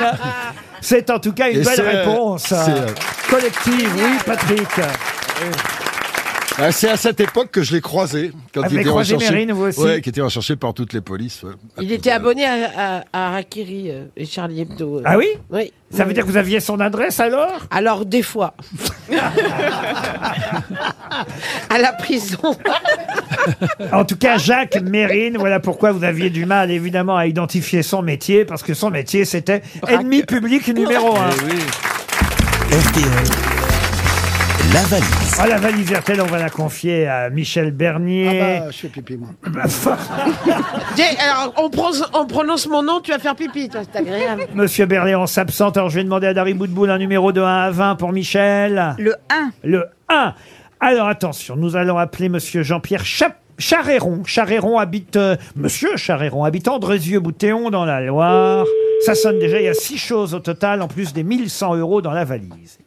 [SPEAKER 2] C'est en tout cas une
[SPEAKER 18] Et
[SPEAKER 2] belle
[SPEAKER 18] c'est, euh,
[SPEAKER 2] réponse euh,
[SPEAKER 18] c'est, euh,
[SPEAKER 2] collective, oui, Patrick.
[SPEAKER 18] Ah, C'est à cette époque que je l'ai croisé. Quand
[SPEAKER 2] Ah, vous
[SPEAKER 18] il
[SPEAKER 2] l'avez
[SPEAKER 18] était
[SPEAKER 2] croisé,
[SPEAKER 18] recherché.
[SPEAKER 2] Mérine, vous aussi
[SPEAKER 18] Ouais, qui était recherché par toutes les polices. ouais.
[SPEAKER 5] Il était abonné à, à, à Rakiri euh, et Charlie Hebdo. euh.
[SPEAKER 2] Ah oui
[SPEAKER 5] Oui.
[SPEAKER 2] Ça veut dire que vous aviez son adresse alors
[SPEAKER 5] Alors, des fois. à la prison.
[SPEAKER 2] En tout cas, Jacques Mérine, voilà pourquoi vous aviez du mal évidemment à
[SPEAKER 13] Eh
[SPEAKER 2] identifier son métier, parce que son métier c'était ennemi public numéro un.
[SPEAKER 7] Eh oui.
[SPEAKER 13] RTL, la valise.
[SPEAKER 2] Ah, la valise RTL, on va la confier à Michel Bernier.
[SPEAKER 6] Ah bah, je fais pipi, moi.
[SPEAKER 5] J'ai- Alors, on prononce, on prononce mon nom, tu vas faire pipi, toi, c'est agréable.
[SPEAKER 2] Monsieur Bernier, on s'absente. Alors, je vais demander à Dari Boudboul un numéro de 1 à 20 pour Michel.
[SPEAKER 4] Le 1.
[SPEAKER 2] Le 1. Alors, attention, nous allons appeler monsieur Jean-Pierre Chap. Charéron, Charéron habite, euh, Monsieur Charéron habite Andrézieux-Boutéon dans la Loire. Ça sonne déjà, il y a six choses au total, en plus des 1100 euros dans la valise.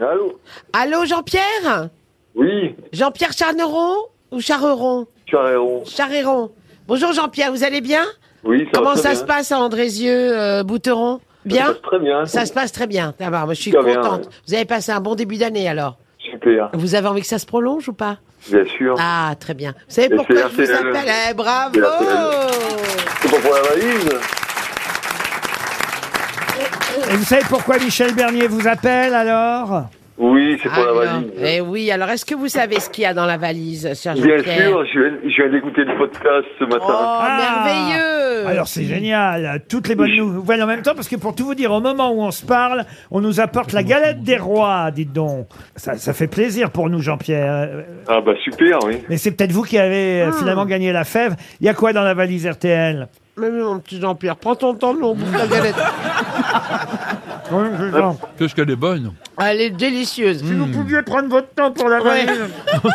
[SPEAKER 18] Allô
[SPEAKER 5] Allô, Jean-Pierre
[SPEAKER 18] Oui,
[SPEAKER 5] Jean-Pierre Charneron ou Charreron
[SPEAKER 18] tu as raison.
[SPEAKER 5] Charreron. Bonjour, Jean-Pierre, vous allez bien
[SPEAKER 18] Oui, ça
[SPEAKER 5] Comment
[SPEAKER 18] va très
[SPEAKER 5] ça
[SPEAKER 18] bien.
[SPEAKER 5] se passe à Andrézieux, euh, Bouteron
[SPEAKER 18] Ça
[SPEAKER 5] Bien
[SPEAKER 18] se passe très bien.
[SPEAKER 5] Ça se passe très bien. D'abord, moi, je suis
[SPEAKER 18] Très bien,
[SPEAKER 5] contente.
[SPEAKER 18] ouais.
[SPEAKER 5] Vous avez passé un bon début d'année alors.
[SPEAKER 18] Super,
[SPEAKER 5] Vous avez envie que ça se prolonge ou pas
[SPEAKER 18] bien sûr.
[SPEAKER 5] Ah, très bien. Vous savez
[SPEAKER 18] Et
[SPEAKER 5] pourquoi
[SPEAKER 18] c'est
[SPEAKER 5] je vous
[SPEAKER 18] RTL.
[SPEAKER 5] appelle Eh,
[SPEAKER 18] C'est
[SPEAKER 5] Bravo
[SPEAKER 18] RTL. C'est pas pour la valise
[SPEAKER 2] Et vous savez pourquoi Michel Bernier vous appelle alors
[SPEAKER 18] Oui, c'est pour la valise.
[SPEAKER 5] Eh oui, alors est-ce que vous savez ce qu'il y a dans la valise, cher
[SPEAKER 18] Bien
[SPEAKER 5] Jean-Pierre
[SPEAKER 18] sûr, je viens, je viens d'écouter le podcast ce
[SPEAKER 5] Oh,
[SPEAKER 18] matin.
[SPEAKER 2] Ah.
[SPEAKER 5] merveilleux
[SPEAKER 2] Alors c'est génial, toutes les bonnes nouvelles en même temps, parce que pour tout vous dire, au moment où on se parle, on nous apporte la galette des rois, dites donc. Ça, ça fait plaisir pour nous, Jean-Pierre. Euh,
[SPEAKER 18] Ah bah super, oui.
[SPEAKER 2] Mais c'est peut-être vous qui avez
[SPEAKER 5] Ah.
[SPEAKER 2] euh, finalement gagné la fève. Il y a quoi dans la valise RTL
[SPEAKER 5] Mais oui, mon petit Jean-Pierre, prends ton temps, nous, on bouffe la galette.
[SPEAKER 7] Qu'est-ce qu'elle est bonne.
[SPEAKER 5] Elle est délicieuse. Hmm.
[SPEAKER 2] pouviez prendre votre temps pour la
[SPEAKER 5] Ouais.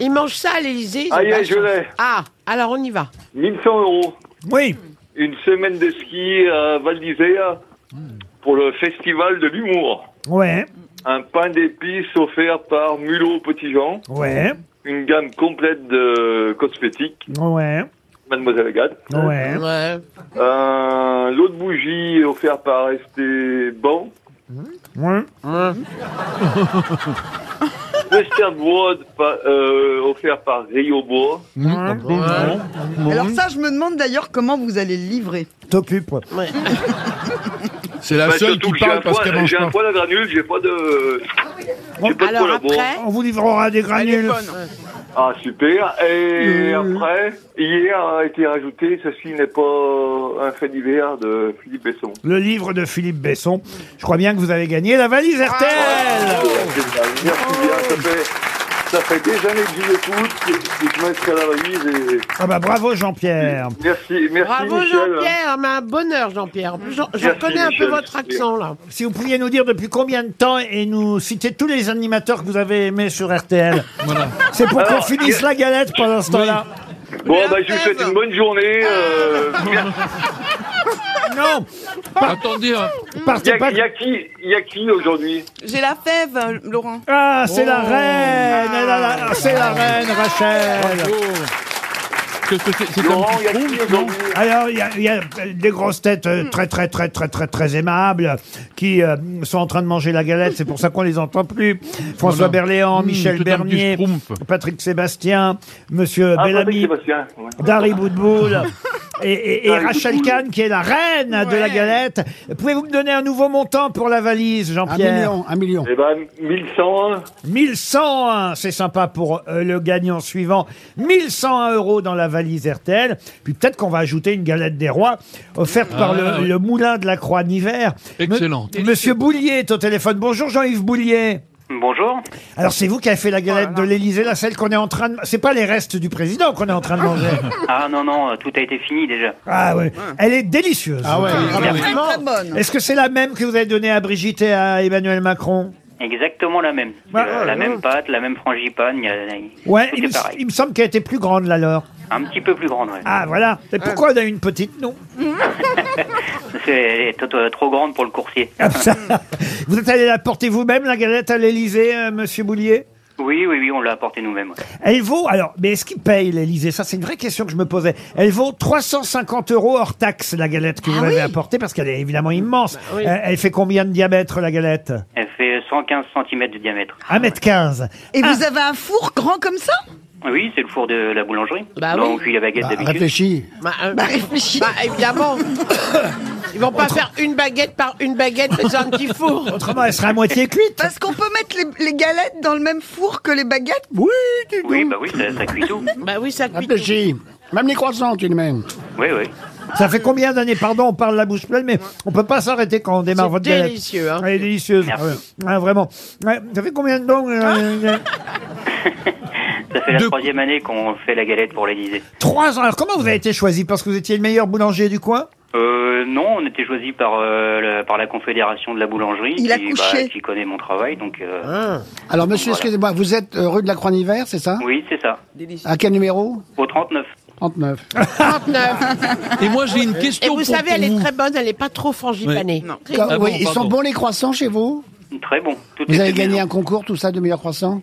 [SPEAKER 5] Ils mangent ça à l'Elysée.
[SPEAKER 18] Ah, yeah, je l'ai.
[SPEAKER 5] Ah, alors on y va.
[SPEAKER 18] 1100 euros.
[SPEAKER 2] Oui,
[SPEAKER 18] Une semaine de ski à Val d'Isère pour le festival de l'humour.
[SPEAKER 2] ouais,
[SPEAKER 18] Un pain d'épices offert par Mulot Petit Jean.
[SPEAKER 2] ouais,
[SPEAKER 18] Une gamme complète de cosmétiques,
[SPEAKER 2] ouais,
[SPEAKER 18] Mademoiselle Agathe.
[SPEAKER 2] ouais.
[SPEAKER 18] Euh,
[SPEAKER 5] Ouais.
[SPEAKER 18] Un lot de bougies offert par ST Ban.
[SPEAKER 2] ouais.
[SPEAKER 18] Westerwood pa- euh, offert par Rio Bois.
[SPEAKER 4] Alors ça, je me demande d'ailleurs comment vous allez le livrer.
[SPEAKER 2] Mmh. T'occupes.
[SPEAKER 9] C'est la
[SPEAKER 18] Bah,
[SPEAKER 9] seule
[SPEAKER 18] surtout
[SPEAKER 9] qui
[SPEAKER 18] que j'ai un
[SPEAKER 9] parle parce qu'elle
[SPEAKER 18] poil-
[SPEAKER 9] mange
[SPEAKER 18] J'ai un
[SPEAKER 9] pas.
[SPEAKER 18] poil à granule, j'ai pas de. J'ai pas de
[SPEAKER 5] Alors
[SPEAKER 18] poil à boire.
[SPEAKER 5] après,
[SPEAKER 2] On vous livrera des granules.
[SPEAKER 18] Ah super. Et
[SPEAKER 5] Mmh.
[SPEAKER 18] après, hier a été rajouté Ceci n'est pas un fait divers de Philippe Besson.
[SPEAKER 2] Le livre de Philippe Besson. Je crois bien que vous avez gagné la valise RTL.
[SPEAKER 5] Ah.
[SPEAKER 18] Merci bien. Ça fait, ça fait des années que je l'écoute et que je m'inscris à la valise. Et...
[SPEAKER 2] Ah bah bravo Jean-Pierre.
[SPEAKER 18] Merci, merci
[SPEAKER 5] bravo
[SPEAKER 18] Michel.
[SPEAKER 5] Jean-Pierre, mais un bonheur Jean-Pierre. En plus, je je
[SPEAKER 18] Merci,
[SPEAKER 5] reconnais un peu
[SPEAKER 18] Michel.
[SPEAKER 5] votre accent là.
[SPEAKER 2] Si vous pouviez nous dire depuis combien de temps et nous citer tous les animateurs que vous avez aimés sur RTL.
[SPEAKER 7] Voilà.
[SPEAKER 2] C'est pour qu'on
[SPEAKER 18] Alors,
[SPEAKER 2] finisse
[SPEAKER 18] il-
[SPEAKER 2] la galette pendant ce temps-là.
[SPEAKER 18] Bon, bah, je vous souhaite une bonne journée. euh, merci.
[SPEAKER 2] Non,
[SPEAKER 7] Attendez, hein.
[SPEAKER 18] Il y,
[SPEAKER 2] partez
[SPEAKER 18] a-
[SPEAKER 2] pas.
[SPEAKER 18] il y a qui, il y a qui aujourd'hui
[SPEAKER 10] J'ai la fève, euh, Laurent.
[SPEAKER 2] Ah, c'est
[SPEAKER 5] Oh.
[SPEAKER 2] la reine. elle a
[SPEAKER 5] Ah.
[SPEAKER 2] la- C'est la reine, Rachel.
[SPEAKER 7] Qu'est-ce que c'est C'est un
[SPEAKER 18] Laurent, il y a
[SPEAKER 7] petit
[SPEAKER 18] qui
[SPEAKER 7] trou, non
[SPEAKER 18] aujourd'hui
[SPEAKER 2] Ah, Alors, il y, a- il y a des grosses têtes euh, très, très, très, très, très, très aimables qui euh, sont en train de manger la galette. C'est pour ça qu'on les entend plus. François
[SPEAKER 7] Voilà.
[SPEAKER 2] Berléand,
[SPEAKER 7] Mmh,
[SPEAKER 2] Michel
[SPEAKER 7] tout un petit
[SPEAKER 2] Bernier,
[SPEAKER 7] schtroumpf.
[SPEAKER 2] Patrick Sébastien, Monsieur
[SPEAKER 18] Ah, Patrick
[SPEAKER 2] euh, Bellamy.
[SPEAKER 18] Sébastien. ouais.
[SPEAKER 2] Dari Boudboul et, et- et
[SPEAKER 18] Dari
[SPEAKER 2] Rachel
[SPEAKER 18] Boudboul.
[SPEAKER 2] Kahn qui est la reine de la galette. Pouvez-vous me donner un nouveau montant pour la valise,
[SPEAKER 6] Un
[SPEAKER 2] Jean-Pierre
[SPEAKER 6] million, un million.
[SPEAKER 18] Eh ben, 1101.
[SPEAKER 2] 1101, c'est sympa pour euh, le gagnant suivant. 1101 euros dans la valise RTL. Puis peut-être qu'on va ajouter une galette des rois offerte
[SPEAKER 18] Ah
[SPEAKER 2] par le,
[SPEAKER 7] oui.
[SPEAKER 2] le moulin de la Croix d'hiver.
[SPEAKER 7] Excellente.
[SPEAKER 2] Monsieur Boulier est au téléphone. Bonjour Jean-Yves Boulier.
[SPEAKER 22] Bonjour.
[SPEAKER 2] Alors c'est vous qui avez fait la galette de l'Élysée, là celle qu'on est en train de... C'est pas les restes du président qu'on est en train de manger.
[SPEAKER 22] Ah non, non, tout a été fini déjà.
[SPEAKER 2] ah ouais. Elle est délicieuse.
[SPEAKER 6] Ah ouais,
[SPEAKER 4] Très, très bonne.
[SPEAKER 2] Est-ce que c'est la même que vous avez donnée à Brigitte et à Emmanuel Macron
[SPEAKER 22] Exactement la même.
[SPEAKER 2] Bah,
[SPEAKER 22] Euh,
[SPEAKER 2] ouais,
[SPEAKER 22] la
[SPEAKER 2] ouais.
[SPEAKER 22] même pâte, la même frangipane. il y a-
[SPEAKER 2] Ouais,
[SPEAKER 22] tout
[SPEAKER 2] il
[SPEAKER 22] est
[SPEAKER 2] me,
[SPEAKER 22] pareil.
[SPEAKER 2] il me semble qu'elle était plus grande là alors.
[SPEAKER 22] Un petit peu plus grande, ouais.
[SPEAKER 2] Ah voilà. Et pourquoi on a une petite non
[SPEAKER 22] Parce qu'elle est t- t- trop grande pour le coursier.
[SPEAKER 2] Vous êtes allé la porter vous-même la galette à l'Élysée, euh, Monsieur Boulier
[SPEAKER 22] Oui, oui, oui, on l'a apporté nous-mêmes. ouais.
[SPEAKER 2] Elle vaut alors, mais est-ce qu'il paye l'Élysée Ça c'est une vraie question que je me posais. Elle vaut 350 euros hors taxe la galette
[SPEAKER 4] Ah
[SPEAKER 2] que vous avez apportée parce qu'elle est évidemment immense.
[SPEAKER 4] Bah
[SPEAKER 5] oui.
[SPEAKER 2] Euh, elle fait combien de diamètre la
[SPEAKER 4] Ah
[SPEAKER 2] galette
[SPEAKER 22] Elle fait 115 cm de diamètre.
[SPEAKER 2] 1 mètre 15.
[SPEAKER 4] Et vous avez un four grand comme ça
[SPEAKER 22] Oui, c'est le four de la boulangerie.
[SPEAKER 5] Bah
[SPEAKER 22] Là,
[SPEAKER 5] oui.
[SPEAKER 22] on cuit la baguette
[SPEAKER 6] Bah,
[SPEAKER 22] d'habitude.
[SPEAKER 6] réfléchis.
[SPEAKER 5] Bah, euh,
[SPEAKER 4] Bah réfléchis.
[SPEAKER 5] bah, évidemment. Ils vont pas faire une baguette par une baguette, mais c'est un petit four.
[SPEAKER 2] Autrement, elle serait à moitié cuite.
[SPEAKER 4] Parce qu'on peut mettre les, les galettes dans le même four que les baguettes
[SPEAKER 6] Oui, dis
[SPEAKER 22] Oui,
[SPEAKER 6] donc.
[SPEAKER 22] bah oui, ça, ça cuit tout.
[SPEAKER 5] Bah oui, ça cuit. tout.
[SPEAKER 6] Réfléchis. Même les croissants, tu les mets.
[SPEAKER 22] Oui, oui.
[SPEAKER 2] Ça fait combien d'années Pardon, on parle la bouche pleine, mais on peut pas s'arrêter quand on démarre
[SPEAKER 5] C'est
[SPEAKER 2] votre galette.
[SPEAKER 5] délicieux, hein.
[SPEAKER 2] Elle est délicieuse.
[SPEAKER 5] Merci.
[SPEAKER 2] Ouais. Ouais, vraiment. Ouais, ça fait combien de temps
[SPEAKER 14] Ah.
[SPEAKER 2] euh, euh,
[SPEAKER 14] Ça fait la troisième année qu'on fait la galette pour l'Elysée.
[SPEAKER 2] Trois ans. Alors comment vous avez été choisi Parce que vous étiez le meilleur boulanger du coin
[SPEAKER 14] Euh, non, on était choisi par, euh, la, par la Confédération de la boulangerie
[SPEAKER 2] Il a
[SPEAKER 14] qui,
[SPEAKER 2] couché.
[SPEAKER 22] bah,
[SPEAKER 14] qui connaît mon travail. Donc, euh,
[SPEAKER 6] Alors, monsieur,
[SPEAKER 14] Voilà.
[SPEAKER 6] excusez-moi, vous êtes euh, rue de la Croix-Niver, c'est ça
[SPEAKER 14] Oui, c'est ça.
[SPEAKER 6] À quel numéro
[SPEAKER 14] Au 39.
[SPEAKER 6] 39.
[SPEAKER 5] 39.
[SPEAKER 6] Et moi, j'ai une question
[SPEAKER 5] Et vous
[SPEAKER 6] pour-
[SPEAKER 5] savez,
[SPEAKER 6] pour
[SPEAKER 5] elle
[SPEAKER 6] vous.
[SPEAKER 5] est très bonne, elle n'est pas trop frangipanée.
[SPEAKER 6] Quand- oui, ils sont bons les croissants chez vous
[SPEAKER 14] Très bon. Tout
[SPEAKER 6] Vous
[SPEAKER 14] est
[SPEAKER 6] avez
[SPEAKER 14] fait
[SPEAKER 6] gagné
[SPEAKER 14] maison.
[SPEAKER 6] un concours, tout ça, de meilleurs croissants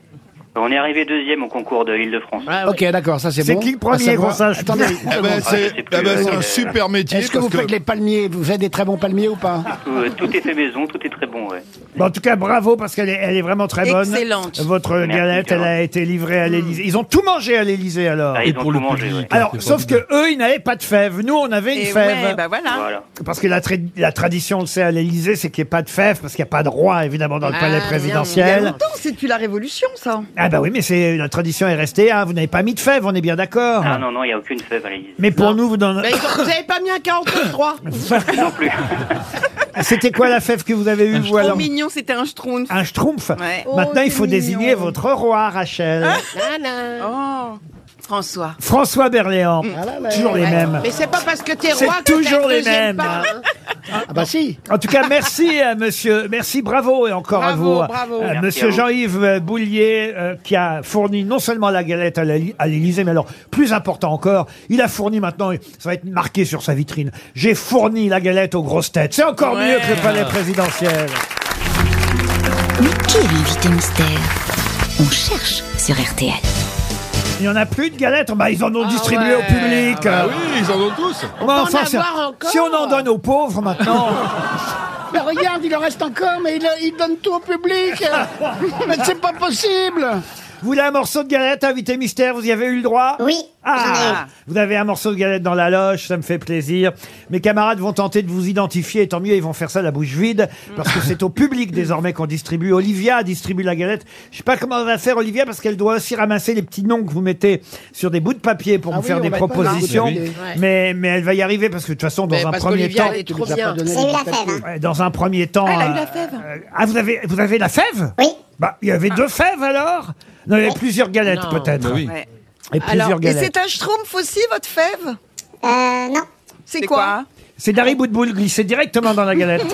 [SPEAKER 14] On est arrivé deuxième au concours de l'Île-de-France.
[SPEAKER 6] Ok, d'accord, ça c'est bon. Ah, ça va. Attendez.
[SPEAKER 14] Ah ben, c'est- ah ben, c'est un super métier
[SPEAKER 6] Est-ce que
[SPEAKER 14] parce
[SPEAKER 6] vous
[SPEAKER 14] que-
[SPEAKER 6] faites les palmiers Vous faites des très bons palmiers ou pas
[SPEAKER 14] Euh, tout est fait maison, tout est très bon, ouais.
[SPEAKER 2] Bon, en tout cas, bravo parce qu'elle est, elle est vraiment très bonne.
[SPEAKER 14] Excellente.
[SPEAKER 2] Votre
[SPEAKER 14] Merci,
[SPEAKER 2] galette, elle a été livrée à l'Élysée. Ils ont tout mangé à l'Élysée alors.
[SPEAKER 14] Ah, ils ont tout mangé, ouais.
[SPEAKER 2] Alors, sauf que eux, ils n'avaient pas de fèves. Nous, on avait une
[SPEAKER 14] Et
[SPEAKER 2] fève.
[SPEAKER 14] ouais, bah voilà. Voilà.
[SPEAKER 2] Parce que la, tra- la tradition, on le sait, à l'Élysée, c'est qu'il n'y ait pas de fèves parce qu'il n'y a pas de roi, évidemment,
[SPEAKER 14] Ah,
[SPEAKER 2] dans le palais
[SPEAKER 4] Il y a
[SPEAKER 2] présidentiel.
[SPEAKER 4] longtemps, c'est tu la révolution, ça.
[SPEAKER 2] Ah bah oui, mais c'est la tradition est restée. hein. Vous n'avez pas mis de fèves, on est bien d'accord.
[SPEAKER 14] Ah non, non, il n'y a aucune fève à l'Élysée.
[SPEAKER 2] Mais pour nous, vous n'en-
[SPEAKER 5] Mais Bah, Ben, ils ont- vous n'avez pas mis un 43
[SPEAKER 14] Non plus.
[SPEAKER 2] C'était quoi la fève que vous avez eue, vous alors
[SPEAKER 9] mignon, c'était un schtroumpf.
[SPEAKER 2] Un schtroumpf.
[SPEAKER 9] Ouais. Oh,
[SPEAKER 2] Maintenant, il
[SPEAKER 9] c'est
[SPEAKER 2] faut
[SPEAKER 9] mignon.
[SPEAKER 2] désigner votre roi, Rachel.
[SPEAKER 5] Ah.
[SPEAKER 9] Oh. François.
[SPEAKER 2] François Berléand.
[SPEAKER 9] Ah
[SPEAKER 2] Toujours les
[SPEAKER 5] Ouais.
[SPEAKER 2] mêmes.
[SPEAKER 5] Mais c'est pas parce que t'es
[SPEAKER 2] C'est
[SPEAKER 5] roi que
[SPEAKER 2] toujours
[SPEAKER 5] t'as le
[SPEAKER 2] les
[SPEAKER 5] deuxième
[SPEAKER 2] mêmes.
[SPEAKER 5] pas, hein.
[SPEAKER 6] Ah bah si.
[SPEAKER 2] En tout cas, merci à monsieur, merci, bravo et encore
[SPEAKER 5] Bravo,
[SPEAKER 2] à vous,
[SPEAKER 5] bravo.
[SPEAKER 2] euh,
[SPEAKER 5] Merci
[SPEAKER 2] monsieur
[SPEAKER 5] à vous.
[SPEAKER 2] Jean-Yves euh, Boulier, euh, qui a fourni non seulement la galette à l'Ali- à l'Élysée, mais alors plus important encore, il a fourni maintenant, et ça va être marqué sur sa vitrine. J'ai fourni la galette aux grosses têtes. C'est encore
[SPEAKER 1] Ouais.
[SPEAKER 2] mieux que le palais présidentiel.
[SPEAKER 11] Mais qui est l'invité mystère On cherche sur RTL.
[SPEAKER 2] Il n'y en a plus de galettes. Bah, ils en ont distribué au public.
[SPEAKER 3] Ah oui, ils en ont tous.
[SPEAKER 2] Bah, enfin, si- si on en donne aux pauvres maintenant.
[SPEAKER 6] Mais regarde, il en reste encore, mais il, il donne tout au public. mais c'est pas possible.
[SPEAKER 2] Vous voulez un morceau de galette, invité mystère Vous y avez eu le droit
[SPEAKER 6] Oui, j'en ai eu.
[SPEAKER 2] Ah Vous avez un morceau de galette dans la loge, ça me fait plaisir. Mes camarades vont tenter de vous identifier, et tant mieux, ils vont faire ça la bouche vide, parce que c'est au public désormais qu'on distribue. Olivia distribue la galette. Je sais pas comment elle va faire, Olivia, parce qu'elle doit aussi ramasser les petits noms que vous mettez sur des bouts de papier pour
[SPEAKER 6] Ah
[SPEAKER 2] vous
[SPEAKER 6] oui,
[SPEAKER 2] faire
[SPEAKER 6] on
[SPEAKER 2] des
[SPEAKER 6] va être pas mal.
[SPEAKER 2] propositions.
[SPEAKER 6] Ah oui.
[SPEAKER 2] Mais, mais elle va y arriver, parce que de toute façon, dans
[SPEAKER 6] Mais
[SPEAKER 2] un
[SPEAKER 6] parce
[SPEAKER 2] premier
[SPEAKER 6] qu'Olivia,
[SPEAKER 2] temps...
[SPEAKER 6] elle est trop Tu nous as pas bien. donné les bouts de papier.
[SPEAKER 2] Ouais, Dans un premier temps...
[SPEAKER 6] Elle a eu
[SPEAKER 2] euh,
[SPEAKER 6] la fève.
[SPEAKER 2] euh, ah, vous avez, vous avez la fève Oui. Bah, il y avait deux fèves alors Non, il y avait plusieurs galettes peut-être.
[SPEAKER 4] Oh. Ouais.
[SPEAKER 2] Et plusieurs
[SPEAKER 4] Alors, et
[SPEAKER 2] galettes.
[SPEAKER 4] c'est un schtroumpf aussi, votre fève Euh, non. C'est quoi,
[SPEAKER 2] C'est Dari Boudboul glissé directement dans la galette.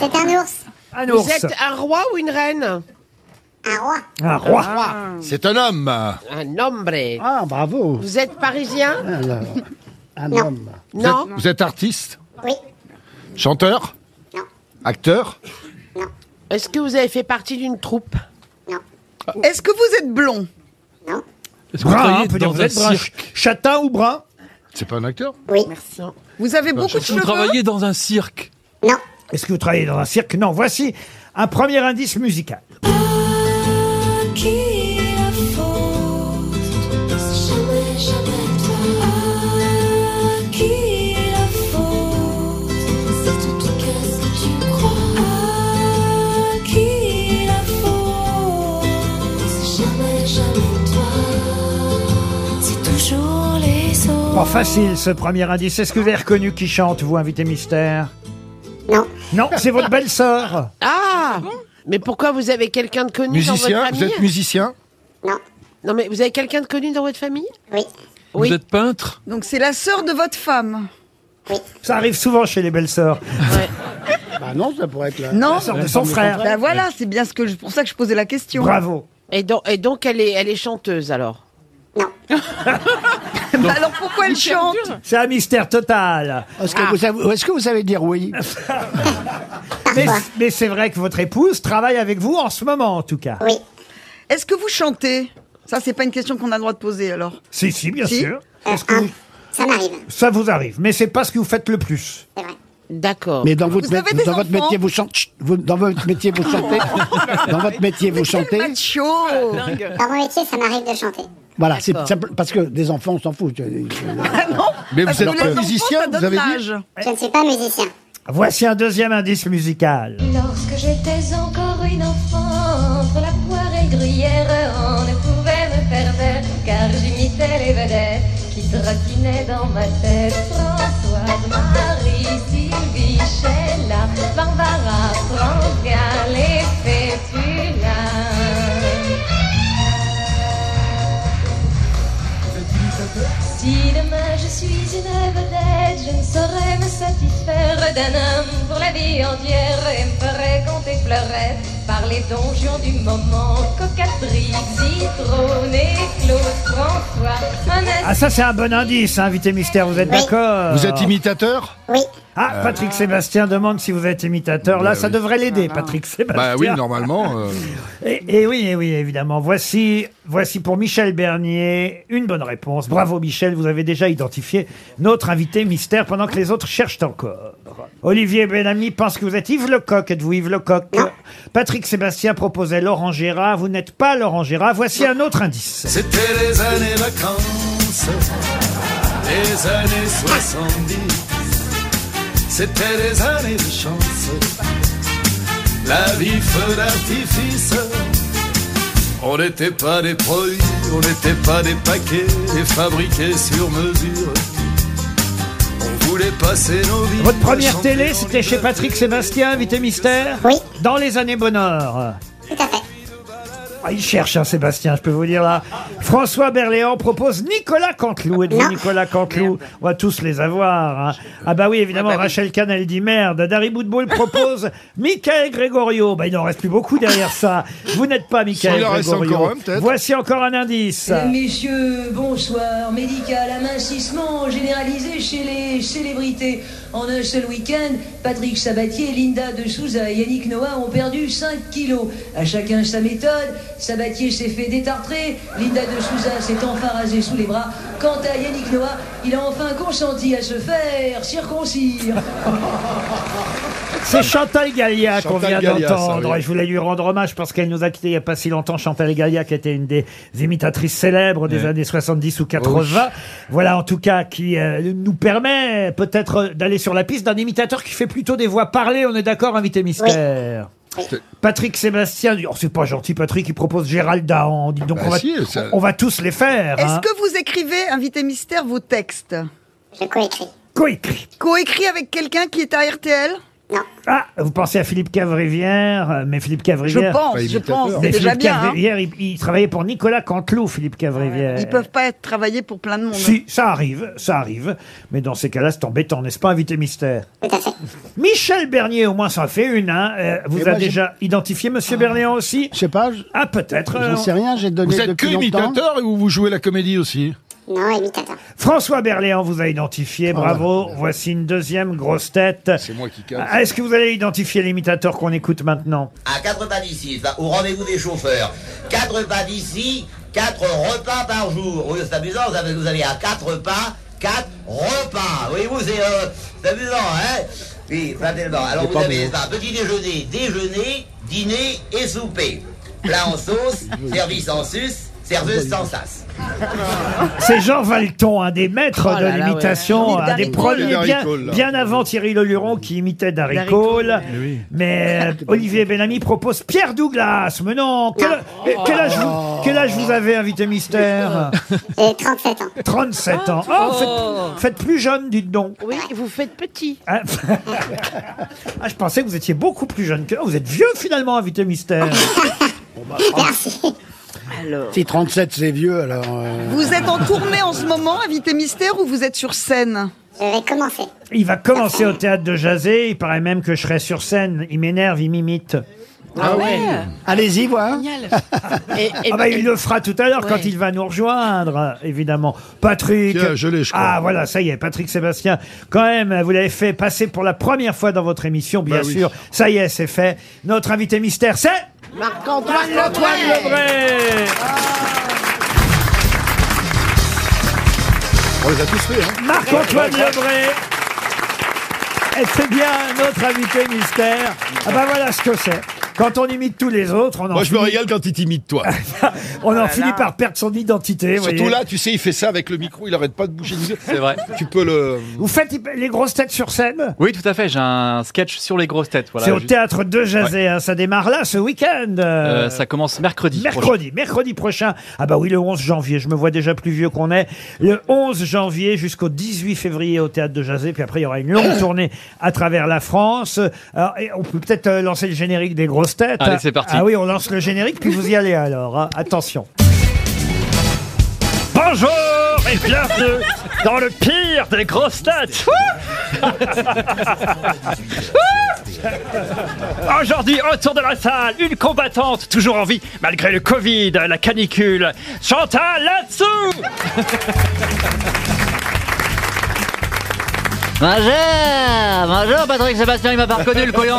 [SPEAKER 5] C'est un ours.
[SPEAKER 2] Un
[SPEAKER 5] Vous
[SPEAKER 2] ours.
[SPEAKER 5] êtes un roi ou une reine Un roi.
[SPEAKER 2] Un roi.
[SPEAKER 3] C'est un homme. hein.
[SPEAKER 5] Un hombre.
[SPEAKER 6] Ah,
[SPEAKER 4] bah.
[SPEAKER 6] bravo.
[SPEAKER 5] Vous êtes parisien
[SPEAKER 6] Alors, un
[SPEAKER 5] Non.
[SPEAKER 6] homme.
[SPEAKER 4] Ah.
[SPEAKER 3] Vous êtes-
[SPEAKER 5] Non.
[SPEAKER 3] Vous êtes artiste
[SPEAKER 5] Oui.
[SPEAKER 3] Chanteur Acteur
[SPEAKER 5] Est-ce que vous avez fait partie d'une troupe
[SPEAKER 4] Ah. Est-ce que vous êtes blond
[SPEAKER 3] Est-ce
[SPEAKER 2] Brun, hein, on peut dire vous êtes brun. Châtain ou brun
[SPEAKER 3] C'est pas un acteur
[SPEAKER 4] Oui. Merci. Vous avez
[SPEAKER 3] Bah,
[SPEAKER 4] beaucoup de
[SPEAKER 3] surtout
[SPEAKER 4] cheveux
[SPEAKER 2] travaillez dans un cirque
[SPEAKER 4] Non.
[SPEAKER 2] Est-ce que vous travaillez dans un cirque Non, voici un premier indice musical.
[SPEAKER 13] Qui la faute C'est jamais, jamais toi. À qui la faute C'est en tout cas ce que tu crois. À qui la faute C'est jamais, jamais toi. C'est toujours les autres.
[SPEAKER 2] Pas facile ce premier indice. Est-ce que vous avez reconnu qui chante, vous, invité mystère Non. Non, c'est votre belle-sœur.
[SPEAKER 5] Ah Mais pourquoi vous avez quelqu'un de connu dans
[SPEAKER 3] Musicien
[SPEAKER 5] votre
[SPEAKER 3] Vous
[SPEAKER 5] famille
[SPEAKER 3] êtes musicien
[SPEAKER 5] Non. Non, mais vous avez quelqu'un de connu dans votre famille Oui. Oui.
[SPEAKER 7] Vous êtes peintre
[SPEAKER 4] Donc c'est la sœur de votre femme.
[SPEAKER 2] Ça arrive souvent chez les belles-sœurs.
[SPEAKER 6] Bah non, ça pourrait être là.
[SPEAKER 4] Non,
[SPEAKER 2] La sœur de son frère.
[SPEAKER 4] Bah voilà, c'est bien ce que je- pour ça que je posais la question.
[SPEAKER 2] Bravo.
[SPEAKER 5] Et donc, et donc elle, est, elle est chanteuse alors
[SPEAKER 4] Bah alors pourquoi elle chante
[SPEAKER 2] C'est un mystère total.
[SPEAKER 6] Est-ce
[SPEAKER 4] Ah.
[SPEAKER 6] que, vous savez- est-ce que vous savez dire oui
[SPEAKER 2] Mais, mais c'est vrai que votre épouse travaille avec vous en ce moment, en tout cas. Oui.
[SPEAKER 4] Est-ce que vous chantez Ça, c'est pas une question qu'on a le droit de poser alors.
[SPEAKER 2] Si, si, bien
[SPEAKER 4] Si. Euh,
[SPEAKER 2] sûr. Est-ce que vous-
[SPEAKER 4] Ça m'arrive.
[SPEAKER 2] Ça vous arrive, mais c'est pas ce que vous faites le plus.
[SPEAKER 5] D'accord.
[SPEAKER 6] Mais dans votre,
[SPEAKER 4] Vous
[SPEAKER 6] mét-
[SPEAKER 4] avez des
[SPEAKER 6] dans votre
[SPEAKER 4] enfants
[SPEAKER 6] métier, vous chantez. Chut, vous- Dans votre métier, vous chantez. dans votre métier, vous chantez.
[SPEAKER 4] Chaud
[SPEAKER 8] Dans mon métier, ça m'arrive de chanter.
[SPEAKER 6] Voilà, c'est
[SPEAKER 8] D'accord.
[SPEAKER 6] simple- parce que des enfants, on s'en fout.
[SPEAKER 3] Mais
[SPEAKER 6] parce vous êtes que pas les enfants, musicien, ça vous donne avez dit l'âge.
[SPEAKER 8] Je ne suis pas musicien.
[SPEAKER 2] Voici un deuxième indice musical.
[SPEAKER 13] Lorsque j'étais encore une enfant, entre la poire et le gruyère, on ne pouvait me faire taire, car j'imitais les vedettes qui trottinaient dans ma tête. François, Marie, Sylvie, Sheila, Barbara, Franca, les Si demain je suis une vedette, je ne saurais me satisfaire d'un homme pour la vie entière et me ferais compter pleurer par les donjons du moment. Cocatrice, Zitrone et Claude François. Un
[SPEAKER 2] Ah, ça, c'est un bon indice, hein, invité mystère, vous êtes
[SPEAKER 13] Oui.
[SPEAKER 2] d'accord
[SPEAKER 18] Vous êtes imitateur
[SPEAKER 2] Oui. Ah, Patrick Sébastien demande si vous êtes imitateur. Là,
[SPEAKER 18] Bah
[SPEAKER 2] ça
[SPEAKER 18] oui.
[SPEAKER 2] devrait l'aider, Patrick Sébastien.
[SPEAKER 18] Bah oui, normalement. euh,
[SPEAKER 2] Et, et oui, et oui, évidemment. Voici, voici pour Michel Bernier une bonne réponse. Bravo Michel, vous avez déjà identifié notre invité mystère pendant que les autres cherchent encore. Olivier Benami pense que vous êtes Yves Lecoq. Êtes-vous Yves Lecoq Patrick Sébastien proposait Laurent Gérard. Vous n'êtes pas Laurent Gérard. Voici un autre indice.
[SPEAKER 13] C'était les années vacances, les années 70. C'était les années de chance, la vie feu d'artifice. On n'était pas des produits, on n'était pas des paquets, des fabriqués sur mesure. On voulait passer nos vies.
[SPEAKER 2] Votre première télé, c'était chez Patrick Sébastien, invité mystère Oui. Dans les années bonheur. Ah, il cherche, hein, Sébastien, je peux vous dire là. François Berléand propose Nicolas Canteloup. Êtes-vous Nicolas Canteloup On va tous les avoir. hein. Ah bah oui, évidemment, Rachel Kahn, elle dit merde. Dari Boudboul propose Michael Gregorio. Bah, il n'en reste plus beaucoup derrière ça. Vous n'êtes pas Michael
[SPEAKER 18] S'il en reste
[SPEAKER 2] Gregorio.
[SPEAKER 18] encore un, peut-être.
[SPEAKER 2] Voici encore un indice.
[SPEAKER 17] Messieurs, bonsoir. Médical, amincissement généralisé chez les célébrités. En un seul week-end, Patrick Sabatier, Linda de Souza et Yannick Noah ont perdu 5 kilos. À chacun sa méthode. Sabatier s'est fait détartrer. Linda de Souza s'est enfin rasée sous les bras. Quant à Yannick Noah, il a enfin consenti à se faire circoncire.
[SPEAKER 2] C'est Chantal Gallia qu'on
[SPEAKER 13] Chantal
[SPEAKER 2] vient
[SPEAKER 13] Gallia, ça,
[SPEAKER 2] d'entendre.
[SPEAKER 13] oui.
[SPEAKER 2] Et je voulais lui rendre hommage parce qu'elle nous a quittés il n'y a pas si longtemps. Chantal Gallia, qui était une des imitatrices célèbres des
[SPEAKER 13] Ouais.
[SPEAKER 2] années 70 ou 80. Voilà, en tout cas, qui euh, nous permet peut-être d'aller sur la piste d'un imitateur qui fait plutôt des voix parlées. On est d'accord, invité mystère Patrick Sébastien, oh, c'est pas gentil Patrick, il propose Gérald Dahan. Dis donc,
[SPEAKER 18] Bah
[SPEAKER 2] on, va,
[SPEAKER 18] si, ça-
[SPEAKER 2] on va tous les faire.
[SPEAKER 4] Est-ce
[SPEAKER 2] hein.
[SPEAKER 4] que vous écrivez, invité mystère, vos textes
[SPEAKER 8] Je coécris.
[SPEAKER 2] Coécrit.
[SPEAKER 4] Coécrit avec quelqu'un qui est à RTL
[SPEAKER 2] Ah, vous pensez à Philippe Cavrivière, euh, mais Philippe Cavrivière.
[SPEAKER 4] Je pense, Pas je imitateur. pense, c'est
[SPEAKER 2] Mais
[SPEAKER 4] déjà
[SPEAKER 2] Philippe
[SPEAKER 4] bien, hein. Ah
[SPEAKER 2] Cavrivière, il, il travaillait pour Nicolas Canteloup, Philippe Cavrivière.
[SPEAKER 4] Ils peuvent pas être travaillés pour plein de monde.
[SPEAKER 2] Euh. Si, ça arrive, ça arrive. Mais dans ces cas-là, c'est embêtant, n'est-ce pas, invité mystère Michel Bernier, au moins, ça en fait une. Hein. Euh, vous
[SPEAKER 6] Et
[SPEAKER 2] a
[SPEAKER 6] moi, j'ai-
[SPEAKER 2] déjà identifié Monsieur Berléand aussi Je sais pas. Ah, peut-être.
[SPEAKER 6] J'en sais rien, j'ai donné
[SPEAKER 2] Vous êtes
[SPEAKER 6] depuis
[SPEAKER 2] que
[SPEAKER 6] longtemps.
[SPEAKER 2] imitateur
[SPEAKER 18] Ou vous jouez la comédie aussi
[SPEAKER 8] Non, imitateur.
[SPEAKER 2] François Berléand vous a
[SPEAKER 6] Ah
[SPEAKER 2] identifié, bravo. Voici une deuxième grosse tête. C'est
[SPEAKER 18] moi qui
[SPEAKER 23] casse.
[SPEAKER 2] Est-ce que vous allez identifier l'imitateur qu'on écoute maintenant
[SPEAKER 23] À 86, là, au rendez-vous des chauffeurs. 4 pas d'ici, 4 repas par jour. Oui, c'est amusant, vous avez, vous avez à 4 pas, 4 repas. Voyez-vous, c'est euh, c'est amusant, hein Oui, pas tellement. Alors
[SPEAKER 24] C'est
[SPEAKER 23] vous
[SPEAKER 24] pas
[SPEAKER 23] avez
[SPEAKER 24] bon.
[SPEAKER 23] ça, petit déjeuner, déjeuner, dîner et souper. Plat en sauce, service en sus, serveuse sans sas.
[SPEAKER 2] C'est Jean Valton, un des maîtres
[SPEAKER 23] Oh
[SPEAKER 2] de
[SPEAKER 23] là là, ouais.
[SPEAKER 2] l'imitation,
[SPEAKER 23] Philippe
[SPEAKER 2] un des
[SPEAKER 23] Darricolle.
[SPEAKER 2] premiers,
[SPEAKER 23] Philippe
[SPEAKER 2] bien,
[SPEAKER 23] Darricolle, là.
[SPEAKER 2] bien avant Thierry Leluron qui imitait Darry
[SPEAKER 23] Darricolle,
[SPEAKER 2] Cole.
[SPEAKER 6] Eh
[SPEAKER 2] Mais
[SPEAKER 6] Ah,
[SPEAKER 2] euh, Olivier Benami propose Pierre Douglas. Mais non, quel, eh,
[SPEAKER 4] Oh.
[SPEAKER 2] quel âge, vous, quel âge vous avez, invité mystère
[SPEAKER 4] Euh,
[SPEAKER 8] J'ai 37 ans.
[SPEAKER 2] 37 ans. Oh,
[SPEAKER 5] Oh.
[SPEAKER 2] Faites, faites plus jeune, dites donc.
[SPEAKER 5] Oui, vous faites petit.
[SPEAKER 2] Ah, ah, je pensais que vous étiez beaucoup plus jeune que... Vous êtes vieux, finalement, invité mystère. Bon, bah,
[SPEAKER 6] Si 37 c'est vieux, alors. euh,
[SPEAKER 4] Vous êtes en tournée en ce moment, invité mystère, ou vous êtes sur scène
[SPEAKER 8] Je vais commencer.
[SPEAKER 2] Il va commencer au théâtre de Jazé. Il paraît même que je serai sur scène. Il m'énerve, il m'imite.
[SPEAKER 6] Ah ouais. Allez-y, voir.
[SPEAKER 5] Et, et-
[SPEAKER 2] Ah bah,
[SPEAKER 5] et-
[SPEAKER 2] il le fera tout à l'heure quand il va nous rejoindre, euh, évidemment. Patrick.
[SPEAKER 18] Tiens, je l'ai, je crois.
[SPEAKER 2] Ah voilà, ça y est, Patrick Sébastien. Quand même, vous l'avez fait passer pour la première fois dans votre émission, bien
[SPEAKER 18] Bah oui.
[SPEAKER 2] sûr. Ça y est, c'est fait. Notre invité mystère, c'est
[SPEAKER 5] Marc-Antoine
[SPEAKER 2] Antoine Lebray.
[SPEAKER 18] On les a tous fait, hein
[SPEAKER 2] Marc-Antoine Lebré. Et c'est bien notre invité mystère. Ah bah ben voilà ce que c'est. Quand on imite tous les autres, on en
[SPEAKER 3] Moi, je me
[SPEAKER 2] finit-
[SPEAKER 3] régale quand il t'imite, toi.
[SPEAKER 2] On en finit par perdre son identité. vous
[SPEAKER 3] Surtout
[SPEAKER 2] voyez.
[SPEAKER 3] là, tu sais, il fait ça avec le micro, il arrête pas de bouger. C'est
[SPEAKER 16] vrai.
[SPEAKER 3] Tu peux le.
[SPEAKER 2] Vous faites les grosses têtes sur scène
[SPEAKER 16] Oui, tout à fait. J'ai un sketch sur les grosses têtes. Voilà,
[SPEAKER 2] C'est au
[SPEAKER 16] Juste-
[SPEAKER 2] théâtre de Jazé, hein, ça démarre là ce week-end. euh,
[SPEAKER 16] Euh, ça commence mercredi.
[SPEAKER 2] Mercredi, mercredi prochain. Ah bah oui, le 11 janvier. Je me vois déjà plus vieux qu'on est. Le 11 janvier jusqu'au 18 février au théâtre de Jazé. Puis après, il y aura une longue tournée à travers la France. Alors, et on peut peut-être euh, lancer le générique des grosses têtes.
[SPEAKER 16] Allez, c'est parti.
[SPEAKER 2] Ah oui, on lance le générique, puis vous y allez alors. hein. Attention.
[SPEAKER 19] Bonjour et bienvenue dans le pire des grosses têtes. Aujourd'hui, autour de la salle, une combattante toujours en vie malgré le Covid, la canicule, Chantal là-dessous.
[SPEAKER 24] Bonjour Bonjour Patrick Sébastien, il m'a pas reconnu le couillon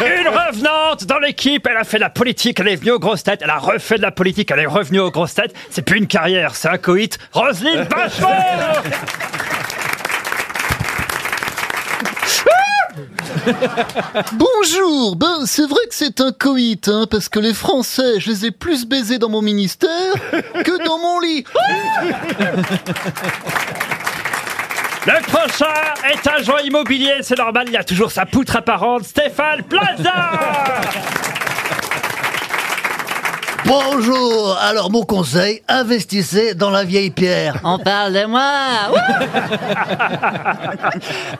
[SPEAKER 19] Une revenante dans l'équipe, elle a fait de la politique, elle est venue aux grosses têtes, elle a refait de la politique, elle est revenue aux grosses têtes. C'est plus une carrière, c'est un coït. Roselyne Bachelot
[SPEAKER 25] Bonjour, ben c'est vrai que c'est un coït, hein, parce que les Français, je les ai plus baisés dans mon ministère que dans mon lit.
[SPEAKER 19] Le prochain est agent immobilier, c'est normal, il a toujours sa poutre apparente, Stéphane Plaza
[SPEAKER 25] Bonjour, alors mon conseil, investissez dans la vieille pierre.
[SPEAKER 24] On parle de moi Ouh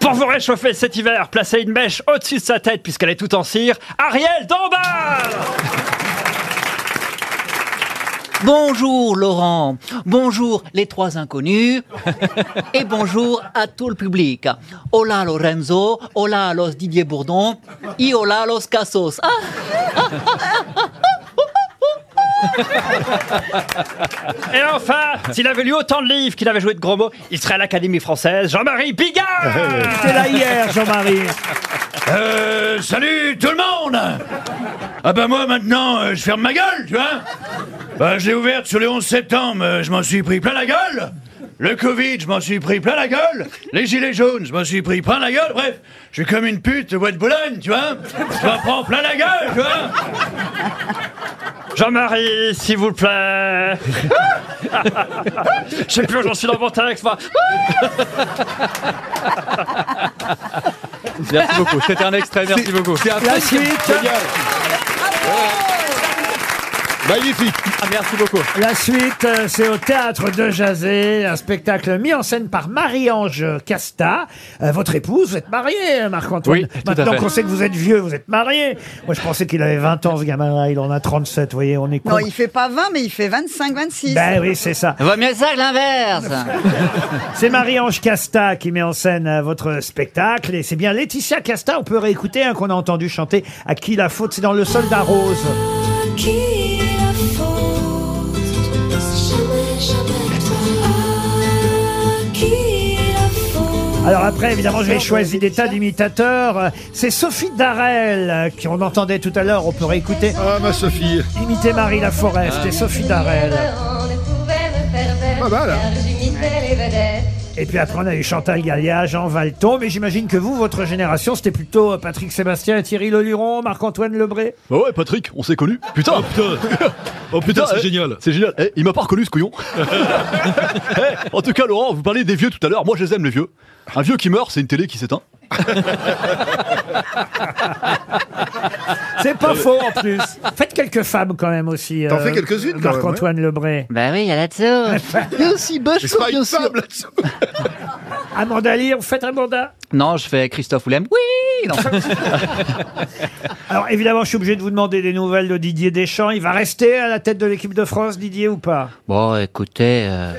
[SPEAKER 19] Pour vous réchauffer cet hiver, placez une mèche au-dessus de sa tête puisqu'elle est toute en cire. Ariel Dombal
[SPEAKER 24] Bonjour Laurent, bonjour les trois inconnus et bonjour à tout le public. Hola Lorenzo, hola a los Didier Bourdon y hola a los Cassos. Ah,
[SPEAKER 19] Et enfin, s'il avait lu autant de livres qu'il avait joué de gros mots, il serait à l'Académie française. Jean-Marie Bigard
[SPEAKER 2] T'es là hier, Jean-Marie.
[SPEAKER 19] Euh,
[SPEAKER 24] Salut tout le monde Ah bah moi maintenant, euh, je ferme ma gueule, tu vois Bah je l'ai ouverte sur le 11 septembre, euh, je m'en suis pris plein la gueule Le Covid, je m'en suis pris plein la gueule Les gilets jaunes, je m'en suis pris plein la gueule Bref, je suis comme une pute de bois de Boulogne, tu vois Je m'en prends plein la gueule, tu vois
[SPEAKER 19] Jean-Marie, s'il vous plaît Je sais plus où j'en suis dans mon texte, moi
[SPEAKER 16] Merci beaucoup. C'était un extrait. Merci beaucoup. C'est
[SPEAKER 19] La suite.
[SPEAKER 16] Magnifique. Ah, merci beaucoup.
[SPEAKER 2] La suite, euh, c'est au théâtre de Jazé, un spectacle mis en scène par Marie-Ange Casta. Euh, votre épouse, vous êtes mariée, hein, Marc-Antoine.
[SPEAKER 19] Oui, tout à
[SPEAKER 2] Maintenant
[SPEAKER 19] fait.
[SPEAKER 2] qu'on sait que vous êtes vieux, vous êtes marié. Moi, je pensais qu'il avait 20 ans, ce gamin-là. Il en a 37, vous voyez, on est con.
[SPEAKER 4] Non, il fait pas 20, mais il fait 25, 26.
[SPEAKER 2] Ben oui, c'est ça.
[SPEAKER 24] Vaut mieux ça que l'inverse
[SPEAKER 2] C'est Marie-Ange Casta qui met en scène euh, votre spectacle. Et c'est bien Laetitia Casta, on peut réécouter, hein, qu'on a entendu chanter « À qui la faute ?» C'est dans Le Soldat Rose.
[SPEAKER 13] qui la faute C'est jamais, jamais toi. À qui la faute
[SPEAKER 2] Alors après, évidemment, j'ai choisi des tas d'imitateurs. Euh, C'est Sophie Darel, euh, qui on entendait tout à l'heure, on peut réécouter. Ah, ma Sophie. Imiter Marie
[SPEAKER 24] Ah,
[SPEAKER 2] Laforest et Sophie Darel.
[SPEAKER 13] On ne pouvait me faire taire,
[SPEAKER 2] Pas mal, hein.
[SPEAKER 13] car j'imitais les vedettes.
[SPEAKER 2] Et puis après, on a eu Chantal Gallia, Jean Valton. Mais j'imagine que vous, votre génération, c'était plutôt euh, Patrick Sébastien, Thierry Leluron, Marc-Antoine Lebré.
[SPEAKER 16] Bah ouais, Patrick, on s'est connus. Putain, oh putain,
[SPEAKER 2] c'est
[SPEAKER 16] eh,
[SPEAKER 2] génial.
[SPEAKER 16] C'est génial. Eh, il m'a pas reconnu ce couillon. Eh, en tout cas, Laurent, vous parlez des vieux tout à l'heure. Moi, je les aime les vieux. Un vieux qui meurt, c'est une télé qui s'éteint.
[SPEAKER 2] C'est pas faux en plus. Faites quelques femmes quand même aussi.
[SPEAKER 24] Euh,
[SPEAKER 2] euh,
[SPEAKER 24] T'en fais quelques-unes, quand même,
[SPEAKER 2] Marc-Antoine Lebré.
[SPEAKER 24] Bah oui, il y a là-dessous
[SPEAKER 25] Bien si, bah, je bien sûr.
[SPEAKER 2] Amanda Lear, vous faites Amanda
[SPEAKER 24] Non, je fais Christophe Willem. Oui non.
[SPEAKER 2] Alors évidemment, je suis obligé de vous demander des nouvelles de Didier Deschamps. Il va rester à la tête de l'équipe de France, Didier, ou pas
[SPEAKER 24] Bon, écoutez, euh,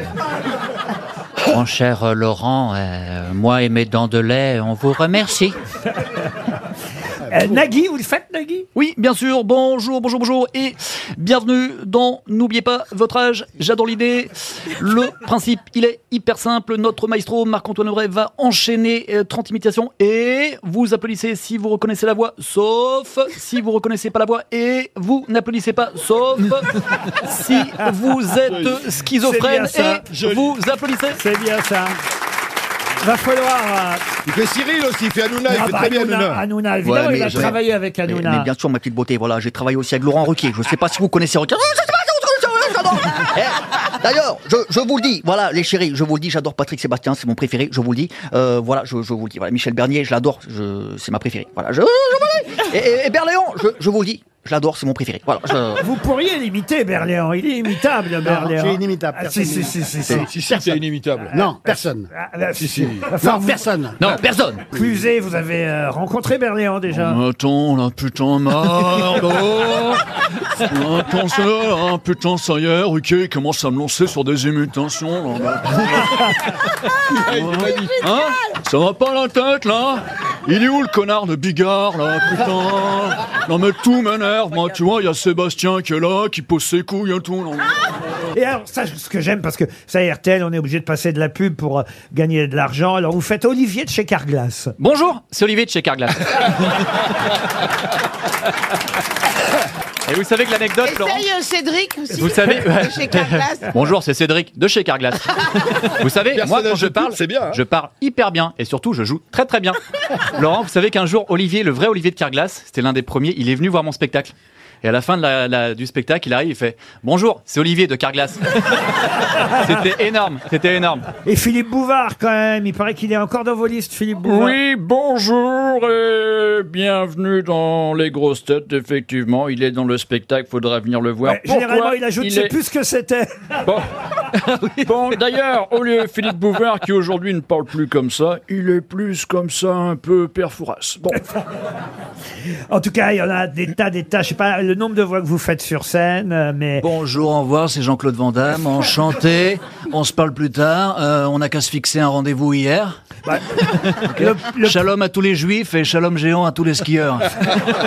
[SPEAKER 24] mon cher euh, Laurent, euh, moi et mes dents de lait, on vous remercie.
[SPEAKER 2] Euh, Nagui, vous le faites, Nagui
[SPEAKER 16] Oui, bien sûr. Bonjour, bonjour, bonjour. Et bienvenue dans N'oubliez pas votre âge. J'adore l'idée. Le principe, il est hyper simple. Notre maestro Marc-Antoine Aubray va enchaîner euh, 30 imitations et vous applaudissez si vous reconnaissez la voix, sauf si vous reconnaissez pas la voix et vous n'applaudissez pas, sauf si vous êtes schizophrène
[SPEAKER 2] C'est bien ça.
[SPEAKER 16] et vous applaudissez.
[SPEAKER 2] C'est bien ça. Va falloir. euh,
[SPEAKER 3] Il fait Cyril aussi, il fait Hanouna, il
[SPEAKER 2] Ah
[SPEAKER 3] fait
[SPEAKER 2] bah,
[SPEAKER 3] très bien
[SPEAKER 2] Hanouna,
[SPEAKER 3] Hanouna.
[SPEAKER 2] Hanouna, évidemment, il a travaillé avec
[SPEAKER 24] Mais,
[SPEAKER 2] Hanouna.
[SPEAKER 24] mais bien sûr, ma petite beauté, voilà, j'ai travaillé aussi avec Laurent Ruquier. Je sais pas si vous connaissez Ruquier. Eh, D'ailleurs, je, je vous le dis, voilà, les chéris, je vous le dis, j'adore Patrick Sébastien, c'est mon préféré, je vous le dis. Euh, voilà, je, je vous le dis, voilà, Michel Bernier, je l'adore, je- c'est ma préférée. Voilà, je, je vous le dis. Et, et- et Berléand, je, je vous le dis, je l'adore, c'est mon préféré. Voilà, je-
[SPEAKER 2] Vous pourriez l'imiter, Berléand. Il est imitable, Berléand.
[SPEAKER 6] c'est inimitable,
[SPEAKER 2] Ah,
[SPEAKER 6] personne
[SPEAKER 2] si, si, si, si, si.
[SPEAKER 3] Si, si, c'est inimitable.
[SPEAKER 6] Non, personne.
[SPEAKER 2] Ah, bah,
[SPEAKER 3] Si, si.
[SPEAKER 2] va falloir vous-
[SPEAKER 24] Non, personne.
[SPEAKER 2] Cluzet, vous avez euh, rencontré Berléand déjà.
[SPEAKER 16] Attends, là, putain, merde oh. Attends, ça, là, putain, ça y est, ok, il commence à me lancer sur des imitations, là. Hein Ça va pas la tête, là Il est où, le connard de Bigard, là, putain Non, mais tout m'énerve, moi, tu vois, il y a Sébastien qui est là, qui pose ses couilles et tout, là.
[SPEAKER 2] Et alors, ça, ce que j'aime, parce que ça, RTL, on est obligé de passer de la pub pour euh, gagner de l'argent. Alors, vous faites Olivier de chez Carglass.
[SPEAKER 24] Bonjour, c'est Olivier de chez Carglass.
[SPEAKER 25] Et vous savez que l'anecdote,
[SPEAKER 5] Essaye euh, Cédric aussi.
[SPEAKER 25] Vous savez-
[SPEAKER 5] de chez Carglass.
[SPEAKER 25] Bonjour, c'est Cédric de chez Carglass. vous savez, moi quand je parle,
[SPEAKER 3] c'est bien. hein.
[SPEAKER 25] je parle hyper bien et surtout je joue très très bien. Laurent, vous savez qu'un jour Olivier, le vrai Olivier de Carglass, c'était l'un des premiers, il est venu voir mon spectacle. Et à la fin de la- la- du spectacle, il arrive, il fait Bonjour, c'est Olivier de Carglass. c'était énorme, c'était énorme.
[SPEAKER 2] Et Philippe Bouvard, quand même. Il paraît qu'il est encore dans vos listes, Philippe Bouvard.
[SPEAKER 16] Oui, bonjour et bienvenue dans les grosses têtes. Effectivement, il est dans le spectacle, faudra venir le voir.
[SPEAKER 2] Ouais, généralement,
[SPEAKER 16] Pourquoi
[SPEAKER 2] il ajoute, je sais
[SPEAKER 16] est-
[SPEAKER 2] plus ce que c'était.
[SPEAKER 16] Bon, Bon, Ah d'ailleurs, au lieu de Philippe Bouvard, qui aujourd'hui ne parle plus comme ça, il est plus comme ça, un peu perfourasse. Bon.
[SPEAKER 2] En tout cas, il y en a des tas, des tas. Je sais pas le nombre de voix que vous faites sur scène, euh, mais.
[SPEAKER 24] Bonjour, au revoir, c'est Jean-Claude Van Damme, enchanté. On se parle plus tard, euh, on n'a qu'à se fixer un rendez-vous hier.
[SPEAKER 16] Bah,
[SPEAKER 24] Ok. Shalom à tous les juifs et shalom géant à tous les skieurs.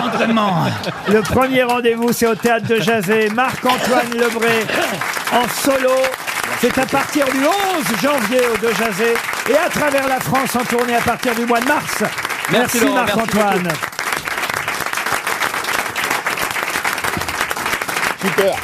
[SPEAKER 24] Entraînement.
[SPEAKER 2] Le premier rendez-vous, c'est au théâtre de Jazé, Marc-Antoine Lebré en solo. C'est à partir du 11 janvier au De Jazé et à travers la France en tournée à partir du mois de mars.
[SPEAKER 24] Merci,
[SPEAKER 2] Merci,
[SPEAKER 24] Laurent, merci
[SPEAKER 2] Marc-Antoine.
[SPEAKER 3] Super.